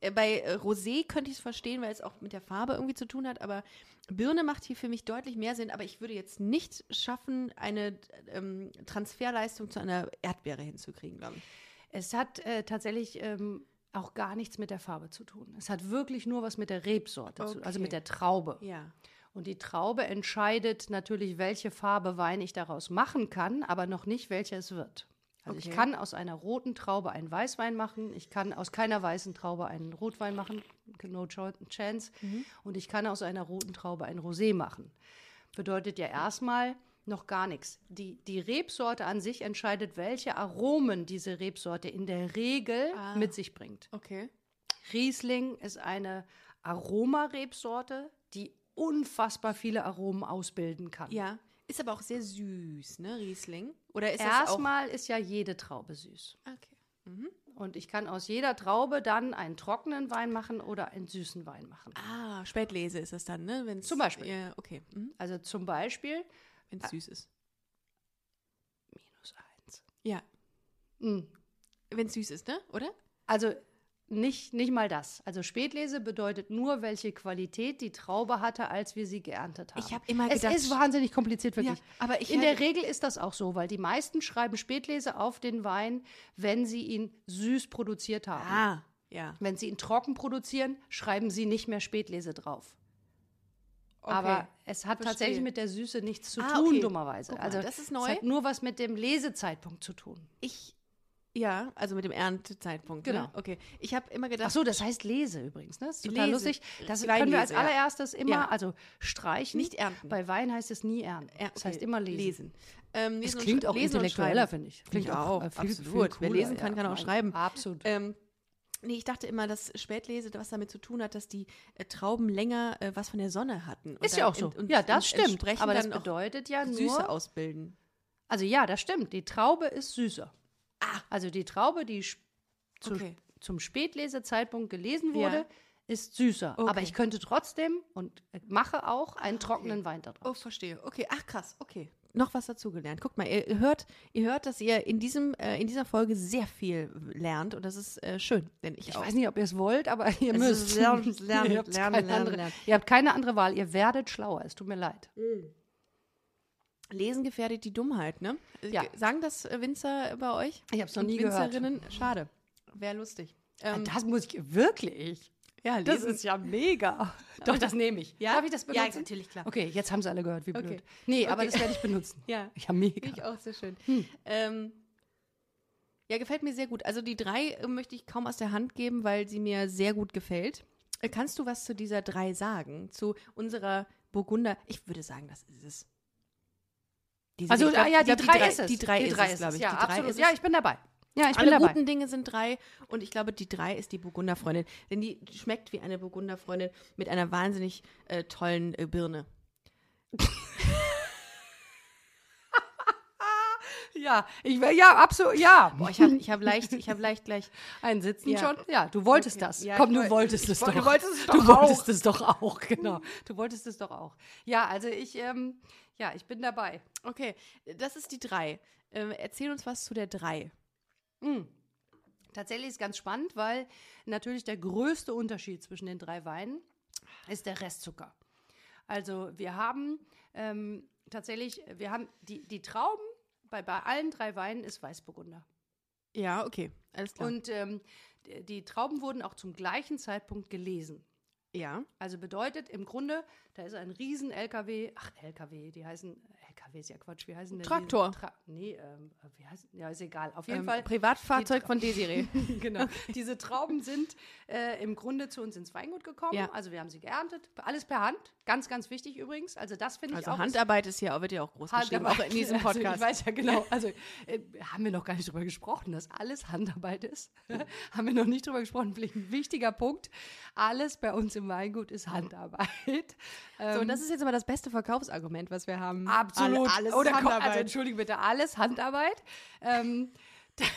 [SPEAKER 2] äh, bei äh, Rosé könnte ich es verstehen, weil es auch mit der Farbe irgendwie zu tun hat, aber Birne macht hier für mich deutlich mehr Sinn, aber ich würde jetzt nicht schaffen, eine ähm, Transferleistung zu einer Erdbeere hinzukriegen, glaube ich.
[SPEAKER 1] Es hat äh, tatsächlich ähm, auch gar nichts mit der Farbe zu tun. Es hat wirklich nur was mit der Rebsorte, zu, also
[SPEAKER 2] Okay.
[SPEAKER 1] mit der Traube.
[SPEAKER 2] Ja.
[SPEAKER 1] Und die Traube entscheidet natürlich, welche Farbe Wein ich daraus machen kann, aber noch nicht, welcher es wird. Also ich
[SPEAKER 2] Okay.
[SPEAKER 1] kann aus einer roten Traube einen Weißwein machen, ich kann aus keiner weißen Traube einen Rotwein machen, no cho- chance,
[SPEAKER 2] Mhm.
[SPEAKER 1] und ich kann aus einer roten Traube ein Rosé machen. Bedeutet ja erstmal noch gar nichts. Die, die Rebsorte an sich entscheidet, welche Aromen diese Rebsorte in der Regel
[SPEAKER 2] Ah.
[SPEAKER 1] mit sich bringt.
[SPEAKER 2] Okay.
[SPEAKER 1] Riesling ist eine Aromarebsorte, die unfassbar viele Aromen ausbilden kann.
[SPEAKER 2] Ja. Ist aber auch sehr süß, ne, Riesling? Oder ist
[SPEAKER 1] Erstmal ist ja jede Traube süß.
[SPEAKER 2] das auch... Okay.
[SPEAKER 1] Und ich kann aus jeder Traube dann einen trockenen Wein machen oder einen süßen Wein machen.
[SPEAKER 2] Ah, Spätlese ist das dann, ne? Wenn's,
[SPEAKER 1] Zum Beispiel. Ah.
[SPEAKER 2] Ja, okay. Mhm.
[SPEAKER 1] Also zum Beispiel
[SPEAKER 2] Wenn es süß ist.
[SPEAKER 1] minus eins.
[SPEAKER 2] Ja. Mhm.
[SPEAKER 1] Mm.
[SPEAKER 2] Wenn es süß ist, ne? Oder?
[SPEAKER 1] Also nicht, nicht mal das. Also Spätlese bedeutet nur, welche Qualität die Traube hatte, als wir sie geerntet haben.
[SPEAKER 2] Ich hab immer
[SPEAKER 1] es
[SPEAKER 2] gedacht-
[SPEAKER 1] ist wahnsinnig kompliziert, wirklich.
[SPEAKER 2] Ja, aber ich
[SPEAKER 1] In der
[SPEAKER 2] hätte-
[SPEAKER 1] Regel ist das auch so, weil die meisten schreiben Spätlese auf den Wein, wenn sie ihn süß produziert haben.
[SPEAKER 2] Ah, ja.
[SPEAKER 1] Wenn sie ihn trocken produzieren, schreiben sie nicht mehr Spätlese drauf.
[SPEAKER 2] Okay.
[SPEAKER 1] Aber es hat
[SPEAKER 2] Verstehe.
[SPEAKER 1] tatsächlich mit der Süße nichts zu
[SPEAKER 2] Ah,
[SPEAKER 1] tun,
[SPEAKER 2] okay.
[SPEAKER 1] dummerweise.
[SPEAKER 2] Guck mal,
[SPEAKER 1] also
[SPEAKER 2] das ist neu.
[SPEAKER 1] Es hat nur was mit dem Lesezeitpunkt zu tun.
[SPEAKER 2] ich, ja, also mit dem Erntezeitpunkt.
[SPEAKER 1] Genau.
[SPEAKER 2] Ne? Okay. Ich habe immer gedacht,
[SPEAKER 1] Ach so, das heißt Lese übrigens, ne? Das ist total
[SPEAKER 2] Lese.
[SPEAKER 1] lustig. Das
[SPEAKER 2] Kleinlese,
[SPEAKER 1] können wir als
[SPEAKER 2] ja.
[SPEAKER 1] allererstes immer,
[SPEAKER 2] Ja.
[SPEAKER 1] also streichen.
[SPEAKER 2] Nicht ernten.
[SPEAKER 1] Bei Wein heißt es nie ernten.
[SPEAKER 2] Ja,
[SPEAKER 1] Das
[SPEAKER 2] okay,
[SPEAKER 1] heißt immer lesen.
[SPEAKER 2] lesen. Ähm,
[SPEAKER 1] Das
[SPEAKER 2] lesen und
[SPEAKER 1] klingt
[SPEAKER 2] sch-
[SPEAKER 1] auch
[SPEAKER 2] lesen und
[SPEAKER 1] intellektueller,
[SPEAKER 2] schreiben.
[SPEAKER 1] finde ich. Klingt
[SPEAKER 2] auch,
[SPEAKER 1] äh,
[SPEAKER 2] absolut. Wer lesen kann, kann auch
[SPEAKER 1] nein,
[SPEAKER 2] schreiben.
[SPEAKER 1] Absolut.
[SPEAKER 2] Ähm, Nee, ich dachte immer, dass Spätlese was damit zu tun hat, dass die äh, Trauben länger äh, was von der Sonne hatten. Und
[SPEAKER 1] ist ja
[SPEAKER 2] dann
[SPEAKER 1] auch so.
[SPEAKER 2] ent- und-
[SPEAKER 1] ja, das
[SPEAKER 2] und
[SPEAKER 1] stimmt.
[SPEAKER 2] entsprechend
[SPEAKER 1] Aber das
[SPEAKER 2] dann auch
[SPEAKER 1] bedeutet ja nur,
[SPEAKER 2] Süße ausbilden.
[SPEAKER 1] Also ja, das stimmt. Die Traube ist süßer.
[SPEAKER 2] Ah.
[SPEAKER 1] Also die Traube, die sch- zu,
[SPEAKER 2] Okay.
[SPEAKER 1] zum Spätlesezeitpunkt gelesen
[SPEAKER 2] Ja.
[SPEAKER 1] wurde, ist süßer. Aber
[SPEAKER 2] Okay.
[SPEAKER 1] ich könnte trotzdem und äh, mache auch einen trockenen Wein daraus.
[SPEAKER 2] Oh, verstehe. Okay, ach krass, okay. Noch was dazugelernt. Guckt mal, ihr hört, ihr hört, dass ihr in, diesem, äh, in dieser Folge sehr viel lernt und das ist äh, schön, denn ich,
[SPEAKER 1] Ich
[SPEAKER 2] auch.
[SPEAKER 1] weiß nicht, ob ihr es wollt, aber [LAUGHS] ihr
[SPEAKER 2] Es
[SPEAKER 1] müsst.
[SPEAKER 2] ist lernen,
[SPEAKER 1] [LAUGHS]
[SPEAKER 2] lernen,
[SPEAKER 1] ihr, habt
[SPEAKER 2] lernen,
[SPEAKER 1] keine
[SPEAKER 2] lernen,
[SPEAKER 1] andere,
[SPEAKER 2] lernen.
[SPEAKER 1] ihr habt keine andere Wahl. Ihr werdet schlauer. Es tut mir leid.
[SPEAKER 2] Lesen gefährdet die Dummheit, ne? Äh,
[SPEAKER 1] Ja.
[SPEAKER 2] ge- Sagen das äh, Winzer bei euch?
[SPEAKER 1] Ich hab's noch
[SPEAKER 2] Und
[SPEAKER 1] nie gehört.
[SPEAKER 2] Winzerinnen? Schade. Wäre lustig. Ähm,
[SPEAKER 1] das muss ich wirklich.
[SPEAKER 2] ja,
[SPEAKER 1] Das ist ja mega. Doch, das nehme ich.
[SPEAKER 2] Ja?
[SPEAKER 1] Darf ich das
[SPEAKER 2] Ja,
[SPEAKER 1] benutzen?
[SPEAKER 2] natürlich, klar.
[SPEAKER 1] Okay, jetzt haben sie alle gehört, wie blöd.
[SPEAKER 2] Okay.
[SPEAKER 1] Nee, aber
[SPEAKER 2] Okay.
[SPEAKER 1] das werde ich
[SPEAKER 2] [LAUGHS]
[SPEAKER 1] benutzen.
[SPEAKER 2] Ja.
[SPEAKER 1] Ja, mega.
[SPEAKER 2] Finde ich auch sehr schön. Ähm, ja, gefällt mir sehr gut. Also die drei äh, möchte ich kaum aus der Hand geben, weil sie mir sehr gut gefällt. Äh, Kannst du was zu dieser drei sagen? Zu unserer Burgunder? Ich würde sagen, das ist es. Diese-
[SPEAKER 1] Also,
[SPEAKER 2] ich glaub-
[SPEAKER 1] ah ja,
[SPEAKER 2] ich
[SPEAKER 1] die,
[SPEAKER 2] glaub,
[SPEAKER 1] drei ist es.
[SPEAKER 2] Die drei ist es, glaube ich.
[SPEAKER 1] Ja,
[SPEAKER 2] die drei
[SPEAKER 1] absolut.
[SPEAKER 2] ist es.
[SPEAKER 1] ja, ich bin dabei. Ja, ich
[SPEAKER 2] Alle
[SPEAKER 1] bin dabei.
[SPEAKER 2] guten Dinge sind drei und ich glaube, die drei ist die Burgunderfreundin, denn die schmeckt wie eine Burgunderfreundin mit einer wahnsinnig äh, tollen äh, Birne.
[SPEAKER 1] Ja, ich wär, ja, absolut, ja.
[SPEAKER 2] Boah, ich habe ich [LAUGHS] hab leicht, ich habe leicht gleich
[SPEAKER 1] Ein Sitzen
[SPEAKER 2] Ja.
[SPEAKER 1] schon? Ja, du wolltest
[SPEAKER 2] Okay.
[SPEAKER 1] das.
[SPEAKER 2] Ja,
[SPEAKER 1] Komm,
[SPEAKER 2] ich
[SPEAKER 1] du
[SPEAKER 2] woll-
[SPEAKER 1] wolltest
[SPEAKER 2] ich
[SPEAKER 1] es
[SPEAKER 2] woll-
[SPEAKER 1] doch.
[SPEAKER 2] du wolltest es
[SPEAKER 1] Du
[SPEAKER 2] doch
[SPEAKER 1] wolltest es doch
[SPEAKER 2] [LAUGHS]
[SPEAKER 1] auch, genau. Du wolltest es doch auch. Ja, also ich, ähm, ja, ich bin dabei.
[SPEAKER 2] Okay, das ist die 3. Ähm, erzähl uns was zu der 3.
[SPEAKER 1] Hm. Tatsächlich ist ganz spannend, weil natürlich der größte Unterschied zwischen den drei Weinen ist der Restzucker. Also wir haben ähm, tatsächlich, wir haben die, die Trauben, bei, bei allen drei Weinen ist Weißburgunder.
[SPEAKER 2] Ja, okay, alles klar.
[SPEAKER 1] Und ähm, d- die Trauben wurden auch zum gleichen Zeitpunkt gelesen.
[SPEAKER 2] ja,
[SPEAKER 1] Also bedeutet im Grunde, da ist ein riesen LKW, ach LKW, die heißen LKW ist ja Quatsch, wie heißen denn die?
[SPEAKER 2] Traktor.
[SPEAKER 1] Tra nee, ähm, wie heißt, ja, ist egal. Auf jeden
[SPEAKER 2] Ähm,
[SPEAKER 1] Fall.
[SPEAKER 2] Privatfahrzeug
[SPEAKER 1] die-
[SPEAKER 2] von Desiree.
[SPEAKER 1] [LAUGHS]
[SPEAKER 2] [LAUGHS]
[SPEAKER 1] genau. Diese Trauben sind äh, im Grunde zu uns ins Weingut gekommen.
[SPEAKER 2] Ja.
[SPEAKER 1] Also wir haben sie geerntet. Alles per Hand. Ganz, ganz wichtig übrigens. Also das finde ich
[SPEAKER 2] Also
[SPEAKER 1] auch. ist-
[SPEAKER 2] Handarbeit ist ja, wird ja auch groß geschrieben, auch in [LAUGHS] diesem
[SPEAKER 1] [LAUGHS] also
[SPEAKER 2] Podcast.
[SPEAKER 1] ich weiß ja genau. Also äh, haben wir noch gar nicht drüber gesprochen, dass alles Handarbeit ist. [LAUGHS] haben wir noch nicht drüber gesprochen. Vielleicht ein wichtiger Punkt. Alles bei uns im Weingut ist Handarbeit.
[SPEAKER 2] so,
[SPEAKER 1] Ähm,
[SPEAKER 2] und das ist jetzt aber das beste Verkaufsargument, was wir haben.
[SPEAKER 1] Absolut.
[SPEAKER 2] Alle, alles
[SPEAKER 1] Oder komm,
[SPEAKER 2] Handarbeit.
[SPEAKER 1] also entschuldige bitte, alles Handarbeit. Ähm, [LAUGHS]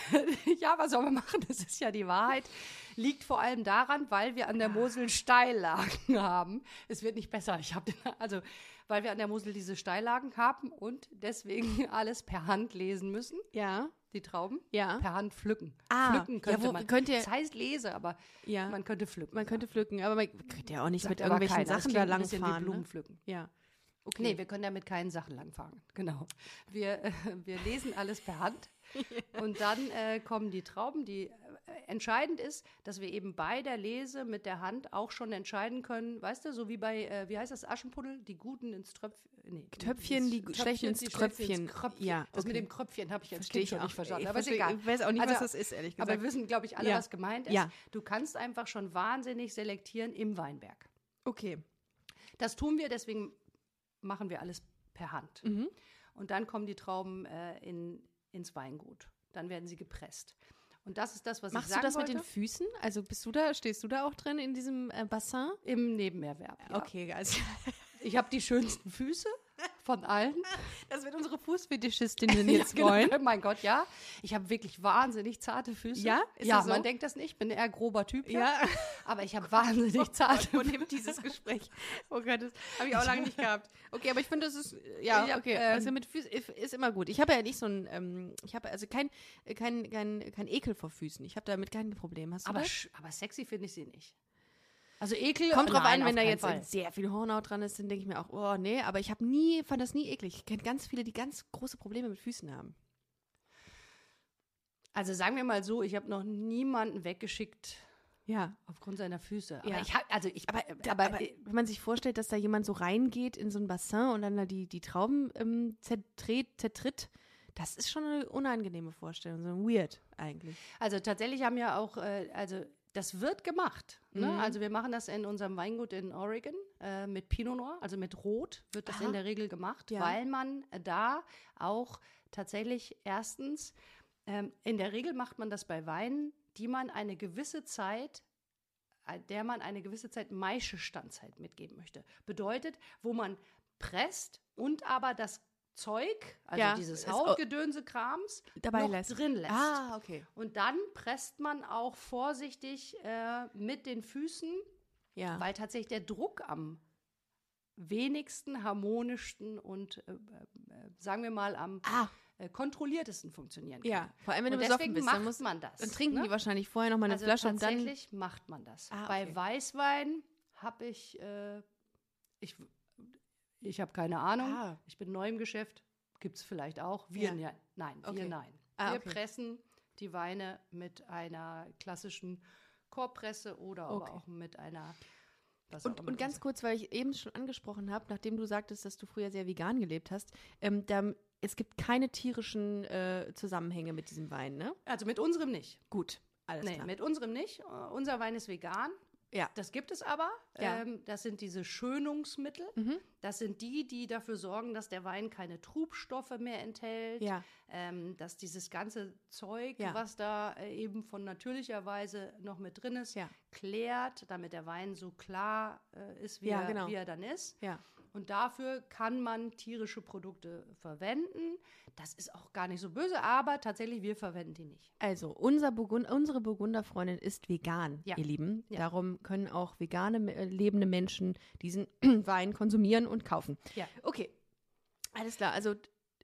[SPEAKER 1] ja, was soll man machen? Das ist ja die Wahrheit. Liegt vor allem daran, weil wir an der Mosel Steillagen haben. Es wird nicht besser. Ich habe also, weil wir an der Mosel diese Steillagen haben und deswegen [LAUGHS] alles per Hand lesen müssen.
[SPEAKER 2] ja,
[SPEAKER 1] Die Trauben
[SPEAKER 2] Ja.
[SPEAKER 1] per Hand pflücken.
[SPEAKER 2] Ah, ja,
[SPEAKER 1] pflücken könnte
[SPEAKER 2] wo-
[SPEAKER 1] man.
[SPEAKER 2] könnt ihr-
[SPEAKER 1] das heißt lese, aber
[SPEAKER 2] Ja.
[SPEAKER 1] man könnte pflücken.
[SPEAKER 2] man könnte pflücken, aber man kriegt ja auch nicht
[SPEAKER 1] Sagt
[SPEAKER 2] mit
[SPEAKER 1] aber
[SPEAKER 2] irgendwelchen
[SPEAKER 1] keiner. Das
[SPEAKER 2] Sachen
[SPEAKER 1] klingt
[SPEAKER 2] da
[SPEAKER 1] ein bisschen wie
[SPEAKER 2] langfahren.
[SPEAKER 1] Blumen
[SPEAKER 2] Ne?
[SPEAKER 1] pflücken.
[SPEAKER 2] Ja. Okay.
[SPEAKER 1] Nee, wir können damit keinen Sachen langfahren. Genau. Wir, äh, wir lesen alles per [LAUGHS] Hand. Und dann äh, kommen die Trauben, die äh, entscheidend ist, dass wir eben bei der Lese mit der Hand auch schon entscheiden können, weißt du, so wie bei, äh, wie heißt das, Aschenputtel, die Guten ins Tröpfchen. Nee,
[SPEAKER 2] Töpfchen, die gu- schlechten ins Kröpfchen.
[SPEAKER 1] Ja,
[SPEAKER 2] Ja,
[SPEAKER 1] Das mit
[SPEAKER 2] okay.
[SPEAKER 1] dem Kröpfchen habe ich als
[SPEAKER 2] Verstehe
[SPEAKER 1] Kind
[SPEAKER 2] ich
[SPEAKER 1] schon
[SPEAKER 2] auch.
[SPEAKER 1] nicht verstanden.
[SPEAKER 2] Ich
[SPEAKER 1] aber
[SPEAKER 2] verstehe-
[SPEAKER 1] ist egal. Also,
[SPEAKER 2] ich weiß auch nicht, was das ist, ehrlich
[SPEAKER 1] Aber
[SPEAKER 2] gesagt.
[SPEAKER 1] wir wissen, glaube ich, alle,
[SPEAKER 2] Ja.
[SPEAKER 1] was gemeint ist.
[SPEAKER 2] Ja.
[SPEAKER 1] Du kannst einfach schon wahnsinnig selektieren im Weinberg.
[SPEAKER 2] Okay.
[SPEAKER 1] Das tun wir, deswegen machen wir alles per Hand.
[SPEAKER 2] Mhm.
[SPEAKER 1] Und dann kommen die Trauben äh, in, ins Weingut. Dann werden sie gepresst. Und das ist das, was ich
[SPEAKER 2] Machst du
[SPEAKER 1] sagen
[SPEAKER 2] das
[SPEAKER 1] wollte.
[SPEAKER 2] mit den Füßen? Also bist du da, stehst du da auch drin in diesem äh, Bassin?
[SPEAKER 1] Im Nebenerwerb. Ja. [LAUGHS]
[SPEAKER 2] Okay, also
[SPEAKER 1] Ich habe die schönsten Füße von
[SPEAKER 2] [LAUGHS]
[SPEAKER 1] allen.
[SPEAKER 2] das wird unsere Fußfetischistinnen jetzt
[SPEAKER 1] Ja, genau.
[SPEAKER 2] wollen.
[SPEAKER 1] Mein Gott, ja. Ich habe wirklich wahnsinnig zarte Füße.
[SPEAKER 2] Ja? Ist
[SPEAKER 1] ja,
[SPEAKER 2] das so?
[SPEAKER 1] man denkt das nicht. Ich bin eher grober Typ.
[SPEAKER 2] Ja. Oh
[SPEAKER 1] Aber ich habe wahnsinnig zarte
[SPEAKER 2] Wo nimmt dieses Gespräch? [LAUGHS] Oh Gott, das habe ich auch lange nicht gehabt. Okay, aber ich finde, das ist ja
[SPEAKER 1] Ja,
[SPEAKER 2] okay.
[SPEAKER 1] ähm,
[SPEAKER 2] also mit Füßen ist ist immer gut. Ich habe ja nicht so ein, ähm, ich habe also kein, kein, kein, kein Ekel vor Füßen. Ich habe damit kein Problem. Hast du
[SPEAKER 1] Aber,
[SPEAKER 2] das?
[SPEAKER 1] sch- aber sexy finde ich sie nicht. Also ekel.
[SPEAKER 2] Kommt drauf
[SPEAKER 1] nein,
[SPEAKER 2] an, wenn da
[SPEAKER 1] auf keinen
[SPEAKER 2] jetzt
[SPEAKER 1] Fall.
[SPEAKER 2] sehr viel Hornhaut dran ist, dann denke ich mir auch, oh nee, aber ich habe nie, fand das nie eklig. Ich kenne ganz viele, die ganz große Probleme mit Füßen haben.
[SPEAKER 1] Also sagen wir mal so, ich habe noch niemanden weggeschickt
[SPEAKER 2] Ja.
[SPEAKER 1] aufgrund seiner Füße. Aber
[SPEAKER 2] Ja.
[SPEAKER 1] ich hab, also ich,
[SPEAKER 2] Aber,
[SPEAKER 1] aber,
[SPEAKER 2] aber, wenn man sich vorstellt, dass da jemand so reingeht in so ein Bassin und dann da die, die Trauben ähm, zertritt, zertritt, das ist schon eine unangenehme Vorstellung, so weird eigentlich.
[SPEAKER 1] also tatsächlich haben ja auch, äh, also das wird gemacht. Ne?
[SPEAKER 2] Mhm.
[SPEAKER 1] Also wir machen das in unserem Weingut in Oregon äh, mit Pinot Noir, also mit Rot wird das
[SPEAKER 2] Aha.
[SPEAKER 1] in der Regel gemacht,
[SPEAKER 2] Ja.
[SPEAKER 1] weil man da auch tatsächlich erstens, ähm, in der Regel macht man das bei Weinen, die man eine gewisse Zeit äh, der man eine gewisse Zeit Maische Standzeit mitgeben möchte. Bedeutet, wo man presst und aber das Zeug, also
[SPEAKER 2] Ja,
[SPEAKER 1] dieses
[SPEAKER 2] es-
[SPEAKER 1] Hautgedönse-Krams,
[SPEAKER 2] Dabei
[SPEAKER 1] noch
[SPEAKER 2] lässt.
[SPEAKER 1] drin lässt.
[SPEAKER 2] Ah, okay.
[SPEAKER 1] Und dann presst man auch vorsichtig äh, mit den Füßen,
[SPEAKER 2] Ja.
[SPEAKER 1] weil tatsächlich der Druck am wenigsten harmonischsten und, äh, äh, sagen wir mal, am
[SPEAKER 2] ah,
[SPEAKER 1] äh, kontrolliertesten funktionieren kann.
[SPEAKER 2] ja. Vor allem, wenn
[SPEAKER 1] Und
[SPEAKER 2] du besoffen
[SPEAKER 1] deswegen
[SPEAKER 2] bist,
[SPEAKER 1] macht
[SPEAKER 2] dann, musst,
[SPEAKER 1] man das,
[SPEAKER 2] dann trinken
[SPEAKER 1] ne?
[SPEAKER 2] die wahrscheinlich vorher nochmal eine
[SPEAKER 1] also
[SPEAKER 2] Flasche und dann.
[SPEAKER 1] tatsächlich macht man das.
[SPEAKER 2] Ah, okay.
[SPEAKER 1] Bei Weißwein habe ich, äh, ich, ich habe keine Ahnung.
[SPEAKER 2] Ah.
[SPEAKER 1] Ich bin neu im Geschäft. Gibt es vielleicht auch. Wir
[SPEAKER 2] Ja.
[SPEAKER 1] ne- nein,
[SPEAKER 2] Okay.
[SPEAKER 1] wir nein.
[SPEAKER 2] Ah,
[SPEAKER 1] wir
[SPEAKER 2] okay.
[SPEAKER 1] pressen die Weine mit einer klassischen Korbpresse oder aber
[SPEAKER 2] Okay.
[SPEAKER 1] auch mit einer. was auch
[SPEAKER 2] Und,
[SPEAKER 1] immer
[SPEAKER 2] und
[SPEAKER 1] das
[SPEAKER 2] ganz
[SPEAKER 1] ist.
[SPEAKER 2] kurz, weil ich eben schon angesprochen habe, nachdem du sagtest, dass du früher sehr vegan gelebt hast, ähm, da, es gibt keine tierischen äh, Zusammenhänge mit diesem Wein, ne?
[SPEAKER 1] Also mit unserem nicht.
[SPEAKER 2] Gut, alles
[SPEAKER 1] Nee,
[SPEAKER 2] klar.
[SPEAKER 1] mit unserem nicht. Äh, Unser Wein ist vegan.
[SPEAKER 2] Ja.
[SPEAKER 1] Das gibt es aber.
[SPEAKER 2] Ja. Mhm.
[SPEAKER 1] Ähm, das sind diese Schönungsmittel. Das sind die, die dafür sorgen, dass der Wein keine Trubstoffe mehr enthält.
[SPEAKER 2] Ja.
[SPEAKER 1] Ähm, dass dieses ganze Zeug,
[SPEAKER 2] Ja.
[SPEAKER 1] was da äh, eben von natürlicher Weise noch mit drin ist,
[SPEAKER 2] Ja.
[SPEAKER 1] klärt, damit der Wein so klar äh, ist, wie,
[SPEAKER 2] Ja,
[SPEAKER 1] er,
[SPEAKER 2] genau.
[SPEAKER 1] wie er dann ist.
[SPEAKER 2] Ja.
[SPEAKER 1] Und dafür kann man tierische Produkte verwenden. Das ist auch gar nicht so böse, aber tatsächlich, wir verwenden die nicht.
[SPEAKER 2] Also, unser Burgund, unsere Burgunderfreundin ist vegan,
[SPEAKER 1] Ja.
[SPEAKER 2] ihr Lieben.
[SPEAKER 1] Ja.
[SPEAKER 2] Darum können auch vegane äh, lebende Menschen diesen [CLEARS THROAT] Wein konsumieren und kaufen.
[SPEAKER 1] Ja.
[SPEAKER 2] Okay. Alles klar. Also,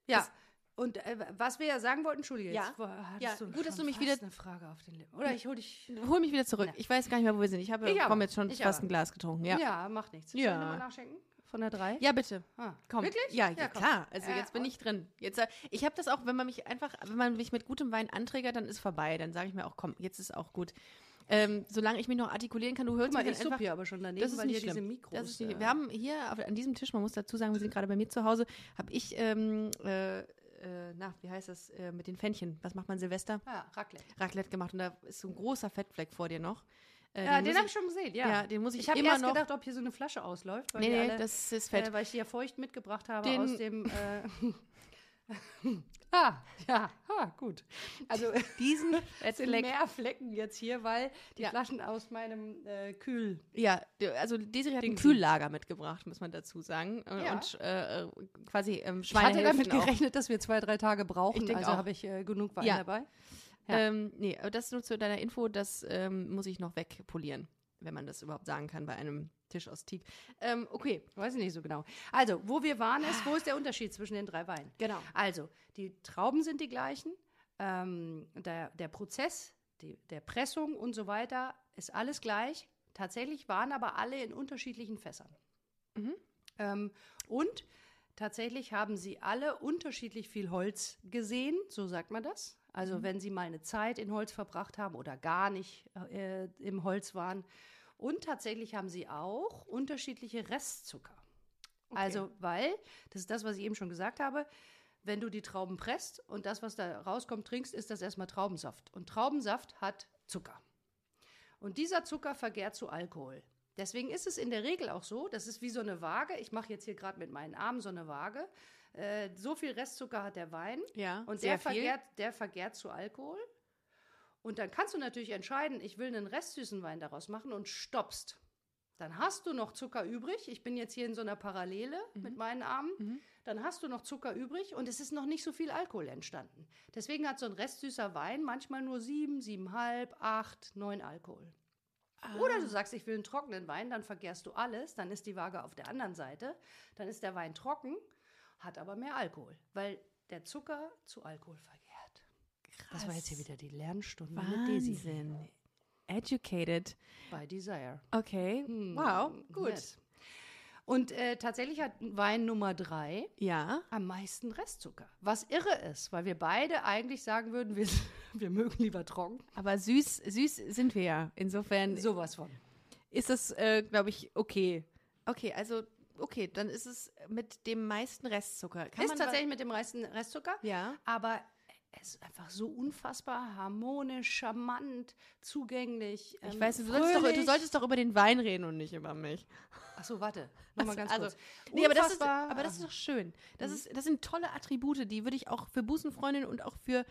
[SPEAKER 1] Ja.
[SPEAKER 2] Das-
[SPEAKER 1] und äh, was wir ja sagen wollten, Entschuldige,
[SPEAKER 2] Ja.
[SPEAKER 1] jetzt war- hattest
[SPEAKER 2] Ja,
[SPEAKER 1] du
[SPEAKER 2] gut, dass
[SPEAKER 1] schon
[SPEAKER 2] du mich
[SPEAKER 1] fast
[SPEAKER 2] wieder-
[SPEAKER 1] eine Frage auf den Lippen. Oder ich hol dich.
[SPEAKER 2] hol mich wieder zurück.
[SPEAKER 1] Ja.
[SPEAKER 2] Ich weiß gar nicht mehr, wo wir sind. Ich habe
[SPEAKER 1] Ich aber.
[SPEAKER 2] komm, jetzt schon
[SPEAKER 1] Ich
[SPEAKER 2] fast
[SPEAKER 1] aber.
[SPEAKER 2] ein Glas getrunken.
[SPEAKER 1] Ja,
[SPEAKER 2] Ja.
[SPEAKER 1] macht nichts.
[SPEAKER 2] Ja.
[SPEAKER 1] Soll ich nochmal nachschenken? Von der drei?
[SPEAKER 2] Ja, bitte.
[SPEAKER 1] Ah,
[SPEAKER 2] Komm.
[SPEAKER 1] Wirklich?
[SPEAKER 2] Ja, ja,
[SPEAKER 1] komm.
[SPEAKER 2] klar. Also
[SPEAKER 1] Äh,
[SPEAKER 2] jetzt bin
[SPEAKER 1] und-
[SPEAKER 2] ich drin. Jetzt, äh, ich habe das auch, wenn man mich einfach, wenn man mich mit gutem Wein anträgert, dann ist vorbei. Dann sage ich mir auch, komm, jetzt ist auch gut. Ähm, solange ich mich noch artikulieren kann, du hörst
[SPEAKER 1] Guck mal,
[SPEAKER 2] mich
[SPEAKER 1] ich
[SPEAKER 2] dann
[SPEAKER 1] suppe
[SPEAKER 2] einfach.
[SPEAKER 1] hier aber schon daneben,
[SPEAKER 2] Das ist
[SPEAKER 1] weil
[SPEAKER 2] nicht
[SPEAKER 1] hier diese
[SPEAKER 2] schlimm.
[SPEAKER 1] Mikros.
[SPEAKER 2] Das ist nicht,
[SPEAKER 1] äh,
[SPEAKER 2] wir haben hier auf- an diesem Tisch, man muss dazu sagen, wir sind gerade bei mir zu Hause, habe ich, ähm, äh, äh, na, wie heißt das, äh, mit den Fännchen, was macht man Silvester?
[SPEAKER 1] ja, ah, Raclette.
[SPEAKER 2] Raclette gemacht und da ist so ein großer Fettfleck vor dir noch. Äh,
[SPEAKER 1] Ja,
[SPEAKER 2] muss
[SPEAKER 1] den
[SPEAKER 2] ich-
[SPEAKER 1] habe ich schon gesehen, ja.
[SPEAKER 2] Ja, den muss ich
[SPEAKER 1] ich habe
[SPEAKER 2] immer
[SPEAKER 1] erst
[SPEAKER 2] noch-
[SPEAKER 1] gedacht, ob hier so eine Flasche ausläuft, weil,
[SPEAKER 2] Nee,
[SPEAKER 1] die
[SPEAKER 2] nee,
[SPEAKER 1] alle,
[SPEAKER 2] das ist Fett.
[SPEAKER 1] Äh, weil ich die ja feucht mitgebracht habe
[SPEAKER 2] Den-
[SPEAKER 1] aus dem. Äh, [LAUGHS] ah, ja, ah, gut. Also [LAUGHS] diesen sind
[SPEAKER 2] Fleck.
[SPEAKER 1] mehr Flecken jetzt hier, weil die
[SPEAKER 2] Ja.
[SPEAKER 1] Flaschen aus meinem äh, Kühl.
[SPEAKER 2] Ja, d- also Desiree hat ein
[SPEAKER 1] Dingsi.
[SPEAKER 2] Kühllager mitgebracht, muss man dazu sagen. Äh,
[SPEAKER 1] Ja.
[SPEAKER 2] Und äh, äh, quasi ähm,
[SPEAKER 1] Ich hatte
[SPEAKER 2] Schweinehälften
[SPEAKER 1] damit
[SPEAKER 2] auch.
[SPEAKER 1] gerechnet, dass wir zwei, drei Tage
[SPEAKER 2] Ich
[SPEAKER 1] brauchen,
[SPEAKER 2] denk
[SPEAKER 1] also
[SPEAKER 2] auch.
[SPEAKER 1] habe ich äh, genug Wein
[SPEAKER 2] Ja.
[SPEAKER 1] dabei. Ja.
[SPEAKER 2] Ähm, nee, aber das nur zu deiner Info, das ähm, muss ich noch wegpolieren, wenn man das überhaupt sagen kann bei einem Tisch aus Teak. Ähm, okay,
[SPEAKER 1] Weiß ich nicht so genau. Also, wo wir waren ist, wo ist der Unterschied zwischen den drei Weinen?
[SPEAKER 2] genau.
[SPEAKER 1] Also, die Trauben sind die gleichen. Ähm, der, der Prozess die, der Pressung und so weiter ist alles gleich. Tatsächlich waren aber alle in unterschiedlichen Fässern.
[SPEAKER 2] Mhm.
[SPEAKER 1] Ähm, und tatsächlich haben sie alle unterschiedlich viel Holz gesehen, so sagt man das.
[SPEAKER 2] Mhm.
[SPEAKER 1] Also wenn sie mal eine Zeit in Holz verbracht haben oder gar nicht äh, im Holz waren. Und tatsächlich haben sie auch unterschiedliche Restzucker. Also, weil, das ist das, was ich eben schon gesagt habe, wenn du die Trauben presst und das, was da rauskommt, trinkst, ist das erstmal Traubensaft. Und Traubensaft hat Zucker. Und dieser Zucker vergärt zu Alkohol. Deswegen ist es in der Regel auch so, das ist wie so eine Waage. Ich mache jetzt hier gerade mit meinen Armen so eine Waage. Äh, so viel Restzucker hat der Wein
[SPEAKER 2] Ja,
[SPEAKER 1] und
[SPEAKER 2] sehr
[SPEAKER 1] der
[SPEAKER 2] viel.
[SPEAKER 1] vergärt, der vergärt zu Alkohol. Und dann kannst du natürlich entscheiden, ich will einen restsüßen Wein daraus machen und stoppst. Dann hast du noch Zucker übrig. Ich bin jetzt hier in so einer Parallele
[SPEAKER 2] Mhm.
[SPEAKER 1] mit meinen Armen. Dann hast du noch Zucker übrig und es ist noch nicht so viel Alkohol entstanden. Deswegen hat so ein restsüßer Wein manchmal nur sieben, siebenhalb, acht, neun Alkohol.
[SPEAKER 2] Ah.
[SPEAKER 1] Oder du sagst, ich will einen trockenen Wein, dann vergehrst du alles, dann ist die Waage auf der anderen Seite, dann ist der Wein trocken, hat aber mehr Alkohol, weil der Zucker zu Alkohol vergärt. Das war jetzt hier wieder die Lernstunde mit Desi
[SPEAKER 2] Wahnsinn. Educated.
[SPEAKER 1] bei Desire.
[SPEAKER 2] Okay, wow, gut.
[SPEAKER 1] Nett. Und äh, tatsächlich hat Wein Nummer drei
[SPEAKER 2] Ja,
[SPEAKER 1] am meisten Restzucker. Was irre ist, weil wir beide eigentlich sagen würden, wir, [LAUGHS] wir mögen lieber trocken.
[SPEAKER 2] aber süß, süß sind wir ja. Insofern
[SPEAKER 1] Sowas von.
[SPEAKER 2] ist das, äh, glaube ich, okay. Okay, also, okay, dann ist es mit dem meisten Restzucker. Kann man
[SPEAKER 1] ist tatsächlich mit dem meisten Restzucker.
[SPEAKER 2] Ja.
[SPEAKER 1] Aber es ist einfach so unfassbar harmonisch, charmant, zugänglich.
[SPEAKER 2] Ich
[SPEAKER 1] ähm,
[SPEAKER 2] weiß, nicht, du solltest, doch, du
[SPEAKER 1] fröhlich.
[SPEAKER 2] solltest doch über den Wein reden und nicht über mich.
[SPEAKER 1] Ach so, warte. Nochmal ganz
[SPEAKER 2] also,
[SPEAKER 1] kurz.
[SPEAKER 2] Nee, aber das, ist,
[SPEAKER 1] Unfassbar- Mhm.
[SPEAKER 2] aber das ist doch schön. Das, ist, das sind tolle Attribute, die würde ich auch für Busenfreundinnen und auch für,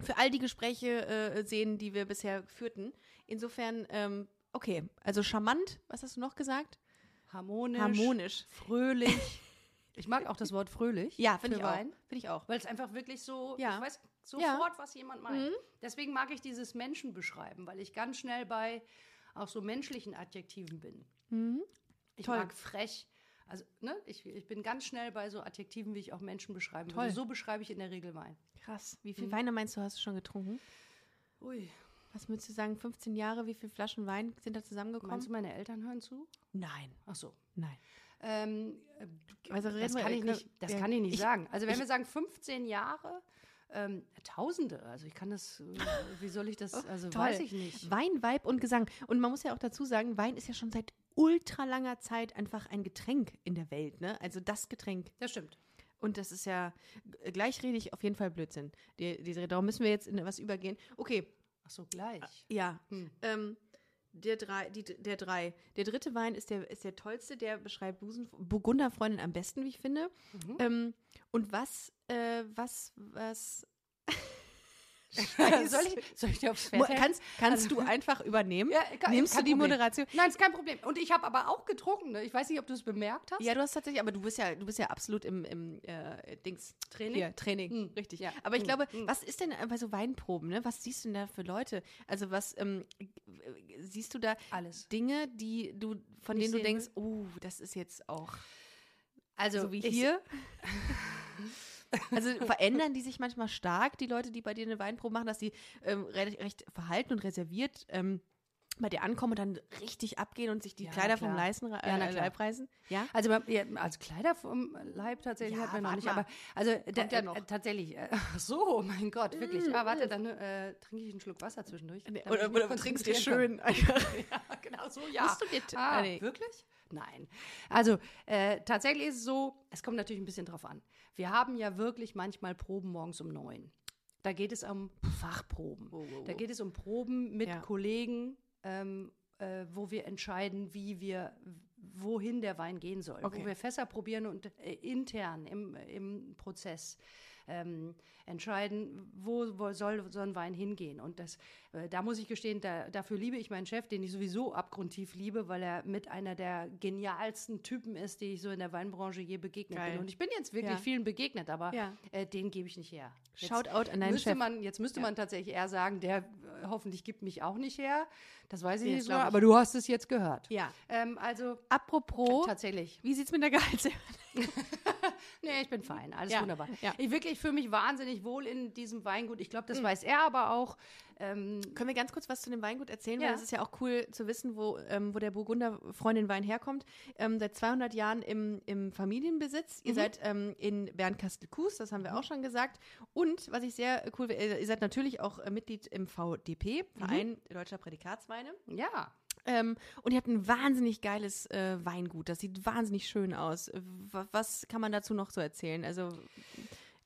[SPEAKER 2] für all die Gespräche äh, sehen, die wir bisher führten. Insofern, ähm, okay, also charmant, was hast du noch gesagt?
[SPEAKER 1] harmonisch,
[SPEAKER 2] Harmonisch.
[SPEAKER 1] fröhlich. ich mag auch das Wort fröhlich.
[SPEAKER 2] [LAUGHS] Ja, finde
[SPEAKER 1] für
[SPEAKER 2] ich
[SPEAKER 1] Wein.
[SPEAKER 2] auch. Finde ich auch.
[SPEAKER 1] Weil es einfach wirklich so,
[SPEAKER 2] Ja.
[SPEAKER 1] ich weiß
[SPEAKER 2] Ja. Mhm.
[SPEAKER 1] sofort, was jemand meint. Deswegen mag ich dieses Menschen beschreiben, weil ich ganz schnell bei auch so menschlichen Adjektiven bin. Ich
[SPEAKER 2] Toll.
[SPEAKER 1] mag frech. Also, ne, ich, ich bin ganz schnell bei so Adjektiven, wie ich auch Menschen beschreiben
[SPEAKER 2] Toll.
[SPEAKER 1] würde. So beschreibe ich in der Regel Wein.
[SPEAKER 2] Krass. Wie
[SPEAKER 1] Mhm.
[SPEAKER 2] viel Weine meinst du, hast du schon getrunken?
[SPEAKER 1] Ui.
[SPEAKER 2] Was würdest du sagen, 15 Jahre, wie viele Flaschen Wein sind da
[SPEAKER 1] Meinst
[SPEAKER 2] zusammengekommen?
[SPEAKER 1] du, meine Eltern hören zu?
[SPEAKER 2] Nein,
[SPEAKER 1] Ach so.
[SPEAKER 2] nein.
[SPEAKER 1] Ähm,
[SPEAKER 2] Also reden
[SPEAKER 1] das
[SPEAKER 2] wir
[SPEAKER 1] kann ich
[SPEAKER 2] über-
[SPEAKER 1] nicht, das
[SPEAKER 2] ja,
[SPEAKER 1] kann ich nicht
[SPEAKER 2] ich-
[SPEAKER 1] sagen. Also wenn
[SPEAKER 2] ich-
[SPEAKER 1] wir sagen 15 Jahre, ähm, Tausende, also ich kann das, äh, wie soll ich das, also
[SPEAKER 2] Oh, Toll.
[SPEAKER 1] weiß ich nicht.
[SPEAKER 2] Wein, Weib und Gesang. Und man muss ja auch dazu sagen, Wein ist ja schon seit ultra langer Zeit einfach ein Getränk in der Welt, ne? Also das Getränk.
[SPEAKER 1] Das stimmt.
[SPEAKER 2] Und das ist ja g- gleichredig auf jeden Fall Blödsinn. Die, diese, darum müssen wir jetzt in was übergehen. Okay,
[SPEAKER 1] Ach so, gleich.
[SPEAKER 2] ja.
[SPEAKER 1] Hm.
[SPEAKER 2] Ähm, der drei, die, der drei. Der dritte Wein ist der, ist der tollste, der beschreibt Busen, Burgunderfreundin am besten, wie ich finde.
[SPEAKER 1] Mhm.
[SPEAKER 2] Ähm, und was, äh, was,
[SPEAKER 1] [LAUGHS]
[SPEAKER 2] was.
[SPEAKER 1] soll, ich, Also soll ich dir aufs
[SPEAKER 2] Ah. Mo-
[SPEAKER 1] Pferd helfen?
[SPEAKER 2] kannst, kannst du einfach
[SPEAKER 1] [LAUGHS]
[SPEAKER 2] übernehmen?
[SPEAKER 1] Ja, ka-
[SPEAKER 2] Nimmst du
[SPEAKER 1] kein
[SPEAKER 2] die
[SPEAKER 1] Problem.
[SPEAKER 2] Moderation?
[SPEAKER 1] Nein, ist kein Problem. Und ich habe aber auch getrunken. Ne? Ich weiß nicht, ob du es bemerkt hast.
[SPEAKER 2] Ja, du hast tatsächlich, aber du bist ja, du bist ja absolut im, im äh, Dings
[SPEAKER 1] Training?
[SPEAKER 2] Hier, Training,
[SPEAKER 1] Hm,
[SPEAKER 2] richtig.
[SPEAKER 1] ja.
[SPEAKER 2] Aber ich
[SPEAKER 1] Hm,
[SPEAKER 2] glaube, was ist denn bei so Weinproben? Ne? Was siehst du denn da für Leute? Also was ähm, g- g- siehst du da
[SPEAKER 1] Alles.
[SPEAKER 2] Dinge, die du von
[SPEAKER 1] Nicht
[SPEAKER 2] denen du
[SPEAKER 1] sehen
[SPEAKER 2] denkst, oh, das ist jetzt auch
[SPEAKER 1] Also
[SPEAKER 2] so wie
[SPEAKER 1] ich-
[SPEAKER 2] hier? also verändern die sich manchmal stark die Leute, die bei dir eine Weinprobe machen, dass die ähm, recht, recht verhalten und reserviert ähm, bei dir ankommen und dann richtig abgehen und sich die
[SPEAKER 1] Ja,
[SPEAKER 2] Kleider vom
[SPEAKER 1] klar.
[SPEAKER 2] Leisten, äh,
[SPEAKER 1] Ja, na klar.
[SPEAKER 2] Leib reißen? Ja?
[SPEAKER 1] Also, man- ja, also Kleider vom Leib tatsächlich
[SPEAKER 2] Ja,
[SPEAKER 1] hat man noch
[SPEAKER 2] warte
[SPEAKER 1] nicht,
[SPEAKER 2] mal.
[SPEAKER 1] aber also da,
[SPEAKER 2] ja
[SPEAKER 1] äh,
[SPEAKER 2] noch. Mm.
[SPEAKER 1] äh, tatsächlich. Äh, [LAUGHS] ach so, mein Gott, wirklich. Ah, warte, dann äh, trinke ich einen Schluck Wasser zwischendurch. damit ich
[SPEAKER 2] Oder,
[SPEAKER 1] mich
[SPEAKER 2] oder du trinkst dir
[SPEAKER 1] konzentrieren
[SPEAKER 2] schön. [LAUGHS] ja,
[SPEAKER 1] kann. Genau so, ja.
[SPEAKER 2] Musst du dir t-
[SPEAKER 1] ah,
[SPEAKER 2] Ah, nee.
[SPEAKER 1] wirklich? Nein. Also äh, tatsächlich ist es so, es kommt natürlich ein bisschen drauf an. Wir haben ja wirklich manchmal Proben morgens um neun. Da geht es um Fachproben.
[SPEAKER 2] Wow, wow,
[SPEAKER 1] Da
[SPEAKER 2] wow.
[SPEAKER 1] geht es um Proben mit
[SPEAKER 2] Oh, Ja.
[SPEAKER 1] Kollegen, ähm, äh, wo wir entscheiden, wie wir, wohin der Wein gehen soll.
[SPEAKER 2] Okay.
[SPEAKER 1] Wo wir Fässer probieren und äh, intern im, im Prozess ähm, entscheiden, wo, wo soll so ein Wein hingehen. Und das, äh, da muss ich gestehen, da, dafür liebe ich meinen Chef, den ich sowieso abgrundtief liebe, weil er mit einer der genialsten Typen ist, die ich so in der Weinbranche je begegnet
[SPEAKER 2] Geil.
[SPEAKER 1] bin. Und ich bin jetzt wirklich
[SPEAKER 2] Ja.
[SPEAKER 1] vielen begegnet, aber
[SPEAKER 2] Ja.
[SPEAKER 1] äh, den gebe ich nicht her. Jetzt
[SPEAKER 2] Shoutout an deinen
[SPEAKER 1] müsste
[SPEAKER 2] Chef.
[SPEAKER 1] Man, jetzt müsste man tatsächlich eher sagen, der äh, hoffentlich gibt mich auch nicht her. Das weiß ich
[SPEAKER 2] Nee,
[SPEAKER 1] nicht
[SPEAKER 2] das
[SPEAKER 1] so,
[SPEAKER 2] glaub ich.
[SPEAKER 1] aber du hast es jetzt gehört.
[SPEAKER 2] Ja.
[SPEAKER 1] Ähm, also
[SPEAKER 2] Apropos,
[SPEAKER 1] tatsächlich.
[SPEAKER 2] wie sieht's mit der [LAUGHS] Gehalts?
[SPEAKER 1] Nee, ich bin fein. Alles
[SPEAKER 2] Ja,
[SPEAKER 1] wunderbar.
[SPEAKER 2] ja. Mhm.
[SPEAKER 1] Ich wirklich fühle mich wahnsinnig wohl in diesem Weingut. Ich glaube, das weiß er aber auch. Ähm,
[SPEAKER 2] Können wir ganz kurz was zu dem Weingut erzählen? Weil
[SPEAKER 1] Ja.
[SPEAKER 2] das ist ja auch cool zu wissen, wo, ähm, wo der Burgunder Freundin Wein herkommt. Ähm, seit 200 Jahren im, im Familienbesitz. Ihr seid ähm, in Bernkastel-Kues, das haben wir auch schon gesagt. Und was ich sehr cool, äh, ihr seid natürlich auch äh, Mitglied im VDP, Verein Deutscher Prädikatsweine.
[SPEAKER 1] ja.
[SPEAKER 2] Ähm, und ihr habt ein wahnsinnig geiles äh, Weingut. Das sieht wahnsinnig schön aus. W was kann man dazu noch so erzählen? Also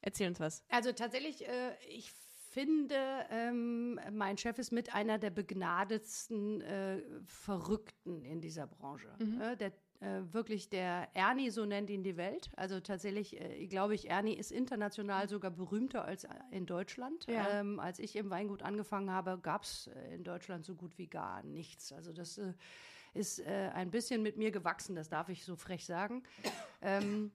[SPEAKER 2] erzähl uns was.
[SPEAKER 1] Also tatsächlich, äh, ich finde, ähm, mein Chef ist mit einer der begnadetsten äh, Verrückten in dieser Branche. Äh, der äh, wirklich der Ernie, so nennt ihn die Welt. Also tatsächlich, äh, glaube ich, Ernie ist international sogar berühmter als äh, in Deutschland.
[SPEAKER 2] Ja.
[SPEAKER 1] Ähm, als ich im Weingut angefangen habe, gab es in Deutschland so gut wie gar nichts. Also das äh, ist äh, ein bisschen mit mir gewachsen, das darf ich so frech sagen. ähm,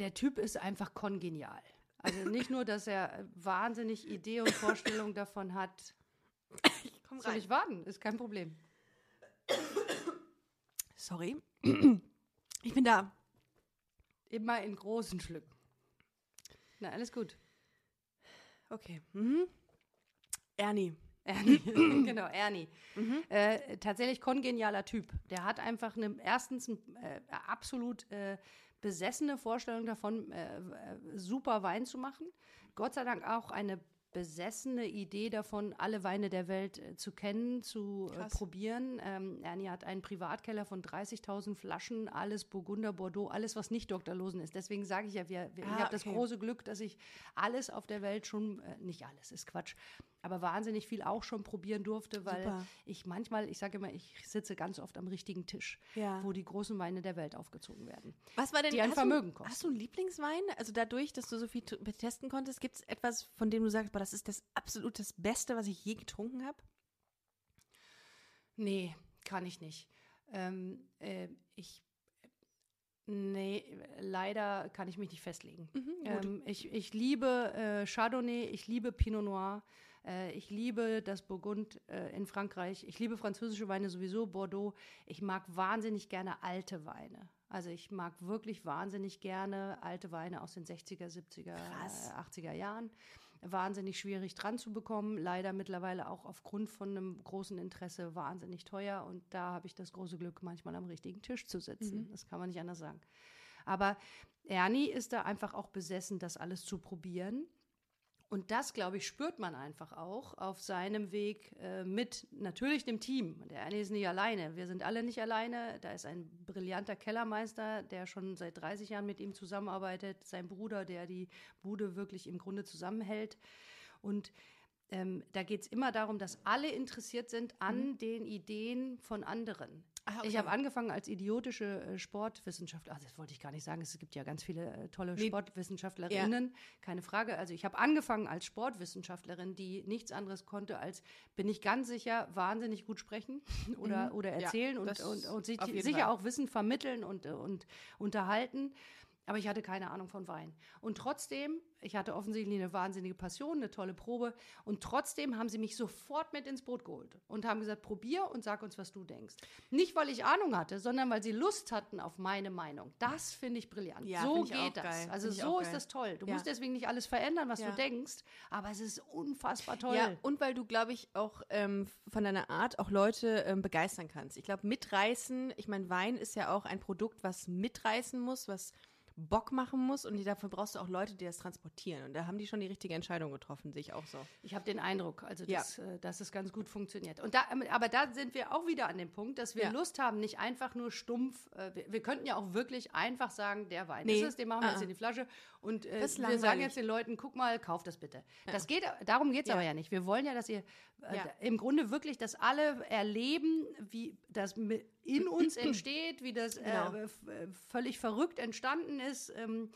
[SPEAKER 1] der Typ ist einfach kongenial. Also nicht nur, dass er äh, wahnsinnig Idee und Vorstellung davon hat.
[SPEAKER 2] Komm
[SPEAKER 1] Soll ich warten? Ist kein Problem.
[SPEAKER 2] Sorry. [CLEARS THROAT] ich bin da.
[SPEAKER 1] Immer in großen Schlücken. Na, alles gut.
[SPEAKER 2] Okay. Mhm. Ernie. [CLEARS THROAT]
[SPEAKER 1] Ernie. genau, Ernie.
[SPEAKER 2] Mhm.
[SPEAKER 1] Äh, tatsächlich kongenialer Typ. Der hat einfach eine, erstens eine äh, absolut äh, besessene Vorstellung davon, äh, äh, super Wein zu machen. Gott sei Dank auch eine besessene Idee davon, alle Weine der Welt äh, zu kennen, zu äh,
[SPEAKER 2] Krass.
[SPEAKER 1] probieren. Ähm, Ernie hat einen Privatkeller von 30.000 Flaschen, alles Burgunder, Bordeaux, alles, was nicht Dr. Losen ist. Deswegen sage ich ja, wir, wir, ich
[SPEAKER 2] Ah,
[SPEAKER 1] habe das
[SPEAKER 2] okay.
[SPEAKER 1] große Glück, dass ich alles auf der Welt schon, äh, nicht alles, ist Quatsch, aber wahnsinnig viel auch schon probieren durfte, weil
[SPEAKER 2] Super.
[SPEAKER 1] ich manchmal, ich sage immer, ich sitze ganz oft am richtigen Tisch,
[SPEAKER 2] Ja.
[SPEAKER 1] wo die großen Weine der Welt aufgezogen werden.
[SPEAKER 2] Was war denn
[SPEAKER 1] Die ein
[SPEAKER 2] hast du-
[SPEAKER 1] Vermögen kosten.
[SPEAKER 2] Hast du einen Lieblingswein? Also dadurch, dass du so viel t- testen konntest, gibt es etwas, von dem du sagst, boah, das ist das absolut das Beste, was ich je getrunken habe?
[SPEAKER 1] Nee, kann ich nicht. Ähm, äh, ich, nee, leider kann ich mich nicht festlegen. ähm, ich, ich liebe äh, Chardonnay, ich liebe Pinot Noir, äh, ich liebe das Burgund äh, in Frankreich, ich liebe französische Weine sowieso, Bordeaux. Ich mag wahnsinnig gerne alte Weine. Also ich mag wirklich wahnsinnig gerne alte Weine aus den 60er, 70er,
[SPEAKER 2] Krass.
[SPEAKER 1] äh, 80er Jahren. Wahnsinnig schwierig dran zu bekommen. Leider mittlerweile auch aufgrund von einem großen Interesse wahnsinnig teuer. Und da habe ich das große Glück, manchmal am richtigen Tisch zu sitzen. Das kann man nicht anders sagen. Aber Ernie ist da einfach auch besessen, das alles zu probieren. Und das, glaube ich, spürt man einfach auch auf seinem Weg äh, mit natürlich dem Team. Der Ernie ist nicht alleine. Wir sind alle nicht alleine. Da ist ein brillanter Kellermeister, der schon seit 30 Jahren mit ihm zusammenarbeitet. Sein Bruder, der die Bude wirklich im Grunde zusammenhält. Und ähm, da geht es immer darum, dass alle interessiert sind an den Ideen von anderen.
[SPEAKER 2] Ah, okay.
[SPEAKER 1] Ich habe angefangen als idiotische äh, Sportwissenschaftler. Also das wollte ich gar nicht sagen. Es gibt ja ganz viele äh, tolle
[SPEAKER 2] Nee.
[SPEAKER 1] Sportwissenschaftlerinnen, keine Frage. Also ich habe angefangen als Sportwissenschaftlerin, die nichts anderes konnte als, bin ich ganz sicher, wahnsinnig gut sprechen [LAUGHS] oder, oder
[SPEAKER 2] Ja,
[SPEAKER 1] erzählen und,
[SPEAKER 2] das
[SPEAKER 1] und, und sich,
[SPEAKER 2] auf jeden
[SPEAKER 1] sicher
[SPEAKER 2] Fall.
[SPEAKER 1] auch Wissen vermitteln und, äh, und unterhalten. Aber ich hatte keine Ahnung von Wein. Und trotzdem, ich hatte offensichtlich eine wahnsinnige Passion, eine tolle Probe. Und trotzdem haben sie mich sofort mit ins Boot geholt und haben gesagt, probier und sag uns, was du denkst. Nicht, weil ich Ahnung hatte, sondern weil sie Lust hatten auf meine Meinung. Das finde ich brillant.
[SPEAKER 2] Ja,
[SPEAKER 1] so
[SPEAKER 2] finde ich auch
[SPEAKER 1] geht das.
[SPEAKER 2] geil.
[SPEAKER 1] Also
[SPEAKER 2] Finde ich
[SPEAKER 1] so
[SPEAKER 2] auch
[SPEAKER 1] ist
[SPEAKER 2] geil.
[SPEAKER 1] das toll. Du
[SPEAKER 2] Ja.
[SPEAKER 1] musst deswegen nicht alles verändern, was
[SPEAKER 2] Ja.
[SPEAKER 1] du denkst, aber es ist unfassbar toll.
[SPEAKER 2] Ja, und weil du, glaube ich, auch ähm, von deiner Art auch Leute ähm, begeistern kannst. Ich glaube, mitreißen, ich meine, Wein ist ja auch ein Produkt, was mitreißen muss, was Bock machen muss und die- dafür brauchst du auch Leute, die das transportieren. Und da haben die schon die richtige Entscheidung getroffen, sehe ich auch so.
[SPEAKER 1] Ich habe den Eindruck, also
[SPEAKER 2] Ja.
[SPEAKER 1] dass, äh, dass es ganz gut funktioniert. Und da, ähm, aber da sind wir auch wieder an dem Punkt, dass wir
[SPEAKER 2] Ja.
[SPEAKER 1] Lust haben, nicht einfach nur stumpf. Äh, wir, wir könnten ja auch wirklich einfach sagen, der Wein
[SPEAKER 2] Nee.
[SPEAKER 1] ist es, den machen wir
[SPEAKER 2] Ah,
[SPEAKER 1] jetzt
[SPEAKER 2] ah.
[SPEAKER 1] in die Flasche und äh,
[SPEAKER 2] Das ist
[SPEAKER 1] wir sagen
[SPEAKER 2] langweilig.
[SPEAKER 1] jetzt den Leuten, guck mal, kauf das bitte. Das geht, darum geht es
[SPEAKER 2] Ja.
[SPEAKER 1] aber ja nicht. Wir wollen ja, dass ihr äh,
[SPEAKER 2] Ja.
[SPEAKER 1] da- im Grunde wirklich, dass alle erleben, wie das mi-
[SPEAKER 2] [CLEARS THROAT]
[SPEAKER 1] in uns entsteht, wie das
[SPEAKER 2] Genau.
[SPEAKER 1] äh, f- äh, völlig verrückt entstanden ist, ähm,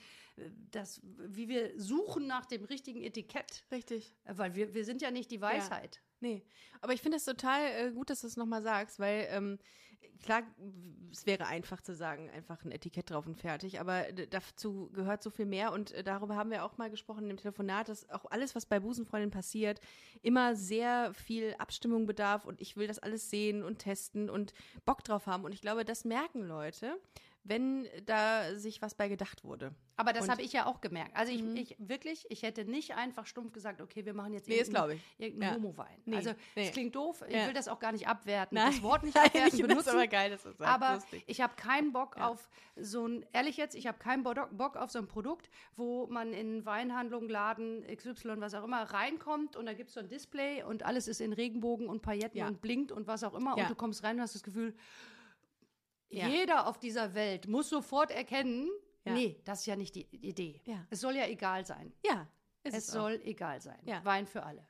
[SPEAKER 1] das, wie wir suchen nach dem richtigen Etikett.
[SPEAKER 2] Richtig.
[SPEAKER 1] Weil wir, wir sind ja nicht die Weisheit.
[SPEAKER 2] Nee, aber ich finde es total äh, gut, dass du es nochmal sagst, weil ähm, klar, w- es wäre einfach zu sagen, einfach ein Etikett drauf und fertig, aber d- dazu gehört so viel mehr und äh, darüber haben wir auch mal gesprochen im Telefonat, dass auch alles, was bei Busenfreundin passiert, immer sehr viel Abstimmung bedarf und ich will das alles sehen und testen und Bock drauf haben und ich glaube, das merken Leute, wenn da sich was bei gedacht wurde.
[SPEAKER 1] Aber das
[SPEAKER 2] Und- Mhm.
[SPEAKER 1] habe ich ja auch gemerkt. Also ich, ich wirklich, ich hätte nicht einfach stumpf gesagt, okay, wir machen jetzt
[SPEAKER 2] Nee, das
[SPEAKER 1] irgendeinen
[SPEAKER 2] glaub ich.
[SPEAKER 1] irgendein
[SPEAKER 2] Ja.
[SPEAKER 1] Homo-Wein.
[SPEAKER 2] Nee,
[SPEAKER 1] also
[SPEAKER 2] nee.
[SPEAKER 1] es klingt doof, ich
[SPEAKER 2] Ja.
[SPEAKER 1] will das auch gar nicht abwerten, das
[SPEAKER 2] Nein.
[SPEAKER 1] Wort nicht
[SPEAKER 2] [LAUGHS] Nein,
[SPEAKER 1] abwerten,
[SPEAKER 2] ich find's
[SPEAKER 1] benutzen.
[SPEAKER 2] aber geil, dass du es sagst.
[SPEAKER 1] Aber
[SPEAKER 2] Lustig.
[SPEAKER 1] ich habe keinen Bock auf so ein, ehrlich jetzt, ich habe keinen Bodo- Bock auf so ein Produkt, wo man in Weinhandlung, Laden, XY, was auch immer, reinkommt und da gibt es so ein Display und alles ist in Regenbogen und Pailletten
[SPEAKER 2] Ja.
[SPEAKER 1] und blinkt und was auch immer
[SPEAKER 2] Ja.
[SPEAKER 1] und du kommst rein und hast das Gefühl,
[SPEAKER 2] Ja.
[SPEAKER 1] jeder auf dieser Welt muss sofort erkennen,
[SPEAKER 2] Ja.
[SPEAKER 1] nee, das ist ja nicht die Idee.
[SPEAKER 2] Ja.
[SPEAKER 1] Es soll ja egal sein.
[SPEAKER 2] Ja, ist
[SPEAKER 1] Es
[SPEAKER 2] auch.
[SPEAKER 1] soll egal sein.
[SPEAKER 2] Ja. Mhm.
[SPEAKER 1] Wein für alle.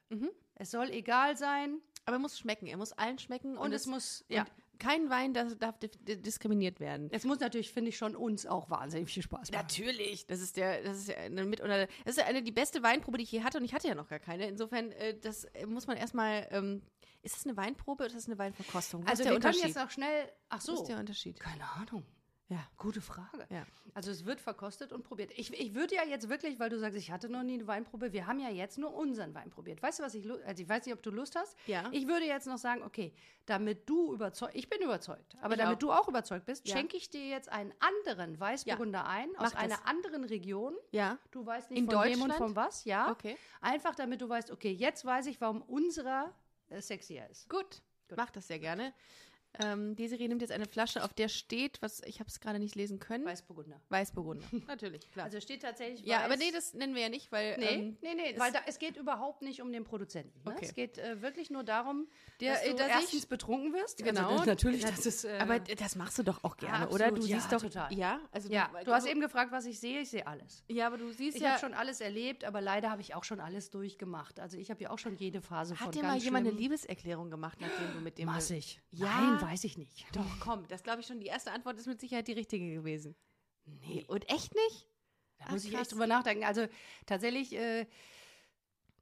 [SPEAKER 1] Es soll egal sein
[SPEAKER 2] Aber er muss schmecken, er muss allen schmecken
[SPEAKER 1] und, es muss, ja.
[SPEAKER 2] Und kein Wein das darf dif- di- diskriminiert werden.
[SPEAKER 1] Es muss natürlich, finde ich, schon uns auch wahnsinnig viel Spaß machen.
[SPEAKER 2] Natürlich. Das ist der, das ist ja eine mit oder das ist ja eine die beste Weinprobe, die ich je hatte und ich hatte ja noch gar keine. Insofern, äh, das äh, muss man erstmal. Ähm, ist das eine Weinprobe oder ist das eine Weinverkostung? Was
[SPEAKER 1] Also
[SPEAKER 2] ist der
[SPEAKER 1] wir können jetzt
[SPEAKER 2] Unterschied?
[SPEAKER 1] noch schnell, ach
[SPEAKER 2] Was
[SPEAKER 1] so,
[SPEAKER 2] ist der Unterschied?
[SPEAKER 1] keine Ahnung.
[SPEAKER 2] Ja.
[SPEAKER 1] Gute Frage.
[SPEAKER 2] Ja.
[SPEAKER 1] Also es wird verkostet und probiert. Ich, ich würde ja jetzt wirklich, weil du sagst, ich hatte noch nie eine Weinprobe, wir haben ja jetzt nur unseren Wein probiert. Weißt du, was ich, lu- also ich weiß nicht, ob du Lust hast.
[SPEAKER 2] Ja.
[SPEAKER 1] Ich würde jetzt noch sagen, okay, damit du überzeugt, ich bin überzeugt, aber
[SPEAKER 2] Ich
[SPEAKER 1] damit
[SPEAKER 2] auch.
[SPEAKER 1] du auch überzeugt bist,
[SPEAKER 2] Ja.
[SPEAKER 1] schenke ich dir jetzt einen anderen Weißburgunder ein, aus
[SPEAKER 2] Mach das.
[SPEAKER 1] einer anderen Region.
[SPEAKER 2] Ja.
[SPEAKER 1] Du weißt nicht
[SPEAKER 2] In
[SPEAKER 1] von wem und von
[SPEAKER 2] Deutschland?
[SPEAKER 1] was, ja.
[SPEAKER 2] Okay.
[SPEAKER 1] Einfach damit du weißt, okay, jetzt weiß ich, warum unserer äh, sexier ist.
[SPEAKER 2] Gut. Mach das sehr gerne. Ähm, die Serie nimmt jetzt eine Flasche, auf der steht, was ich habe es gerade nicht lesen können.
[SPEAKER 1] Weißburgunder. [LAUGHS]
[SPEAKER 2] Weißburgunder. Natürlich, klar.
[SPEAKER 1] Also steht tatsächlich
[SPEAKER 2] ja,
[SPEAKER 1] Weiß.
[SPEAKER 2] aber nee, das nennen wir ja nicht, weil
[SPEAKER 1] Nee,
[SPEAKER 2] ähm,
[SPEAKER 1] nee, nee, weil da, es geht überhaupt nicht um den Produzenten. Ne?
[SPEAKER 2] Okay.
[SPEAKER 1] Es geht äh, wirklich nur darum,
[SPEAKER 2] Der-
[SPEAKER 1] dass du
[SPEAKER 2] äh, dass ich-
[SPEAKER 1] erstens betrunken wirst.
[SPEAKER 2] Genau.
[SPEAKER 1] Also, das- natürlich,
[SPEAKER 2] Na,
[SPEAKER 1] das ist. Äh,
[SPEAKER 2] aber d- das machst du doch auch gerne,
[SPEAKER 1] absolut,
[SPEAKER 2] oder? Du
[SPEAKER 1] ja,
[SPEAKER 2] siehst doch.
[SPEAKER 1] total.
[SPEAKER 2] Ja, also
[SPEAKER 1] ja,
[SPEAKER 2] du,
[SPEAKER 1] du hast eben gefragt, was ich sehe. Ich sehe alles.
[SPEAKER 2] Ja, aber du siehst
[SPEAKER 1] Ich
[SPEAKER 2] ja.
[SPEAKER 1] habe schon alles erlebt, aber leider habe ich auch schon alles durchgemacht. Also ich habe ja auch schon jede Phase von
[SPEAKER 2] hat dir
[SPEAKER 1] ganz
[SPEAKER 2] mal jemand eine
[SPEAKER 1] schlimm-
[SPEAKER 2] Liebeserklärung gemacht, nachdem du mit dem.
[SPEAKER 1] Massig.
[SPEAKER 2] Ja.
[SPEAKER 1] Nein, weiß ich nicht.
[SPEAKER 2] Doch, komm, das glaube ich schon. Die erste Antwort ist mit Sicherheit die richtige gewesen.
[SPEAKER 1] Nee.
[SPEAKER 2] Und echt nicht?
[SPEAKER 1] Da muss
[SPEAKER 2] Ach,
[SPEAKER 1] ich
[SPEAKER 2] krass.
[SPEAKER 1] echt drüber nachdenken. Also tatsächlich, äh,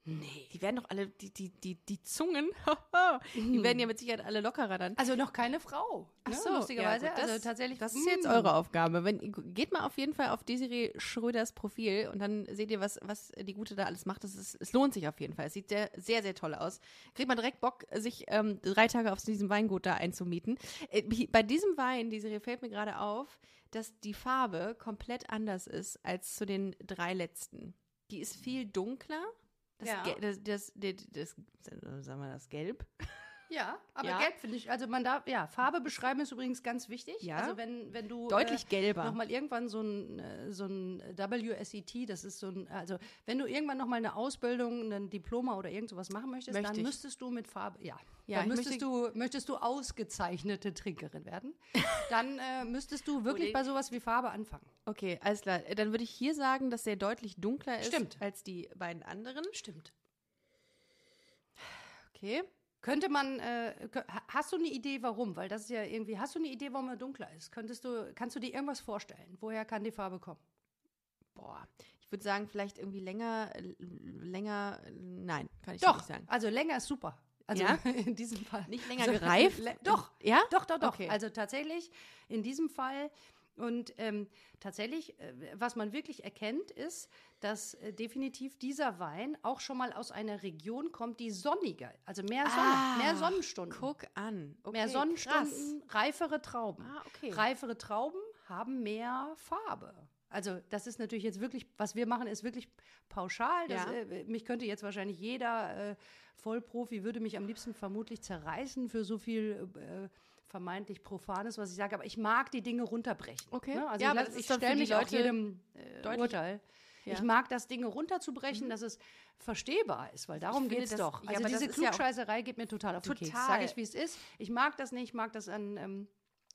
[SPEAKER 2] Die werden doch alle, die, die, die, die Zungen, [LAUGHS] die werden ja mit Sicherheit alle lockerer dann.
[SPEAKER 1] also noch keine Frau.
[SPEAKER 2] Ach
[SPEAKER 1] ne?
[SPEAKER 2] so,
[SPEAKER 1] lustigerweise.
[SPEAKER 2] ja, gut, das,
[SPEAKER 1] also tatsächlich.
[SPEAKER 2] Das ist jetzt
[SPEAKER 1] mm.
[SPEAKER 2] eure Aufgabe. Wenn, geht mal auf jeden Fall auf Desiree Schröders Profil und dann seht ihr, was, was die Gute da alles macht. Das ist, es lohnt sich auf jeden Fall. Es sieht sehr, sehr, sehr toll aus. Kriegt man direkt Bock, sich ähm, drei Tage auf diesem Weingut da einzumieten. Äh, hi- bei diesem Wein, Desiree, fällt mir gerade auf, dass die Farbe komplett anders ist als zu den drei letzten. Die ist viel dunkler. Das,
[SPEAKER 1] Ja.
[SPEAKER 2] Ge- das, das, das, das, sagen wir das Gelb.
[SPEAKER 1] Ja, aber
[SPEAKER 2] Ja.
[SPEAKER 1] gelb finde ich, also man darf, ja, Farbe beschreiben ist übrigens ganz wichtig.
[SPEAKER 2] Ja.
[SPEAKER 1] Also wenn, wenn du
[SPEAKER 2] Deutlich gelber.
[SPEAKER 1] nochmal irgendwann so ein, äh, so ein WSET, das ist so ein, also wenn du irgendwann nochmal eine Ausbildung, ein Diploma oder irgend sowas machen möchtest,
[SPEAKER 2] Möchte
[SPEAKER 1] dann
[SPEAKER 2] ich.
[SPEAKER 1] müsstest du mit Farbe, ja,
[SPEAKER 2] Ja,
[SPEAKER 1] dann
[SPEAKER 2] ich
[SPEAKER 1] müsstest
[SPEAKER 2] möchte-
[SPEAKER 1] du, möchtest du ausgezeichnete Trinkerin
[SPEAKER 2] [LAUGHS]
[SPEAKER 1] werden, dann äh, müsstest du wirklich
[SPEAKER 2] den-
[SPEAKER 1] bei sowas wie Farbe anfangen.
[SPEAKER 2] Okay, alles klar. Äh, Dann würde ich hier sagen, dass der deutlich dunkler ist
[SPEAKER 1] Stimmt.
[SPEAKER 2] als die beiden anderen.
[SPEAKER 1] Stimmt.
[SPEAKER 2] Okay.
[SPEAKER 1] Könnte man, äh, kö- ha- hast du eine Idee, warum? Weil das ist ja irgendwie, hast du eine Idee, warum er dunkler ist? Könntest du, kannst du dir irgendwas vorstellen? Woher kann die Farbe kommen?
[SPEAKER 2] Boah. Ich würde sagen, vielleicht irgendwie länger, äh, länger, äh, nein, kann ich
[SPEAKER 1] Doch,
[SPEAKER 2] nicht sagen.
[SPEAKER 1] also länger ist super. Also
[SPEAKER 2] Ja?
[SPEAKER 1] [LAUGHS] in diesem Fall.
[SPEAKER 2] Nicht länger
[SPEAKER 1] also,
[SPEAKER 2] gereift?
[SPEAKER 1] Le doch,
[SPEAKER 2] Ja?
[SPEAKER 1] doch, doch, doch.
[SPEAKER 2] Okay.
[SPEAKER 1] Also tatsächlich, in diesem Fall Und ähm, tatsächlich, äh, was man wirklich erkennt, ist, dass äh, definitiv dieser Wein auch schon mal aus einer Region kommt, die sonniger, also mehr, Sonne,
[SPEAKER 2] Ah,
[SPEAKER 1] mehr Sonnenstunden.
[SPEAKER 2] Guck an. Okay,
[SPEAKER 1] mehr
[SPEAKER 2] krass.
[SPEAKER 1] Sonnenstunden, reifere Trauben.
[SPEAKER 2] Ah, okay.
[SPEAKER 1] Reifere Trauben haben mehr Farbe. Also das ist natürlich jetzt wirklich, was wir machen, ist wirklich pauschal. Das,
[SPEAKER 2] Ja.
[SPEAKER 1] äh, mich könnte jetzt wahrscheinlich jeder äh, Vollprofi, würde mich am liebsten vermutlich zerreißen für so viel äh, vermeintlich Profanes, was ich sage. Aber ich mag die Dinge runterbrechen.
[SPEAKER 2] Okay.
[SPEAKER 1] Ne? Also
[SPEAKER 2] Ja,
[SPEAKER 1] ich,
[SPEAKER 2] aber
[SPEAKER 1] lass-
[SPEAKER 2] das
[SPEAKER 1] ich
[SPEAKER 2] ist doch für
[SPEAKER 1] stelle
[SPEAKER 2] die
[SPEAKER 1] mich auch
[SPEAKER 2] Leute
[SPEAKER 1] jedem äh,
[SPEAKER 2] deutlich-
[SPEAKER 1] Urteil.
[SPEAKER 2] Ja. Mhm.
[SPEAKER 1] Ich mag das, Dinge runterzubrechen, dass es verstehbar ist, weil darum
[SPEAKER 2] finde,
[SPEAKER 1] geht es
[SPEAKER 2] das-
[SPEAKER 1] doch.
[SPEAKER 2] ja,
[SPEAKER 1] Also
[SPEAKER 2] aber das
[SPEAKER 1] diese
[SPEAKER 2] ist ja auch-
[SPEAKER 1] Klugscheißerei geht mir total auf den Keks.
[SPEAKER 2] Total.
[SPEAKER 1] Sage ich, wie es ist. Ich mag das nicht, ich mag das an ähm,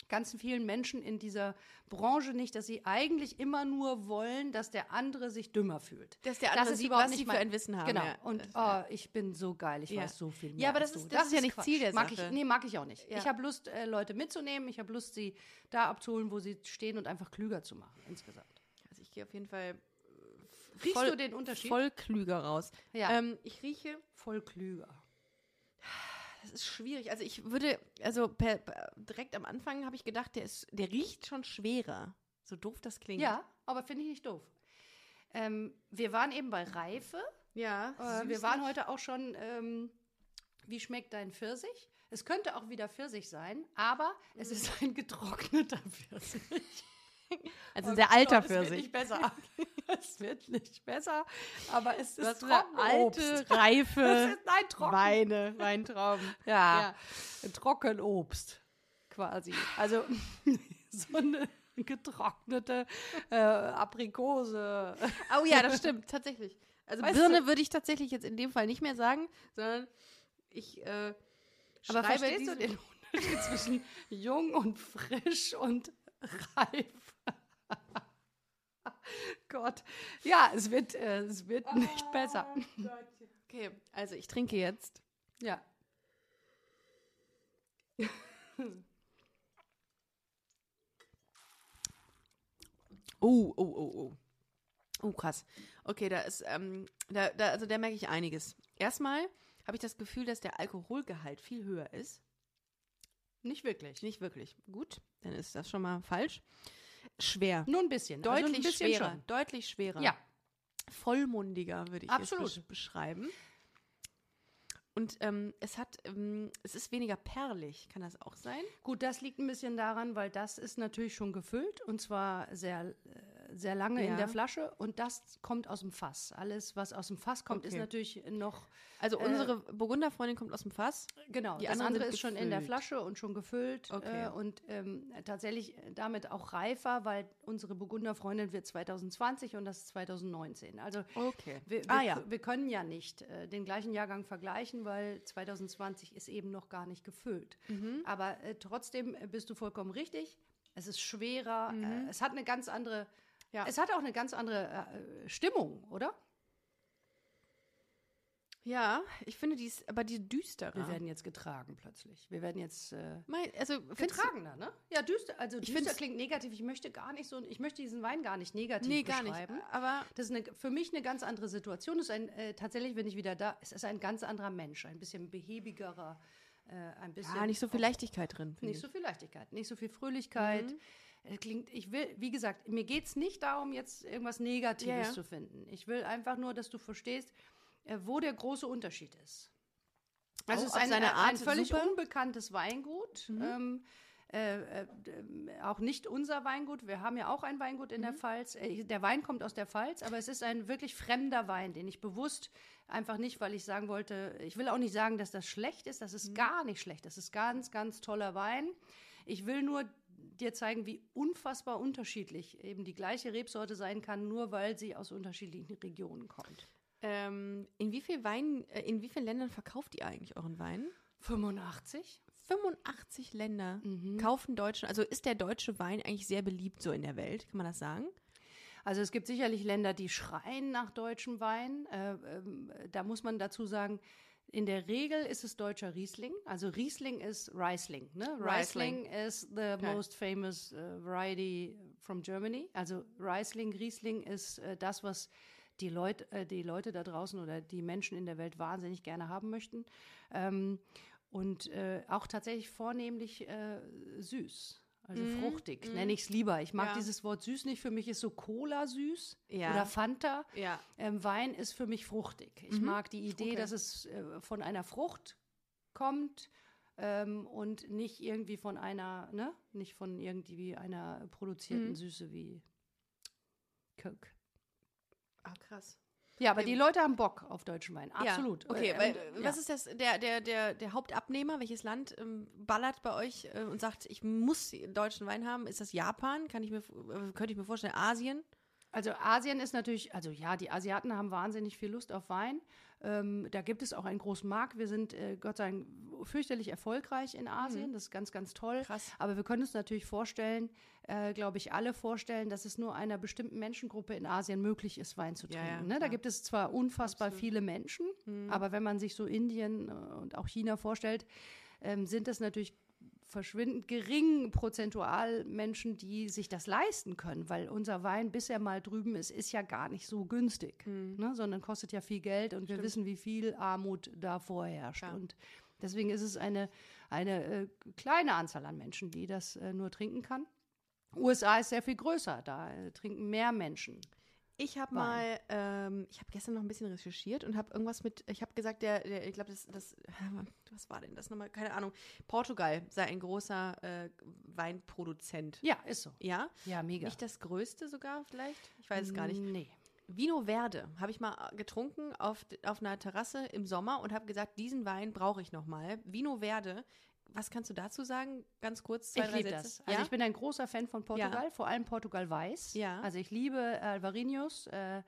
[SPEAKER 1] ganzen vielen Menschen in dieser Branche nicht, dass sie eigentlich immer nur wollen, dass der andere sich dümmer fühlt.
[SPEAKER 2] Dass der
[SPEAKER 1] Das
[SPEAKER 2] andere
[SPEAKER 1] ist
[SPEAKER 2] sieht,
[SPEAKER 1] überhaupt
[SPEAKER 2] was
[SPEAKER 1] nicht
[SPEAKER 2] sie für
[SPEAKER 1] mein-
[SPEAKER 2] ein Wissen haben,
[SPEAKER 1] Genau.
[SPEAKER 2] ja.
[SPEAKER 1] Und
[SPEAKER 2] Das-
[SPEAKER 1] oh, ich bin so geil, ich
[SPEAKER 2] Ja.
[SPEAKER 1] weiß so viel
[SPEAKER 2] Ja,
[SPEAKER 1] mehr.
[SPEAKER 2] aber
[SPEAKER 1] als
[SPEAKER 2] das
[SPEAKER 1] du.
[SPEAKER 2] ist- das ist ja nicht
[SPEAKER 1] Quatsch.
[SPEAKER 2] Ziel der
[SPEAKER 1] mag
[SPEAKER 2] Sache.
[SPEAKER 1] Ich, nee, mag ich auch nicht.
[SPEAKER 2] Ja.
[SPEAKER 1] Ich habe Lust, äh, Leute mitzunehmen. Ich habe Lust, sie da abzuholen, wo sie stehen und einfach klüger zu machen insgesamt.
[SPEAKER 2] Also ich gehe auf jeden Fall
[SPEAKER 1] Riechst
[SPEAKER 2] voll,
[SPEAKER 1] du den Unterschied?
[SPEAKER 2] voll klüger raus.
[SPEAKER 1] Ja.
[SPEAKER 2] Ähm, ich rieche,
[SPEAKER 1] voll klüger.
[SPEAKER 2] das ist schwierig. Also ich würde, also per, per- direkt am Anfang habe ich gedacht, der, ist, der riecht schon schwerer. So doof das klingt.
[SPEAKER 1] Ja, aber finde ich nicht doof. Ähm, wir waren eben bei Reife.
[SPEAKER 2] Ja.
[SPEAKER 1] Äh, wir
[SPEAKER 2] süßlich.
[SPEAKER 1] waren heute auch schon, ähm, wie schmeckt dein Pfirsich? Es könnte auch wieder Pfirsich sein, aber es ist
[SPEAKER 2] Mhm.
[SPEAKER 1] ein getrockneter Pfirsich. Oh
[SPEAKER 2] Also ein sehr alter
[SPEAKER 1] Es wird
[SPEAKER 2] Pfirsich.
[SPEAKER 1] nicht besser. [LAUGHS] es wird nicht besser, aber es
[SPEAKER 2] Das
[SPEAKER 1] ist
[SPEAKER 2] ist eine alte, reife
[SPEAKER 1] Es ist, nein, [LAUGHS] trocken.
[SPEAKER 2] Weine, Weintrauben.
[SPEAKER 1] Ja, Trockenobst quasi. Also [LAUGHS] so eine getrocknete äh, Aprikose.
[SPEAKER 2] Oh ja, das stimmt, tatsächlich. Also
[SPEAKER 1] Weißt
[SPEAKER 2] Birne
[SPEAKER 1] du-
[SPEAKER 2] würde ich tatsächlich jetzt in dem Fall nicht mehr sagen, sondern ich
[SPEAKER 1] Aber
[SPEAKER 2] äh, schreibe
[SPEAKER 1] verstehst du
[SPEAKER 2] diesem-
[SPEAKER 1] den
[SPEAKER 2] [LAUGHS]
[SPEAKER 1] Unterschied zwischen jung und frisch und reif? [LAUGHS] Gott. Ja, es wird, äh, es wird nicht
[SPEAKER 2] Ah.
[SPEAKER 1] besser.
[SPEAKER 2] Okay, also ich trinke jetzt.
[SPEAKER 1] Ja.
[SPEAKER 2] Oh, oh, oh, oh. Oh, krass. Okay, da ist, ähm, da, da, also da merke ich einiges. Erstmal habe ich das Gefühl, dass der Alkoholgehalt viel höher ist.
[SPEAKER 1] Nicht wirklich.
[SPEAKER 2] Nicht wirklich. Gut, dann ist das schon mal falsch. Schwer.
[SPEAKER 1] Nur ein bisschen.
[SPEAKER 2] Deutlich
[SPEAKER 1] also ein bisschen
[SPEAKER 2] schwerer.
[SPEAKER 1] Schon.
[SPEAKER 2] Deutlich schwerer.
[SPEAKER 1] Ja.
[SPEAKER 2] vollmundiger, würde ich Absolut.
[SPEAKER 1] Absolut.
[SPEAKER 2] es besch- beschreiben. Und ähm, es hat, ähm, es ist weniger perlig, kann das auch sein?
[SPEAKER 1] Gut, das liegt ein bisschen daran, weil das ist natürlich schon gefüllt und zwar sehr, äh, sehr lange
[SPEAKER 2] Ja.
[SPEAKER 1] in der Flasche und das kommt aus dem Fass. Alles, was aus dem Fass kommt, ist
[SPEAKER 2] Okay.
[SPEAKER 1] natürlich noch
[SPEAKER 2] Also
[SPEAKER 1] Äh,
[SPEAKER 2] unsere Burgunderfreundin kommt aus dem Fass.
[SPEAKER 1] Genau,
[SPEAKER 2] Die
[SPEAKER 1] das
[SPEAKER 2] anderen
[SPEAKER 1] andere
[SPEAKER 2] sind
[SPEAKER 1] ist schon in der
[SPEAKER 2] gefüllt.
[SPEAKER 1] Flasche und schon gefüllt
[SPEAKER 2] Okay.
[SPEAKER 1] äh, und ähm, tatsächlich damit auch reifer, weil unsere Burgunder Freundin wird 2020 und das ist 2019. Also
[SPEAKER 2] Okay.
[SPEAKER 1] wir, wir,
[SPEAKER 2] Ah, ja.
[SPEAKER 1] wir können ja nicht äh, den gleichen Jahrgang vergleichen, weil 2020 ist eben noch gar nicht gefüllt.
[SPEAKER 2] Mhm.
[SPEAKER 1] Aber äh, trotzdem äh, bist du vollkommen richtig. Es ist schwerer, äh, es hat eine ganz andere,
[SPEAKER 2] Mhm. Ja.
[SPEAKER 1] es hat auch eine ganz andere äh, Stimmung, oder?
[SPEAKER 2] Ja, ich finde die ist, aber die düsterer.
[SPEAKER 1] Wir werden jetzt getragen plötzlich. Wir werden jetzt äh,
[SPEAKER 2] mein, also findest du-
[SPEAKER 1] Vertragener, ne? Ja, düster. Also
[SPEAKER 2] Ich
[SPEAKER 1] düster
[SPEAKER 2] find's-
[SPEAKER 1] klingt negativ. Ich möchte gar nicht so, ich möchte diesen Wein gar nicht negativ
[SPEAKER 2] nee, gar
[SPEAKER 1] beschreiben.
[SPEAKER 2] nicht. Aber
[SPEAKER 1] Das ist eine, für mich eine ganz andere Situation. Es Ist ein, äh, tatsächlich, wenn ich wieder da, es ist ein ganz anderer Mensch, ein bisschen behäbigerer, äh, ein bisschen
[SPEAKER 2] ja, nicht so viel Leichtigkeit Mhm. drin. finde
[SPEAKER 1] nicht
[SPEAKER 2] ich.
[SPEAKER 1] so viel Leichtigkeit, nicht so viel Fröhlichkeit. Äh, Klingt, ich will, wie gesagt, mir geht es nicht darum, jetzt irgendwas Negatives
[SPEAKER 2] Ja, ja.
[SPEAKER 1] zu finden. Ich will einfach nur, dass du verstehst, äh, wo der große Unterschied ist. Also es
[SPEAKER 2] Auch
[SPEAKER 1] ist
[SPEAKER 2] auf
[SPEAKER 1] ein,
[SPEAKER 2] seine
[SPEAKER 1] äh, ein
[SPEAKER 2] Art
[SPEAKER 1] völlig
[SPEAKER 2] super.
[SPEAKER 1] unbekanntes Weingut. Ähm, äh, äh, d- auch nicht unser Weingut. Wir haben ja auch ein Weingut in der Pfalz. Äh, der Wein kommt aus der Pfalz, aber es ist ein wirklich fremder Wein, den ich bewusst einfach nicht, weil ich sagen wollte, ich will auch nicht sagen, dass das schlecht ist. Das ist gar nicht schlecht. Das ist ganz, ganz toller Wein. Ich will nur dir zeigen, wie unfassbar unterschiedlich eben die gleiche Rebsorte sein kann, nur weil sie aus unterschiedlichen Regionen kommt.
[SPEAKER 2] Ähm, in wie viel Wein, äh, in wie vielen Ländern verkauft ihr eigentlich euren Wein?
[SPEAKER 1] 85?
[SPEAKER 2] 85 Länder kaufen deutschen, also ist der deutsche Wein eigentlich sehr beliebt so in der Welt, kann man das sagen?
[SPEAKER 1] Also es gibt sicherlich Länder, die schreien nach deutschem Wein. Äh, ähm, da muss man dazu sagen, in der Regel ist es deutscher Riesling. Also Riesling ist Riesling. Ne?
[SPEAKER 2] Riesling.
[SPEAKER 1] Riesling is the most famous äh, variety from Germany. Also Riesling, Riesling ist äh, das, was die, Leut, äh, die Leute da draußen oder die Menschen in der Welt wahnsinnig gerne haben möchten. Ähm, und äh, auch tatsächlich vornehmlich äh, süß. Also
[SPEAKER 2] Mhm,
[SPEAKER 1] fruchtig, nenne ich es lieber. Ich mag dieses Wort süß nicht. Für mich ist so Cola süß
[SPEAKER 2] Ja.
[SPEAKER 1] oder Fanta.
[SPEAKER 2] Ja.
[SPEAKER 1] Ähm, Wein ist für mich fruchtig. Ich mag die Idee,
[SPEAKER 2] Mhm. Okay.
[SPEAKER 1] dass es äh, von einer Frucht kommt ähm, und nicht irgendwie von einer, ne? Nicht von irgendwie einer produzierten
[SPEAKER 2] Mhm.
[SPEAKER 1] Süße wie Coke.
[SPEAKER 2] Ah, krass.
[SPEAKER 1] Ja, aber die Leute haben Bock auf deutschen Wein. Absolut.
[SPEAKER 2] Ja, okay,
[SPEAKER 1] Äh,
[SPEAKER 2] weil
[SPEAKER 1] und,
[SPEAKER 2] äh, was ist das, der, der, der, der Hauptabnehmer, welches Land ähm, ballert bei euch äh, und sagt, ich muss deutschen Wein haben? Ist das Japan? Kann ich mir, äh, könnte ich mir vorstellen, Asien?
[SPEAKER 1] Also Asien ist natürlich, also ja, die Asiaten haben wahnsinnig viel Lust auf Wein. Ähm, da gibt es auch einen großen Markt. Wir sind, äh, Gott sei Dank, fürchterlich erfolgreich in Asien. Das ist ganz, ganz toll.
[SPEAKER 2] Krass.
[SPEAKER 1] Aber wir können uns natürlich vorstellen, äh, glaube ich, alle vorstellen, dass es nur einer bestimmten Menschengruppe in Asien möglich ist, Wein zu
[SPEAKER 2] Ja,
[SPEAKER 1] trinken.
[SPEAKER 2] ja,
[SPEAKER 1] ne? Da
[SPEAKER 2] klar. Mhm.
[SPEAKER 1] gibt es zwar unfassbar viele Menschen, aber wenn man sich so Indien äh, und auch China vorstellt, ähm, sind das natürlich verschwindend gering prozentual Menschen, die sich das leisten können, weil unser Wein, bis er mal drüben ist, ist ja gar nicht so günstig,
[SPEAKER 2] Mhm.
[SPEAKER 1] ne? sondern kostet ja viel Geld und wir wissen, wie viel Armut da vorherrscht.
[SPEAKER 2] Ja.
[SPEAKER 1] Und deswegen ist es eine, eine äh, kleine Anzahl an Menschen, die das äh, nur trinken kann. USA ist sehr viel größer, da äh, trinken mehr Menschen.
[SPEAKER 2] Ich habe mal,
[SPEAKER 1] Wein.
[SPEAKER 2] ähm, ich habe gestern noch ein bisschen recherchiert und habe irgendwas mit, ich habe gesagt, der, der ich glaube, das, das, [LAUGHS] was war denn das nochmal? Keine Ahnung. Portugal sei ein großer äh, Weinproduzent.
[SPEAKER 1] Ja, ist so.
[SPEAKER 2] Ja?
[SPEAKER 1] Ja, mega.
[SPEAKER 2] Nicht das größte sogar vielleicht? Ich weiß es gar nicht.
[SPEAKER 1] Nee.
[SPEAKER 2] Vino Verde habe ich mal äh, getrunken auf, auf einer Terrasse im Sommer und habe gesagt, diesen Wein brauche ich nochmal. Vino Verde, was kannst du dazu sagen? Ganz kurz, zwei,
[SPEAKER 1] ich
[SPEAKER 2] drei
[SPEAKER 1] liebe
[SPEAKER 2] Sätze.
[SPEAKER 1] das. Also
[SPEAKER 2] ja?
[SPEAKER 1] ich bin ein großer Fan von Portugal, vor allem Portugal Weiß.
[SPEAKER 2] Ja.
[SPEAKER 1] Also ich liebe Alvarinhos. Äh,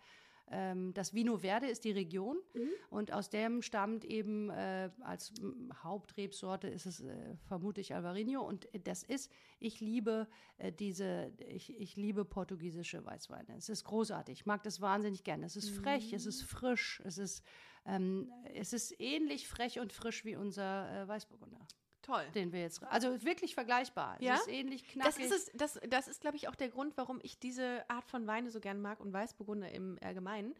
[SPEAKER 1] ähm, das Vino Verde ist die Region
[SPEAKER 2] Mhm.
[SPEAKER 1] und aus dem stammt eben äh, als m, Hauptrebsorte ist es äh, vermutlich Alvarinho und das ist, ich liebe äh, diese, ich, ich liebe portugiesische Weißweine. Es ist großartig, ich mag das wahnsinnig gerne. Es ist
[SPEAKER 2] Mhm.
[SPEAKER 1] frech, es ist frisch, es ist, ähm, es ist ähnlich frech und frisch wie unser äh, Weißburgunder
[SPEAKER 2] Toll.
[SPEAKER 1] den wir jetzt. Also wirklich vergleichbar.
[SPEAKER 2] Ja?
[SPEAKER 1] Es ist ähnlich
[SPEAKER 2] Das
[SPEAKER 1] knackig.
[SPEAKER 2] ist, es, das, das ist, glaube ich, auch der Grund, warum ich diese Art von Weine so gern mag und Weißburgunder im Allgemeinen.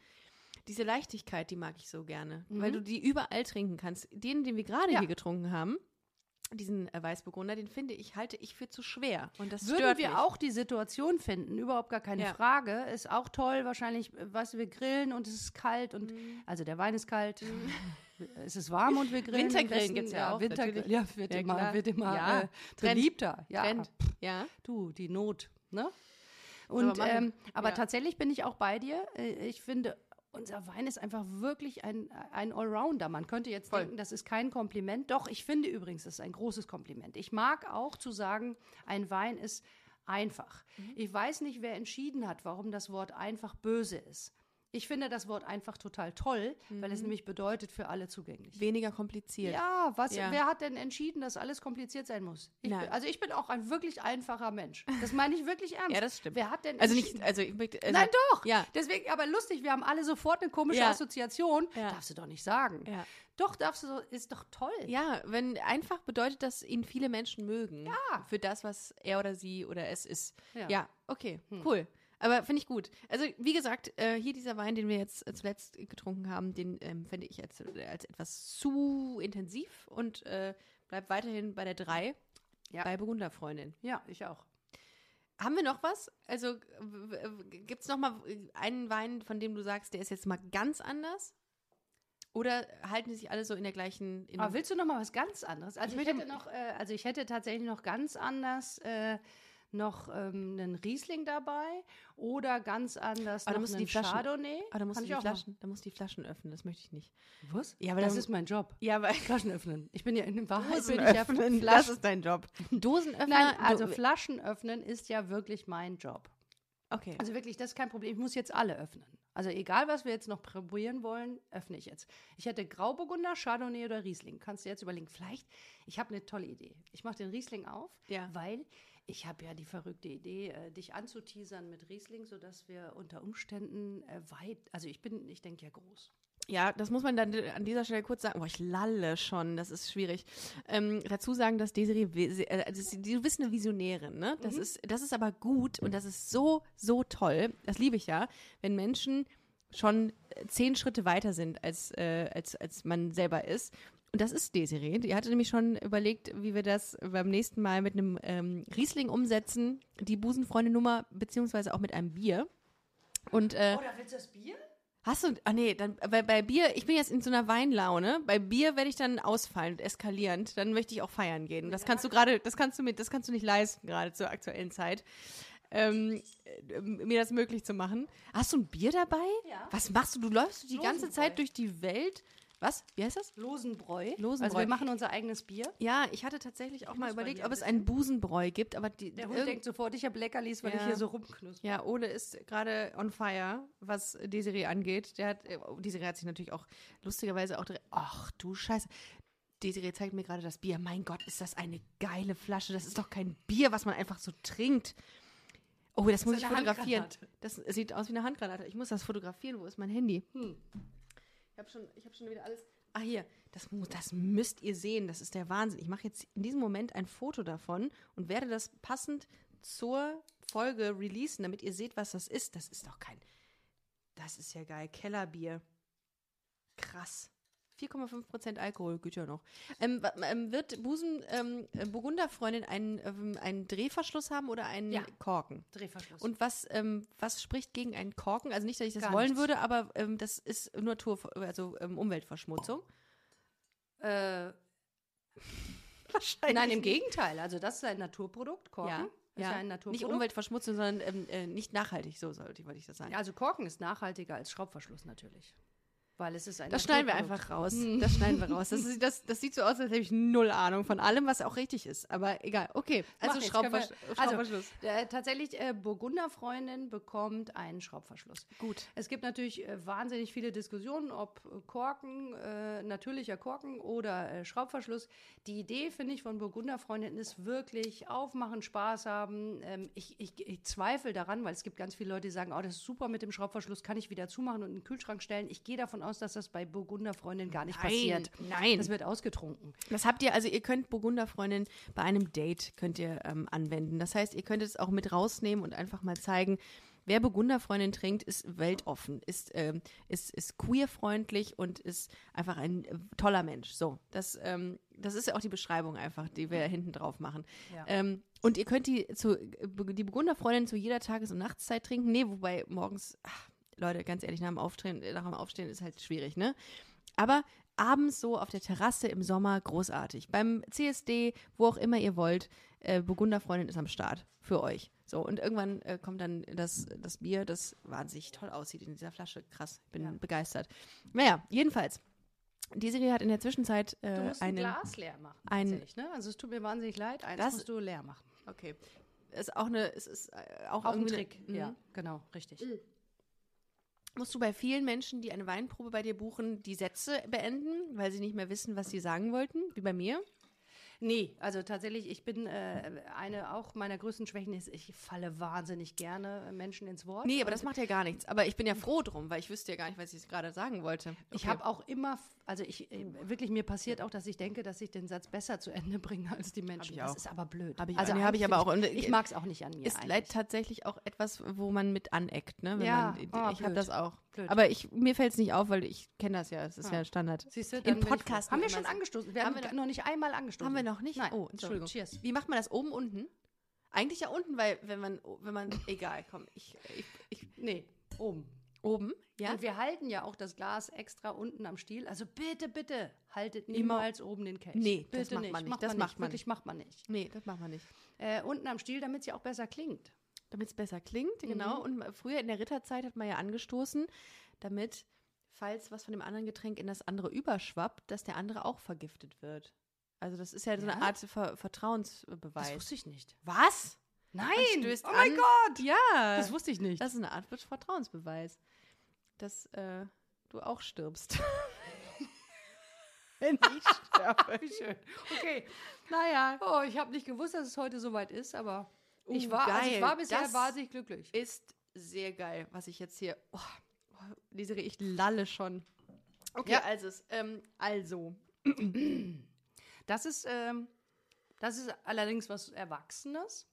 [SPEAKER 2] Diese Leichtigkeit, die mag ich so gerne, weil du die überall trinken kannst. Den, den wir gerade
[SPEAKER 1] Mhm. Ja.
[SPEAKER 2] hier getrunken haben, diesen äh, Weißburgunder, den finde ich, halte ich für zu schwer. Und das
[SPEAKER 1] Würden
[SPEAKER 2] stört
[SPEAKER 1] wir
[SPEAKER 2] mich.
[SPEAKER 1] auch die Situation finden, überhaupt gar keine
[SPEAKER 2] Ja.
[SPEAKER 1] Frage. Ist auch toll, wahrscheinlich, äh, weißt du, wir grillen und es ist kalt und
[SPEAKER 2] Mhm.
[SPEAKER 1] also der Wein ist kalt, [LAUGHS] es ist warm und wir grillen. am
[SPEAKER 2] Wintergrillen
[SPEAKER 1] besten-
[SPEAKER 2] gibt's ja auch,
[SPEAKER 1] Wintergrillen
[SPEAKER 2] natürlich.
[SPEAKER 1] ja, wird
[SPEAKER 2] Ja,
[SPEAKER 1] immer,
[SPEAKER 2] klar.
[SPEAKER 1] wird immer
[SPEAKER 2] Ja.
[SPEAKER 1] äh,
[SPEAKER 2] Trend.
[SPEAKER 1] beliebter. Ja,
[SPEAKER 2] Trend. Ja.
[SPEAKER 1] du, die Not, ne?
[SPEAKER 2] wir
[SPEAKER 1] Und
[SPEAKER 2] machen.
[SPEAKER 1] ähm, aber
[SPEAKER 2] Ja.
[SPEAKER 1] tatsächlich bin ich auch bei dir. Äh, Ich finde, unser Wein ist einfach wirklich ein, ein Allrounder. Man könnte jetzt
[SPEAKER 2] Voll.
[SPEAKER 1] denken, das ist kein Kompliment. Doch, ich finde übrigens, das ist ein großes Kompliment. Ich mag auch zu sagen, ein Wein ist einfach.
[SPEAKER 2] Mhm.
[SPEAKER 1] Ich weiß nicht, wer entschieden hat, warum das Wort einfach böse ist. Ich finde das Wort einfach total toll, weil
[SPEAKER 2] Mhm.
[SPEAKER 1] es nämlich bedeutet für alle zugänglich.
[SPEAKER 2] Weniger kompliziert.
[SPEAKER 1] Ja, was,
[SPEAKER 2] Ja.
[SPEAKER 1] wer hat denn entschieden, dass alles kompliziert sein muss? Ich
[SPEAKER 2] Nein.
[SPEAKER 1] bin, also ich bin auch ein wirklich einfacher Mensch. Das meine ich
[SPEAKER 2] [LAUGHS]
[SPEAKER 1] wirklich ernst.
[SPEAKER 2] Ja, das stimmt.
[SPEAKER 1] Wer hat denn
[SPEAKER 2] Also
[SPEAKER 1] entschieden-
[SPEAKER 2] nicht, also ich möchte. Also,
[SPEAKER 1] Nein, doch.
[SPEAKER 2] Ja.
[SPEAKER 1] Deswegen, aber lustig, wir haben alle sofort eine komische
[SPEAKER 2] Ja.
[SPEAKER 1] Assoziation.
[SPEAKER 2] Ja.
[SPEAKER 1] Darfst du doch nicht sagen.
[SPEAKER 2] Ja.
[SPEAKER 1] Doch, darfst du, so- ist doch toll.
[SPEAKER 2] Ja, wenn einfach bedeutet, dass ihn viele Menschen mögen. Ja. Für das, was er oder sie oder es ist. Ja,
[SPEAKER 1] Ja. Hm.
[SPEAKER 2] okay, cool. Aber finde ich gut. Also, wie gesagt, äh, hier dieser Wein, den wir jetzt äh, zuletzt getrunken haben, den ähm, finde ich als, als etwas zu intensiv und äh, bleibt weiterhin bei der 3
[SPEAKER 1] Ja.
[SPEAKER 2] bei Burgunderfreundin.
[SPEAKER 1] Ja, ich auch.
[SPEAKER 2] Haben wir noch was? Also gibt es noch mal einen Wein, von dem du sagst, der ist jetzt mal ganz anders? Oder halten die sich alle so in der gleichen? In
[SPEAKER 1] Aber willst du noch mal was ganz anderes? Also
[SPEAKER 2] Ich
[SPEAKER 1] ich,
[SPEAKER 2] möchte-
[SPEAKER 1] hätte noch, äh, also ich hätte tatsächlich noch ganz anders äh, noch ähm, einen Riesling dabei oder ganz anders
[SPEAKER 2] Aber da
[SPEAKER 1] noch
[SPEAKER 2] müssen
[SPEAKER 1] einen
[SPEAKER 2] die Flaschen-
[SPEAKER 1] Chardonnay.
[SPEAKER 2] Ah, da musst
[SPEAKER 1] Kann
[SPEAKER 2] du
[SPEAKER 1] ich
[SPEAKER 2] die
[SPEAKER 1] auch machen.
[SPEAKER 2] Flaschen, da musst du die Flaschen öffnen. Das möchte ich nicht.
[SPEAKER 1] Was?
[SPEAKER 2] Ja,
[SPEAKER 1] Ja,
[SPEAKER 2] aber
[SPEAKER 1] aber das
[SPEAKER 2] dann-
[SPEAKER 1] ist mein Job.
[SPEAKER 2] Ja,
[SPEAKER 1] [LAUGHS]
[SPEAKER 2] weil
[SPEAKER 1] Flaschen öffnen. Ich bin ja in Wahrheit
[SPEAKER 2] Dosen
[SPEAKER 1] bin ich ja
[SPEAKER 2] öffnen, das
[SPEAKER 1] Flaschen.
[SPEAKER 2] ist dein Job. Dosenöffner.
[SPEAKER 1] Nein, also
[SPEAKER 2] du-
[SPEAKER 1] Flaschen öffnen ist ja wirklich mein Job.
[SPEAKER 2] okay.
[SPEAKER 1] Also wirklich, das ist kein Problem. Ich muss jetzt alle öffnen. Also egal, was wir jetzt noch probieren wollen, öffne ich jetzt. Ich hätte Grauburgunder, Chardonnay oder Riesling. Kannst du jetzt überlegen, vielleicht, ich habe eine tolle Idee. Ich mache den Riesling auf,
[SPEAKER 2] Ja.
[SPEAKER 1] weil ich habe ja die verrückte Idee, äh, dich anzuteasern mit Riesling, sodass wir unter Umständen äh, weit, also ich bin, ich denke ja groß.
[SPEAKER 2] Ja, das muss man dann an dieser Stelle kurz sagen. Boah, ich lalle schon, das ist schwierig. Ähm, dazu sagen, dass Desiree, Wi- äh, das ist- du bist eine Visionärin, ne? Das, ist, das ist aber gut und das ist so, so toll. Das liebe ich ja, wenn äh, Menschen schon zehn Schritte weiter sind, als, äh, als, als man selber ist. Und das ist Desiree. Die hatte nämlich schon überlegt, wie wir das beim nächsten Mal mit einem ähm, Riesling umsetzen, die Busenfreunde-Nummer, beziehungsweise auch mit einem Bier. Und äh,
[SPEAKER 1] Oder willst du das Bier?
[SPEAKER 2] hast du, ah nee, dann bei, bei Bier, ich bin jetzt in so einer Weinlaune. Bei Bier werde ich dann ausfallend, eskalierend. Dann möchte ich auch feiern gehen. Das kannst du gerade, das kannst du mit, das kannst du nicht leisten gerade zur aktuellen Zeit. Ähm, äh, mir das möglich zu machen. Hast du ein Bier dabei?
[SPEAKER 1] Ja.
[SPEAKER 2] Was machst du? Du läufst die ganze
[SPEAKER 1] Dosenbräu.
[SPEAKER 2] Zeit durch die Welt. Was? Wie heißt das?
[SPEAKER 1] Losenbräu.
[SPEAKER 2] Losenbräu.
[SPEAKER 1] Also wir machen unser eigenes Bier.
[SPEAKER 2] Ja, ich hatte tatsächlich auch mal
[SPEAKER 1] muss mal
[SPEAKER 2] überlegt,
[SPEAKER 1] hier
[SPEAKER 2] ob es einen Busenbräu gibt, aber die,
[SPEAKER 1] Der Hund
[SPEAKER 2] irgend-
[SPEAKER 1] denkt sofort, ich habe Leckerlis, weil
[SPEAKER 2] Ja.
[SPEAKER 1] ich hier so rumknusper.
[SPEAKER 2] ja, Ole ist gerade on fire, was Desiree angeht. Der hat, äh, Desiree hat sich natürlich auch lustigerweise auch, direkt- ach du Scheiße. Desiree zeigt mir gerade das Bier. Mein Gott, ist das eine geile Flasche. Das ist doch kein Bier, was man einfach so trinkt. Oh, das muss
[SPEAKER 1] ist
[SPEAKER 2] ich
[SPEAKER 1] eine
[SPEAKER 2] fotografieren.
[SPEAKER 1] Handgranate.
[SPEAKER 2] Das sieht aus wie eine Handgranate. Ich muss das fotografieren. Wo ist mein Handy?
[SPEAKER 1] Hm.
[SPEAKER 2] Ich habe schon, ich hab schon wieder alles. Ah, hier, das, mu- das müsst ihr sehen. Das ist der Wahnsinn. Ich mache jetzt in diesem Moment ein Foto davon und werde das passend zur Folge releasen, damit ihr seht, was das ist. Das ist doch kein. Das ist ja geil. Kellerbier. Krass. 4,5% Alkohol, geht ja noch. Ähm, wa- ähm, wird Busen ähm, Burgunderfreundin einen, ähm, einen Drehverschluss haben oder einen
[SPEAKER 1] Ja.
[SPEAKER 2] Korken?
[SPEAKER 1] Drehverschluss.
[SPEAKER 2] Und was, ähm, was spricht gegen einen Korken? Also nicht, dass ich das
[SPEAKER 1] Gar
[SPEAKER 2] wollen
[SPEAKER 1] nichts.
[SPEAKER 2] würde, aber ähm, das ist Natur, also
[SPEAKER 1] [LAUGHS]
[SPEAKER 2] ähm, Umweltverschmutzung.
[SPEAKER 1] äh,
[SPEAKER 2] Wahrscheinlich.
[SPEAKER 1] nein, im Gegenteil. Also das ist ein Naturprodukt, Korken.
[SPEAKER 2] Ja,
[SPEAKER 1] Ist ja
[SPEAKER 2] ja.
[SPEAKER 1] ein
[SPEAKER 2] nicht
[SPEAKER 1] Naturprodukt.
[SPEAKER 2] Umweltverschmutzung, sondern ähm, äh, nicht nachhaltig, so sollte wollte ich das sagen.
[SPEAKER 1] also Korken ist nachhaltiger als Schraubverschluss natürlich. Weil es ist ein
[SPEAKER 2] Das schneiden wir
[SPEAKER 1] Naturprodukt. Hm.
[SPEAKER 2] einfach raus. Das schneiden wir raus. Das, ist, das, das sieht so aus, als hätte ich null Ahnung von allem, was auch richtig ist. Aber egal. Okay. Also
[SPEAKER 1] Mach nichts,
[SPEAKER 2] Schraubversch-
[SPEAKER 1] können wir-
[SPEAKER 2] Schraubverschluss.
[SPEAKER 1] Also, äh, tatsächlich, äh, Burgunderfreundin bekommt einen Schraubverschluss.
[SPEAKER 2] Gut.
[SPEAKER 1] Es gibt natürlich äh, wahnsinnig viele Diskussionen, ob äh, Korken, äh, natürlicher Korken oder äh, Schraubverschluss. Die Idee, finde ich, von Burgunderfreundin ist wirklich aufmachen, Spaß haben. Ähm, ich, ich, ich zweifle daran, weil es gibt ganz viele Leute, die sagen, oh, das ist super mit dem Schraubverschluss, kann ich wieder zumachen und in den Kühlschrank stellen. Ich gehe davon aus, dass das bei Burgunderfreundin gar nicht
[SPEAKER 2] Nein,
[SPEAKER 1] passiert.
[SPEAKER 2] nein.
[SPEAKER 1] Das wird ausgetrunken.
[SPEAKER 2] Das habt ihr, also ihr könnt Burgunderfreundin bei einem Date könnt ihr ähm, anwenden. Das heißt, ihr könnt es auch mit rausnehmen und einfach mal zeigen, wer Burgunderfreundin trinkt, ist weltoffen, ist, ähm, ist, ist queerfreundlich und ist einfach ein äh, toller Mensch. So, das, ähm, das ist ja auch die Beschreibung einfach, die wir hinten drauf machen.
[SPEAKER 1] Ja.
[SPEAKER 2] Ähm, und ihr könnt die, zu, äh, die Burgunderfreundin zu jeder Tages- und Nachtszeit trinken. Nee, wobei morgens, ach, Leute, ganz ehrlich, nach dem, Aufstehen, nach dem Aufstehen ist halt schwierig, ne? Aber abends so auf der Terrasse im Sommer großartig. Beim CSD, wo auch immer ihr wollt, äh, Burgunderfreundin ist am Start für euch. So, und irgendwann äh, kommt dann das, das Bier, das wahnsinnig toll aussieht in dieser Flasche. Krass, ich bin
[SPEAKER 1] Ja.
[SPEAKER 2] begeistert. Naja, jedenfalls. Die Serie hat in der Zwischenzeit äh,
[SPEAKER 1] Du musst ein
[SPEAKER 2] einen.
[SPEAKER 1] Glas leer machen.
[SPEAKER 2] ein-
[SPEAKER 1] tatsächlich, ne? Also es tut mir wahnsinnig leid, eins
[SPEAKER 2] Das-
[SPEAKER 1] musst du leer machen.
[SPEAKER 2] Okay. Ist auch eine, es ist äh, auch,
[SPEAKER 1] Auch ein
[SPEAKER 2] irgendwie eine-
[SPEAKER 1] Trick.
[SPEAKER 2] Mhm.
[SPEAKER 1] Ja, genau, richtig.
[SPEAKER 2] Musst du bei vielen Menschen, die eine Weinprobe bei dir buchen, die Sätze beenden, weil sie nicht mehr wissen, was sie sagen wollten, wie bei mir?
[SPEAKER 1] Nee, also tatsächlich, ich bin äh, eine auch meiner größten Schwächen ist, ich falle wahnsinnig gerne äh, Menschen ins Wort.
[SPEAKER 2] Nee, aber das
[SPEAKER 1] Und
[SPEAKER 2] macht ja gar nichts. Aber ich bin ja froh drum, weil ich wüsste ja gar nicht, was ich gerade sagen wollte.
[SPEAKER 1] ich habe auch immer, f- also ich äh, wirklich mir passiert auch, dass ich denke, dass ich den Satz besser zu Ende [LAUGHS] bringe als die Menschen.
[SPEAKER 2] ich auch.
[SPEAKER 1] Das ist aber blöd. Also
[SPEAKER 2] Hab ich- nee, hab ich
[SPEAKER 1] eigentlich
[SPEAKER 2] aber
[SPEAKER 1] find
[SPEAKER 2] auch. Und,
[SPEAKER 1] Ich,
[SPEAKER 2] äh,
[SPEAKER 1] ich mag es auch nicht an mir.
[SPEAKER 2] ist
[SPEAKER 1] eigentlich.
[SPEAKER 2] leid tatsächlich auch etwas, wo man mit aneckt, ne? Wenn
[SPEAKER 1] Ja,
[SPEAKER 2] man,
[SPEAKER 1] oh,
[SPEAKER 2] ich habe
[SPEAKER 1] blöd.
[SPEAKER 2] das auch.
[SPEAKER 1] Blöd.
[SPEAKER 2] Aber ich, mir fällt es nicht auf, weil ich kenne das ja. Es ist ja, Standard.
[SPEAKER 1] Siehst du,
[SPEAKER 2] Im
[SPEAKER 1] dann bin ich
[SPEAKER 2] Podcast
[SPEAKER 1] froh. haben wir
[SPEAKER 2] muss man
[SPEAKER 1] schon
[SPEAKER 2] sagen.
[SPEAKER 1] angestoßen. Wir
[SPEAKER 2] Haben
[SPEAKER 1] haben,
[SPEAKER 2] wir
[SPEAKER 1] noch nicht einmal angestoßen.
[SPEAKER 2] Haben wir noch nicht?
[SPEAKER 1] Nein.
[SPEAKER 2] Oh, Entschuldigung.
[SPEAKER 1] So, cheers.
[SPEAKER 2] Wie macht man das oben unten? Eigentlich ja unten, weil wenn man, wenn man, egal, komm, ich, ich, ich
[SPEAKER 1] Nee, oben.
[SPEAKER 2] oben, ja.
[SPEAKER 1] Und wir halten ja auch das Glas extra unten am Stiel. Also bitte, bitte, haltet niemals oben den Kelch.
[SPEAKER 2] Nee,
[SPEAKER 1] bitte
[SPEAKER 2] das macht
[SPEAKER 1] nicht.
[SPEAKER 2] man nicht. Das macht man
[SPEAKER 1] Wirklich macht man nicht.
[SPEAKER 2] nee, das machen wir nicht.
[SPEAKER 1] Äh, unten am Stiel, damit es ja auch besser klingt.
[SPEAKER 2] Damit es besser klingt,
[SPEAKER 1] Mhm.
[SPEAKER 2] genau. Und ma- früher in der Ritterzeit hat man ja angestoßen, damit, falls was von dem anderen Getränk in das andere überschwappt, dass der andere auch vergiftet wird. Also das ist ja so eine
[SPEAKER 1] Ja?
[SPEAKER 2] Art Ver Vertrauensbeweis.
[SPEAKER 1] Das wusste ich nicht.
[SPEAKER 2] was?
[SPEAKER 1] Nein!
[SPEAKER 2] stößt
[SPEAKER 1] oh mein
[SPEAKER 2] an.
[SPEAKER 1] Gott!
[SPEAKER 2] Ja.
[SPEAKER 1] Das wusste ich nicht.
[SPEAKER 2] Das ist eine Art Vertrauensbeweis, dass äh, du
[SPEAKER 1] [LAUGHS]
[SPEAKER 2] auch stirbst. Wenn ich sterbe.
[SPEAKER 1] Wie schön. Okay.
[SPEAKER 2] Naja.
[SPEAKER 1] Oh, ich habe nicht gewusst, dass es heute soweit ist, aber ich
[SPEAKER 2] Uh,
[SPEAKER 1] war, also
[SPEAKER 2] geil.
[SPEAKER 1] ich war bisher
[SPEAKER 2] Das-
[SPEAKER 1] wahnsinnig glücklich.
[SPEAKER 2] Ist sehr geil, was ich jetzt hier. Oh, oh, diese, ich lalle schon. Okay,
[SPEAKER 1] Ja.
[SPEAKER 2] also, es, ähm, also.
[SPEAKER 1] Das ist, ähm, das ist allerdings was Erwachsenes.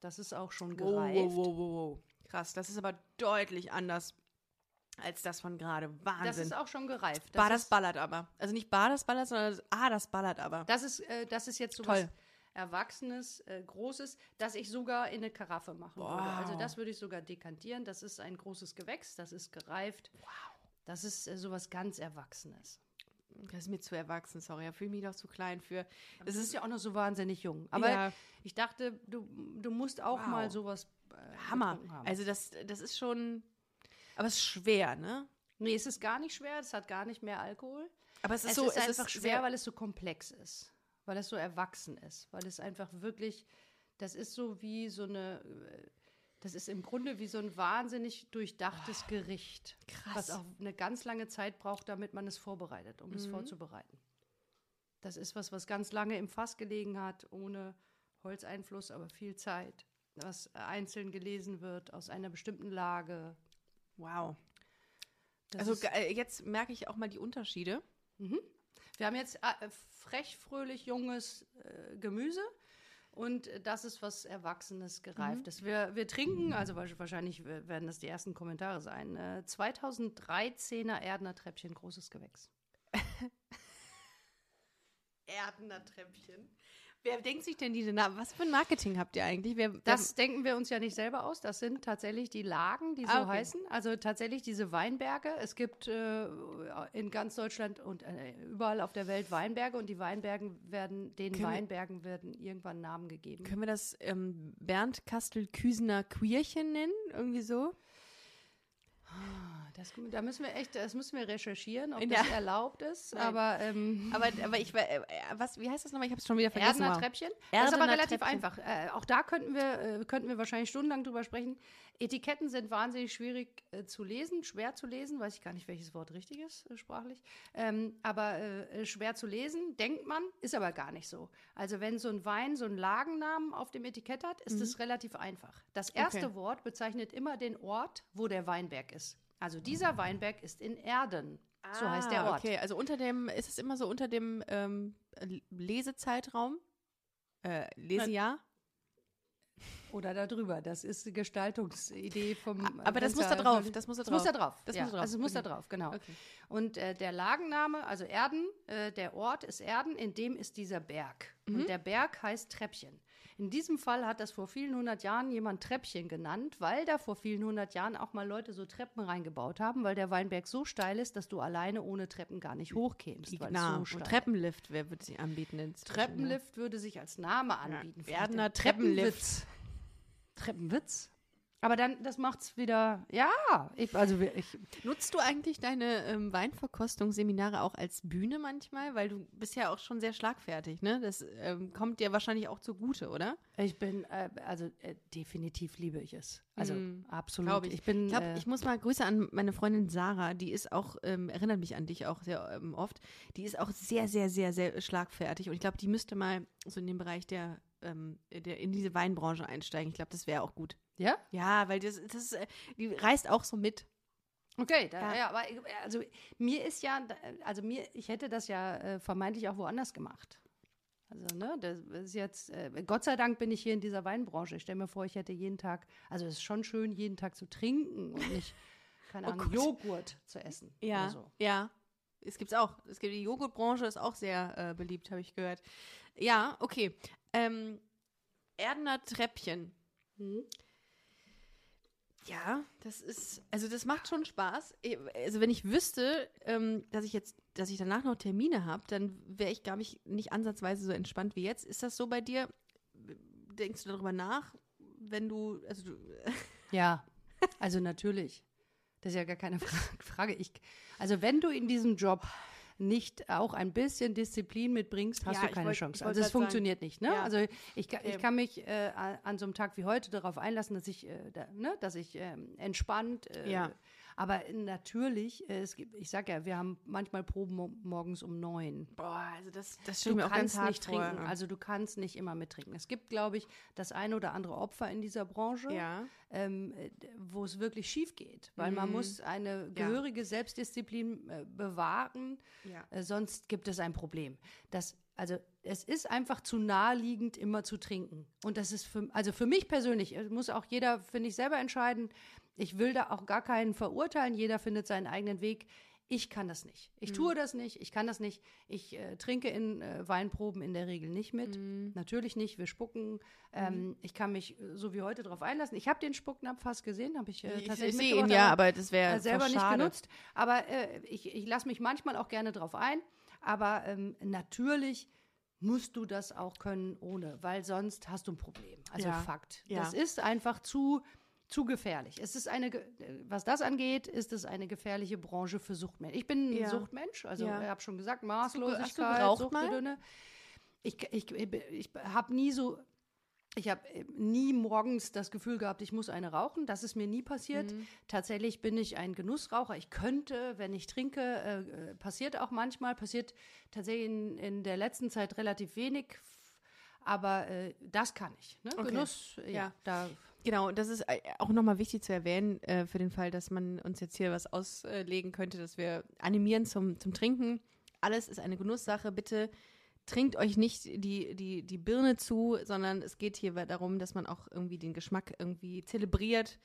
[SPEAKER 1] Das ist auch schon gereift.
[SPEAKER 2] wow, wow. Krass, das ist aber deutlich anders als das von gerade. Wahnsinn.
[SPEAKER 1] Das ist auch schon gereift.
[SPEAKER 2] Bar das
[SPEAKER 1] ist-
[SPEAKER 2] ballert aber. Also nicht Bar das ballert, sondern das- Ah, das ballert aber.
[SPEAKER 1] Das ist, äh, das ist jetzt sowas
[SPEAKER 2] Toll.
[SPEAKER 1] Erwachsenes, äh, Großes, das ich sogar in eine Karaffe machen würde. Also
[SPEAKER 2] Wow.
[SPEAKER 1] das würde ich sogar dekantieren. Das ist ein großes Gewächs, das ist gereift. Wow. Das ist äh, sowas ganz Erwachsenes.
[SPEAKER 2] Das ist mir zu erwachsen, sorry. Da fühle ich mich doch zu klein für.
[SPEAKER 1] Das
[SPEAKER 2] Das
[SPEAKER 1] ist
[SPEAKER 2] ist
[SPEAKER 1] ja auch noch so wahnsinnig jung. Aber
[SPEAKER 2] Ja.
[SPEAKER 1] ich dachte, du, du musst auch
[SPEAKER 2] Wow.
[SPEAKER 1] mal sowas äh,
[SPEAKER 2] Hammer.
[SPEAKER 1] getrunken haben.
[SPEAKER 2] Also das, das ist schon. Aber es ist schwer, ne?
[SPEAKER 1] nee, es ist gar nicht schwer, es hat gar nicht mehr Alkohol.
[SPEAKER 2] Aber es ist
[SPEAKER 1] es
[SPEAKER 2] so,
[SPEAKER 1] ist
[SPEAKER 2] es
[SPEAKER 1] einfach
[SPEAKER 2] ist
[SPEAKER 1] schwer,
[SPEAKER 2] schwer.
[SPEAKER 1] weil es so komplex ist, weil es so erwachsen ist, weil es einfach wirklich, das ist so wie so eine, äh, das ist im Grunde wie so ein wahnsinnig durchdachtes Gericht,
[SPEAKER 2] krass.
[SPEAKER 1] was auch eine ganz lange Zeit braucht, damit man es vorbereitet, um es
[SPEAKER 2] Mhm.
[SPEAKER 1] vorzubereiten. Das ist was, was ganz lange im Fass gelegen hat, ohne Holzeinfluss, aber viel Zeit, was einzeln gelesen wird aus einer bestimmten Lage.
[SPEAKER 2] Wow.
[SPEAKER 1] Das
[SPEAKER 2] Also
[SPEAKER 1] ist-
[SPEAKER 2] ge- äh, jetzt merke ich auch mal die Unterschiede.
[SPEAKER 1] Wir haben jetzt äh, frech, fröhlich, junges äh, Gemüse. Und das ist was Erwachsenes,
[SPEAKER 2] Mhm.
[SPEAKER 1] Gereiftes. Wir, wir trinken, also wa- wahrscheinlich w- werden das die ersten Kommentare sein, äh, 2013er Erdener Treppchen, großes Gewächs.
[SPEAKER 2] Erdener Treppchen. Wer denkt sich denn diese Namen? Was für ein Marketing habt ihr eigentlich? Wer, wer-
[SPEAKER 1] Das denken wir uns ja nicht selber aus. Das sind tatsächlich die Lagen, die so
[SPEAKER 2] Ah, okay.
[SPEAKER 1] heißen. Also tatsächlich diese Weinberge. Es gibt äh, in ganz Deutschland und äh, überall auf der Welt Weinberge. Und die Weinbergen werden, den
[SPEAKER 2] Können wir-
[SPEAKER 1] Weinbergen werden irgendwann Namen gegeben.
[SPEAKER 2] können wir das ähm, Bernd Kastel-Küsener Quirchen nennen? Irgendwie so?
[SPEAKER 1] Ah, Das, da müssen wir echt, das müssen wir recherchieren, ob
[SPEAKER 2] In
[SPEAKER 1] das
[SPEAKER 2] der-
[SPEAKER 1] erlaubt ist.
[SPEAKER 2] Nein.
[SPEAKER 1] Aber ähm,
[SPEAKER 2] Aber, aber ich, war- äh, äh, was, wie heißt das nochmal? Ich habe es schon wieder vergessen.
[SPEAKER 1] Erdener
[SPEAKER 2] wow.
[SPEAKER 1] Treppchen, das ist aber
[SPEAKER 2] Erdener
[SPEAKER 1] relativ
[SPEAKER 2] Treppchen.
[SPEAKER 1] einfach. Äh, auch da könnten wir, äh, könnten wir wahrscheinlich stundenlang drüber sprechen. Etiketten sind wahnsinnig schwierig äh, zu lesen, schwer zu lesen. Weiß ich gar nicht, welches Wort richtig ist, äh, sprachlich. Ähm, aber äh, äh, schwer zu lesen, denkt man, ist aber gar nicht so. Also wenn so ein Wein so einen Lagennamen auf dem Etikett hat, ist es relativ einfach. Das erste
[SPEAKER 2] Mhm. Okay.
[SPEAKER 1] Wort bezeichnet immer den Ort, wo der Weinberg ist. Also dieser Weinberg ist in Erden. So heißt der
[SPEAKER 2] Ah,
[SPEAKER 1] Ort.
[SPEAKER 2] Okay, also unter dem, ist es immer so unter dem ähm, L- Lesezeitraum? Äh, Lesejahr?
[SPEAKER 1] Oder darüber. Das ist die Gestaltungsidee vom. äh,
[SPEAKER 2] Ah, aber das muss da
[SPEAKER 1] Winter-
[SPEAKER 2] drauf, das muss da
[SPEAKER 1] Das muss da
[SPEAKER 2] drauf.
[SPEAKER 1] drauf.
[SPEAKER 2] Das
[SPEAKER 1] ja.
[SPEAKER 2] muss da drauf.
[SPEAKER 1] Also es muss da
[SPEAKER 2] Okay.
[SPEAKER 1] drauf, genau.
[SPEAKER 2] Okay.
[SPEAKER 1] Und äh, der Lagenname, also Erden, äh, der Ort ist Erden, in dem ist dieser Berg.
[SPEAKER 2] Mhm.
[SPEAKER 1] Und der Berg heißt Treppchen. In diesem Fall hat das vor vielen hundert Jahren jemand Treppchen genannt, weil da vor vielen hundert Jahren auch mal Leute so Treppen reingebaut haben, weil der Weinberg so steil ist, dass du alleine ohne Treppen gar nicht hochkämst. Weil es
[SPEAKER 2] Ignar.
[SPEAKER 1] so
[SPEAKER 2] Hm. Und
[SPEAKER 1] steil
[SPEAKER 2] Treppenlift, wer wird sie anbieten? Ins
[SPEAKER 1] Treppenlift würde sich als Name anbieten. vielleicht
[SPEAKER 2] Erdener
[SPEAKER 1] ein
[SPEAKER 2] Treppenlift.
[SPEAKER 1] Treppenwitz. Treppenwitz. Aber dann, das macht's wieder, ja, ich, also wir- ich,
[SPEAKER 2] Nutzt du eigentlich deine ähm, Weinverkostungsseminare auch als Bühne manchmal? Weil du bist ja auch schon sehr schlagfertig, ne? Das ähm, kommt dir wahrscheinlich auch zugute, oder?
[SPEAKER 1] ich bin, äh, also äh, definitiv liebe ich es. Also absolut.
[SPEAKER 2] Glaube
[SPEAKER 1] Ich.
[SPEAKER 2] ich.
[SPEAKER 1] bin,
[SPEAKER 2] Ich, Mhm. glaub,
[SPEAKER 1] äh,
[SPEAKER 2] ich muss mal Grüße an meine Freundin Sarah, die ist auch, ähm, erinnert mich an dich auch sehr ähm, oft, die ist auch sehr, sehr, sehr, sehr schlagfertig und ich glaube, die müsste mal so in den Bereich der, ähm, der in diese Weinbranche einsteigen. Ich glaube, das wäre auch gut.
[SPEAKER 1] ja?
[SPEAKER 2] Ja, weil das, das äh, die reist auch so mit.
[SPEAKER 1] Okay, da, ja.
[SPEAKER 2] Ja.
[SPEAKER 1] aber äh, also mir ist ja, also mir, ich hätte das ja äh, vermeintlich auch woanders gemacht. Also, ne, das ist jetzt, äh, Gott sei Dank bin ich hier in dieser Weinbranche. Ich stelle mir vor, ich hätte jeden Tag, also es ist schon schön, jeden Tag zu trinken und nicht, keine
[SPEAKER 2] [LAUGHS] Oh
[SPEAKER 1] Ahnung,
[SPEAKER 2] Gott.
[SPEAKER 1] Joghurt zu essen. Oder so.
[SPEAKER 2] ja. Es gibt's auch. Es gibt die Joghurtbranche ist auch sehr äh, beliebt, habe ich gehört. Ja, okay. Ähm, Erdener Treppchen. Hm. Ja, das ist, also das macht schon Spaß. Eh, Also wenn ich wüsste, ähm, dass ich jetzt, dass ich danach noch Termine habe, dann wäre ich gar nicht, nicht ansatzweise so entspannt wie jetzt. Ist das so bei dir? Denkst du darüber nach, wenn du, also du,
[SPEAKER 1] Ja, also natürlich. Das ist ja gar keine [LAUGHS] Fra- Frage. Ich, also wenn du in diesem Job nicht auch ein bisschen Disziplin mitbringst, hast
[SPEAKER 2] Ja,
[SPEAKER 1] du
[SPEAKER 2] ich
[SPEAKER 1] keine
[SPEAKER 2] wollt- ich
[SPEAKER 1] Chance.
[SPEAKER 2] wollt
[SPEAKER 1] Also es
[SPEAKER 2] grad sagen.
[SPEAKER 1] funktioniert nicht. Ne?
[SPEAKER 2] Ja. Ähm.
[SPEAKER 1] Also ich, ka- ich
[SPEAKER 2] Okay.
[SPEAKER 1] kann mich äh, a- an so einem Tag wie heute darauf einlassen, dass ich, äh, da, ne, dass ich ähm, entspannt. Äh,
[SPEAKER 2] Ja.
[SPEAKER 1] Aber natürlich, äh, es gibt, ich sag ja, wir haben manchmal Proben mo- morgens um neun
[SPEAKER 2] boah, also das, das
[SPEAKER 1] du
[SPEAKER 2] stimmt mir auch ganz
[SPEAKER 1] kannst
[SPEAKER 2] hart
[SPEAKER 1] nicht
[SPEAKER 2] vor.
[SPEAKER 1] trinken. Also du kannst nicht immer mittrinken. Es gibt, glaube ich, das ein oder andere Opfer in dieser Branche,
[SPEAKER 2] Ja.
[SPEAKER 1] ähm, äh, d- wo es wirklich schief geht. Weil man muss eine gehörige Selbstdisziplin äh, bewahren,
[SPEAKER 2] Ja.
[SPEAKER 1] äh, sonst gibt es ein Problem. Das, also es ist einfach zu naheliegend, immer zu trinken. Und das ist für, also für mich persönlich, äh, muss auch jeder, finde ich, selber entscheiden, Ich will da auch gar keinen verurteilen. Jeder findet seinen eigenen Weg. Ich kann das nicht.
[SPEAKER 2] Mhm.
[SPEAKER 1] Ich tue das nicht. Ich kann das nicht. Ich äh, trinke in äh, Weinproben in der Regel nicht mit.
[SPEAKER 2] Mhm.
[SPEAKER 1] Natürlich nicht. Wir spucken. Ähm, Ich kann mich äh, so wie heute darauf einlassen. Ich habe den Spucknapf fast gesehen. Habe ich äh,
[SPEAKER 2] Ich,
[SPEAKER 1] tatsächlich
[SPEAKER 2] ich sehe ihn
[SPEAKER 1] mitgebracht,
[SPEAKER 2] ja, aber das wäre
[SPEAKER 1] äh, selber nicht
[SPEAKER 2] schade.
[SPEAKER 1] genutzt. Aber äh, ich, ich lasse mich manchmal auch gerne drauf ein. Aber ähm, natürlich musst du das auch können ohne, weil sonst hast du ein Problem. Also
[SPEAKER 2] Ja.
[SPEAKER 1] Fakt.
[SPEAKER 2] Ja.
[SPEAKER 1] Das ist einfach zu, zu gefährlich. Es ist eine, ge- äh, was das angeht, ist es eine gefährliche Branche für Suchtmenschen. Ich bin ein
[SPEAKER 2] Ja.
[SPEAKER 1] Suchtmensch, also ich
[SPEAKER 2] Ja.
[SPEAKER 1] habe schon gesagt,
[SPEAKER 2] du ge-
[SPEAKER 1] Maßlosigkeit,
[SPEAKER 2] hast du geraucht
[SPEAKER 1] Suchtgedönne. Ich, ich, ich habe nie so ich habe äh, nie morgens das Gefühl gehabt, ich muss eine rauchen. Das ist mir nie passiert. Tatsächlich bin ich ein Genussraucher. Ich könnte, wenn ich trinke, äh, äh, passiert auch manchmal, passiert tatsächlich in, in der letzten Zeit relativ wenig. F- Aber äh, das kann ich. Ne?
[SPEAKER 2] Okay.
[SPEAKER 1] Genuss, äh, ja.
[SPEAKER 2] Ja.
[SPEAKER 1] Da,
[SPEAKER 2] Genau, und das ist äh, auch nochmal wichtig zu erwähnen, äh, für den Fall, dass man uns jetzt hier was auslegen könnte, dass wir animieren zum, zum Trinken. Alles ist eine Genusssache. Bitte trinkt euch nicht die, die, die Birne zu, sondern es geht hier darum, dass man auch irgendwie den Geschmack irgendwie zelebriert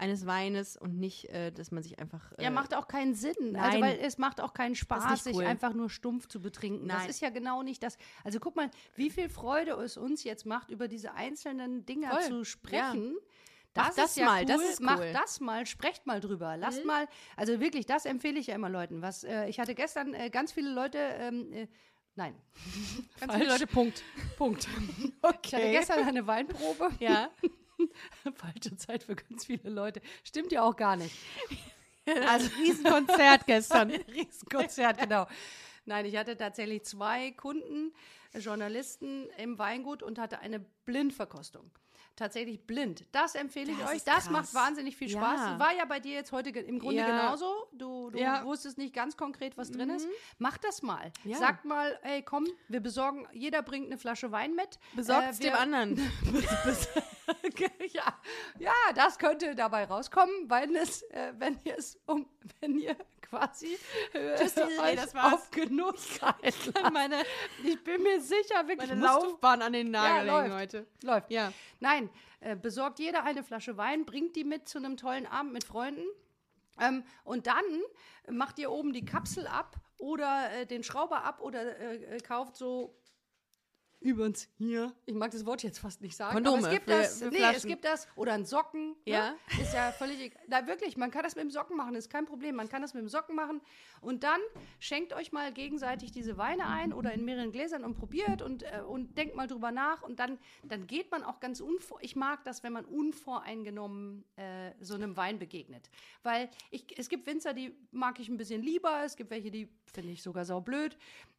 [SPEAKER 2] eines Weines und nicht, äh, dass man sich einfach. Äh,
[SPEAKER 1] ja, macht auch keinen Sinn.
[SPEAKER 2] nein.
[SPEAKER 1] Also, weil es macht auch keinen Spaß,
[SPEAKER 2] nicht
[SPEAKER 1] sich
[SPEAKER 2] cool.
[SPEAKER 1] einfach nur stumpf zu betrinken.
[SPEAKER 2] Nein.
[SPEAKER 1] Das ist ja genau nicht das. Also guck mal, wie viel Freude es uns jetzt macht, über diese einzelnen Dinger
[SPEAKER 2] Voll. Ja.
[SPEAKER 1] zu sprechen.
[SPEAKER 2] Mach das mal, das ist cool. Mhm.
[SPEAKER 1] Macht das mal, sprecht mal drüber. Lasst mal, also wirklich, das empfehle ich ja immer Leuten. Was, äh, ich hatte gestern äh, ganz viele Leute, ähm, äh, nein. Ganz
[SPEAKER 2] viele Leute,
[SPEAKER 1] Punkt. [LAUGHS] Punkt. Okay. Ich hatte gestern
[SPEAKER 2] [LAUGHS]
[SPEAKER 1] eine Weinprobe. [LAUGHS]
[SPEAKER 2] Ja,
[SPEAKER 1] Falsche Zeit für ganz viele Leute. Stimmt ja auch gar nicht.
[SPEAKER 2] also Riesenkonzert gestern.
[SPEAKER 1] Äh, [LAUGHS] Riesenkonzert, genau. Nein, ich hatte tatsächlich zwei Kunden, äh, Journalisten im Weingut und hatte eine Blindverkostung. Tatsächlich blind. Das empfehle ich
[SPEAKER 2] Das
[SPEAKER 1] euch.
[SPEAKER 2] ist
[SPEAKER 1] Das
[SPEAKER 2] krass.
[SPEAKER 1] macht wahnsinnig viel
[SPEAKER 2] Ja.
[SPEAKER 1] Spaß. War ja bei dir jetzt heute ge- im Grunde
[SPEAKER 2] Ja.
[SPEAKER 1] genauso. Du, du
[SPEAKER 2] Ja. Mhm.
[SPEAKER 1] wusstest nicht ganz konkret, was drin ist. Mach das mal.
[SPEAKER 2] Ja.
[SPEAKER 1] Sagt mal, ey, komm, wir besorgen, jeder bringt eine Flasche Wein mit.
[SPEAKER 2] Besorgt's
[SPEAKER 1] Äh,
[SPEAKER 2] dem
[SPEAKER 1] wir- [LAUGHS]
[SPEAKER 2] anderen.
[SPEAKER 1] ja, ja, das könnte dabei rauskommen, wenn es, äh, wenn ihr es um, wenn ihr quasi äh,
[SPEAKER 2] Idee,
[SPEAKER 1] euch
[SPEAKER 2] das war's.
[SPEAKER 1] auf Genuss reitet.
[SPEAKER 2] meine,
[SPEAKER 1] [LAUGHS] Ich bin mir sicher, wirklich
[SPEAKER 2] meine
[SPEAKER 1] musst du-
[SPEAKER 2] Laufbahn an den Nagel
[SPEAKER 1] Ja,
[SPEAKER 2] legen
[SPEAKER 1] läuft.
[SPEAKER 2] heute.
[SPEAKER 1] läuft.
[SPEAKER 2] Ja.
[SPEAKER 1] Nein, äh, besorgt jeder eine Flasche Wein, bringt die mit zu einem tollen Abend mit Freunden. Ähm, und dann macht ihr oben die Kapsel ab oder äh, den Schrauber ab oder äh, äh, kauft so übrigens hier, ich mag das Wort jetzt fast nicht sagen,
[SPEAKER 2] Kondome
[SPEAKER 1] aber es gibt
[SPEAKER 2] für-
[SPEAKER 1] das,
[SPEAKER 2] für
[SPEAKER 1] nee, es
[SPEAKER 2] Flaschen.
[SPEAKER 1] gibt das oder ein Socken,
[SPEAKER 2] Ja.
[SPEAKER 1] ne? ist ja völlig egal. Na wirklich, man kann das mit dem Socken machen, ist kein Problem, man kann das mit dem Socken machen und dann schenkt euch mal gegenseitig diese Weine ein oder in mehreren Gläsern und probiert und, äh, und denkt mal drüber nach und dann, dann geht man auch ganz unvor, ich mag das, wenn man unvoreingenommen äh, so einem Wein begegnet, weil ich, es gibt Winzer, die mag ich ein bisschen lieber, es gibt welche, die finde ich sogar saublöd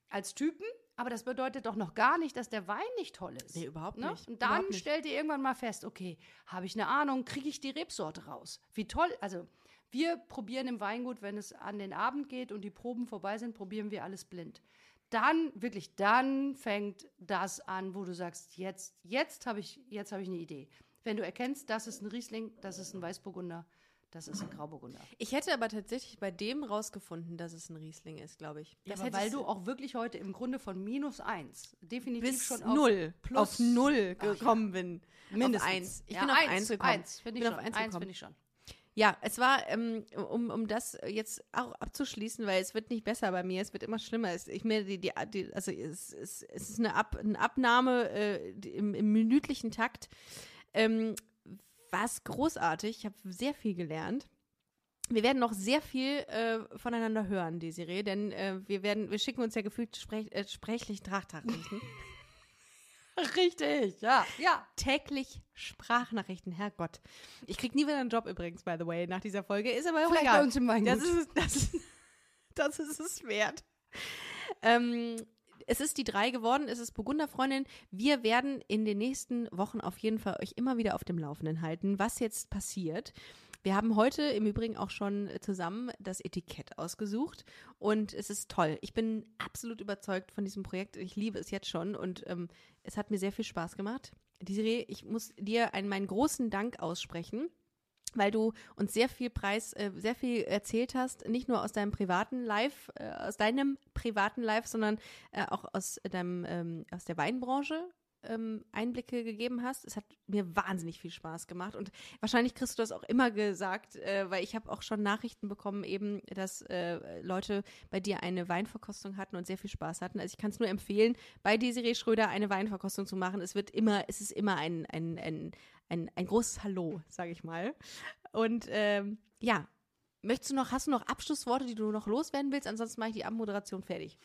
[SPEAKER 1] als Typen, aber das bedeutet doch noch gar nicht, dass der Wein nicht toll ist.
[SPEAKER 2] Nee, überhaupt nicht.
[SPEAKER 1] Ne? Und dann
[SPEAKER 2] Überhaupt nicht.
[SPEAKER 1] stellt ihr irgendwann mal fest, okay, habe ich eine Ahnung, kriege ich die Rebsorte raus? Wie toll, also wir probieren im Weingut, wenn es an den Abend geht und die Proben vorbei sind, probieren wir alles blind. Dann, wirklich, dann fängt das an, wo du sagst, jetzt, jetzt habe ich, jetzt habe ich eine Idee. Wenn du erkennst, das ist ein Riesling, das ist ein Weißburgunder, das ist ein Grauburgunder.
[SPEAKER 2] Ich hätte aber tatsächlich bei dem rausgefunden, dass es ein Riesling ist, glaube ich.
[SPEAKER 1] Das
[SPEAKER 2] Das
[SPEAKER 1] aber
[SPEAKER 2] hätte
[SPEAKER 1] weil
[SPEAKER 2] ich
[SPEAKER 1] du auch wirklich heute im Grunde von minus eins definitiv
[SPEAKER 2] bis
[SPEAKER 1] schon auf
[SPEAKER 2] null,
[SPEAKER 1] plus-
[SPEAKER 2] auf null
[SPEAKER 1] Ach ja.
[SPEAKER 2] gekommen bin.
[SPEAKER 1] mindestens.
[SPEAKER 2] Auf eins. Ich
[SPEAKER 1] Ja,
[SPEAKER 2] bin auf eins, gekommen.
[SPEAKER 1] Eins, finde ich,
[SPEAKER 2] bin auf
[SPEAKER 1] schon.
[SPEAKER 2] eins
[SPEAKER 1] Eins
[SPEAKER 2] gekommen.
[SPEAKER 1] finde ich schon.
[SPEAKER 2] Ja, es war, ähm, um, um das jetzt auch abzuschließen, weil es wird nicht besser bei mir, es wird immer schlimmer. Es, ich mir die, die, die, also es, es, es ist eine, Ab, eine Abnahme äh, die, im, im minütlichen Takt. Ähm, war es großartig. Ich habe sehr viel gelernt. Wir werden noch sehr viel äh, voneinander hören, Desiree, denn äh, wir werden, wir schicken uns ja gefühlt sprech, äh, sprechlich Trachtachrichten.
[SPEAKER 1] [LAUGHS] Richtig, ja, ja.
[SPEAKER 2] Täglich Sprachnachrichten, Herrgott. Ich krieg nie wieder einen Job übrigens, by the way, nach dieser Folge. Ist aber auch
[SPEAKER 1] Vielleicht
[SPEAKER 2] egal.
[SPEAKER 1] bei uns im Weingut.
[SPEAKER 2] Das ist, das, ist- das [LAUGHS] ist es wert. Ähm, es ist die drei geworden, es ist Burgunderfreundin. Wir werden in den nächsten Wochen auf jeden Fall euch immer wieder auf dem Laufenden halten, was jetzt passiert. Wir haben heute im Übrigen auch schon zusammen das Etikett ausgesucht und es ist toll. Ich bin absolut überzeugt von diesem Projekt. Ich liebe es jetzt schon und ähm, es hat mir sehr viel Spaß gemacht. Desiree, ich muss dir einen, meinen großen Dank aussprechen weil du uns sehr viel Preis, äh, sehr viel erzählt hast, nicht nur aus deinem privaten Live, äh, aus deinem privaten Live, sondern äh, auch aus deinem, ähm, aus der Weinbranche. ähm, Einblicke gegeben hast. Es hat mir wahnsinnig viel Spaß gemacht und wahrscheinlich kriegst du das auch immer gesagt, äh, weil ich habe auch schon Nachrichten bekommen, eben, dass äh, Leute bei dir eine Weinverkostung hatten und sehr viel Spaß hatten. Also ich kann es nur empfehlen, bei Desiree Schröder eine Weinverkostung zu machen. Es wird immer, es ist immer ein, ein, ein, ein, ein großes Hallo, sage ich mal. Und ähm, ja, Möchtest du noch, hast du noch Abschlussworte, die du noch loswerden willst? Ansonsten mache ich die Abmoderation fertig.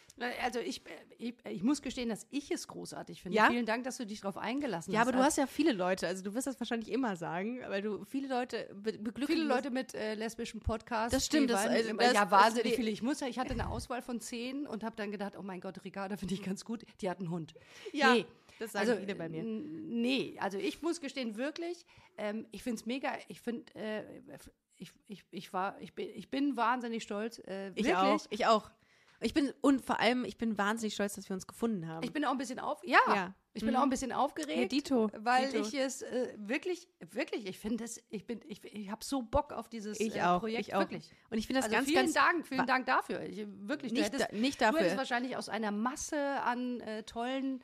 [SPEAKER 1] Also ich, ich, ich muss gestehen, dass ich es großartig finde.
[SPEAKER 2] Ja?
[SPEAKER 1] Vielen Dank, dass du dich darauf eingelassen
[SPEAKER 2] Ja,
[SPEAKER 1] hast.
[SPEAKER 2] aber du hast ja viele Leute, also du wirst das wahrscheinlich immer sagen, weil du viele Leute be beglückst.
[SPEAKER 1] viele Leute mit äh, lesbischen Podcasts.
[SPEAKER 2] Das stimmt,
[SPEAKER 1] die
[SPEAKER 2] das-
[SPEAKER 1] beiden-
[SPEAKER 2] also
[SPEAKER 1] im-
[SPEAKER 2] das-
[SPEAKER 1] ja,
[SPEAKER 2] das-
[SPEAKER 1] wahnsinnig
[SPEAKER 2] nee.
[SPEAKER 1] viele. Ich muss ja, ich hatte eine Auswahl von zehn und habe dann gedacht, oh mein Gott, Ricarda finde ich ganz gut. Die hat einen Hund.
[SPEAKER 2] Ja,
[SPEAKER 1] nee.
[SPEAKER 2] das sagen
[SPEAKER 1] also,
[SPEAKER 2] viele bei mir.
[SPEAKER 1] n- Nee, also ich muss gestehen, wirklich, ähm, ich finde es mega, ich finde, äh, ich, ich, ich, war, ich, bin, ich bin wahnsinnig stolz. Äh,
[SPEAKER 2] Ich
[SPEAKER 1] wirklich.
[SPEAKER 2] auch, ich auch. Ich bin, und vor allem, ich bin wahnsinnig stolz, dass wir uns gefunden haben.
[SPEAKER 1] Ich bin auch ein bisschen auf, ja,
[SPEAKER 2] Ja.
[SPEAKER 1] ich bin
[SPEAKER 2] Mhm.
[SPEAKER 1] auch ein bisschen aufgeregt,
[SPEAKER 2] Ja, dito,
[SPEAKER 1] weil
[SPEAKER 2] dito.
[SPEAKER 1] ich es äh, wirklich, wirklich, ich finde es, ich bin, ich, ich habe so Bock auf dieses
[SPEAKER 2] ich
[SPEAKER 1] äh,
[SPEAKER 2] auch,
[SPEAKER 1] Projekt,
[SPEAKER 2] ich auch.
[SPEAKER 1] wirklich.
[SPEAKER 2] Und ich finde das
[SPEAKER 1] also
[SPEAKER 2] ganz,
[SPEAKER 1] vielen
[SPEAKER 2] ganz,
[SPEAKER 1] Dank, vielen
[SPEAKER 2] wa-
[SPEAKER 1] Dank dafür. Ich, wirklich, du
[SPEAKER 2] Nicht
[SPEAKER 1] hättest,
[SPEAKER 2] da- nicht
[SPEAKER 1] Du hättest
[SPEAKER 2] dafür.
[SPEAKER 1] wahrscheinlich aus einer Masse an äh, tollen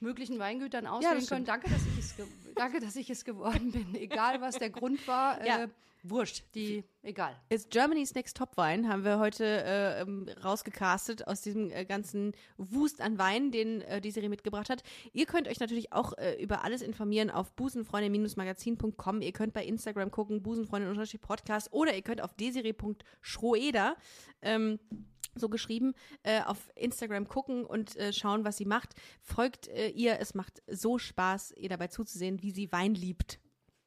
[SPEAKER 1] möglichen Weingütern auswählen können.
[SPEAKER 2] stimmt.
[SPEAKER 1] Danke dass, ich es ge- danke, dass ich es geworden bin. Egal, was der Grund war.
[SPEAKER 2] Ja.
[SPEAKER 1] Äh, wurscht, die, egal.
[SPEAKER 2] ist Germany's Next Top Wein, haben wir heute äh, ähm, rausgecastet aus diesem äh, ganzen Wust an Wein, den äh, die Serie mitgebracht hat. Ihr könnt euch natürlich auch äh, über alles informieren auf busenfreunde-magazin.com. Ihr könnt bei Instagram gucken, busenfreunde-podcast oder ihr könnt auf desiree.schroeder ähm, so geschrieben, äh, auf Instagram gucken und äh, schauen, was sie macht. Folgt äh, ihr, es macht so Spaß, ihr dabei zuzusehen, wie sie Wein liebt.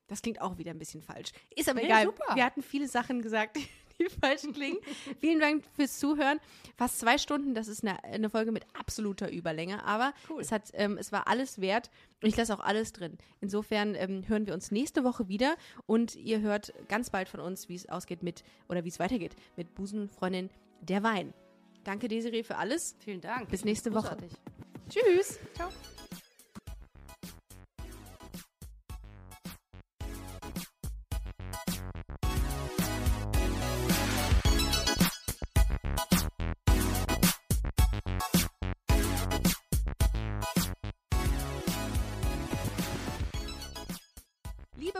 [SPEAKER 2] Das klingt auch wieder ein bisschen falsch. Ist aber
[SPEAKER 1] Nee,
[SPEAKER 2] egal.
[SPEAKER 1] super.
[SPEAKER 2] Wir hatten viele Sachen gesagt, [LAUGHS] die falsch klingen. Vielen Dank fürs Zuhören. Fast zwei Stunden, das ist eine, eine Folge mit absoluter Überlänge, aber
[SPEAKER 1] Cool.
[SPEAKER 2] es, hat, ähm, es war alles wert und ich lasse auch alles drin. Insofern ähm, hören wir uns nächste Woche wieder und ihr hört ganz bald von uns, wie es ausgeht mit oder wie es weitergeht mit Busenfreundin der Wein. Danke Desiree für alles.
[SPEAKER 1] Vielen Dank.
[SPEAKER 2] Bis nächste Woche.
[SPEAKER 1] Großartig.
[SPEAKER 2] Tschüss. Ciao. Liebe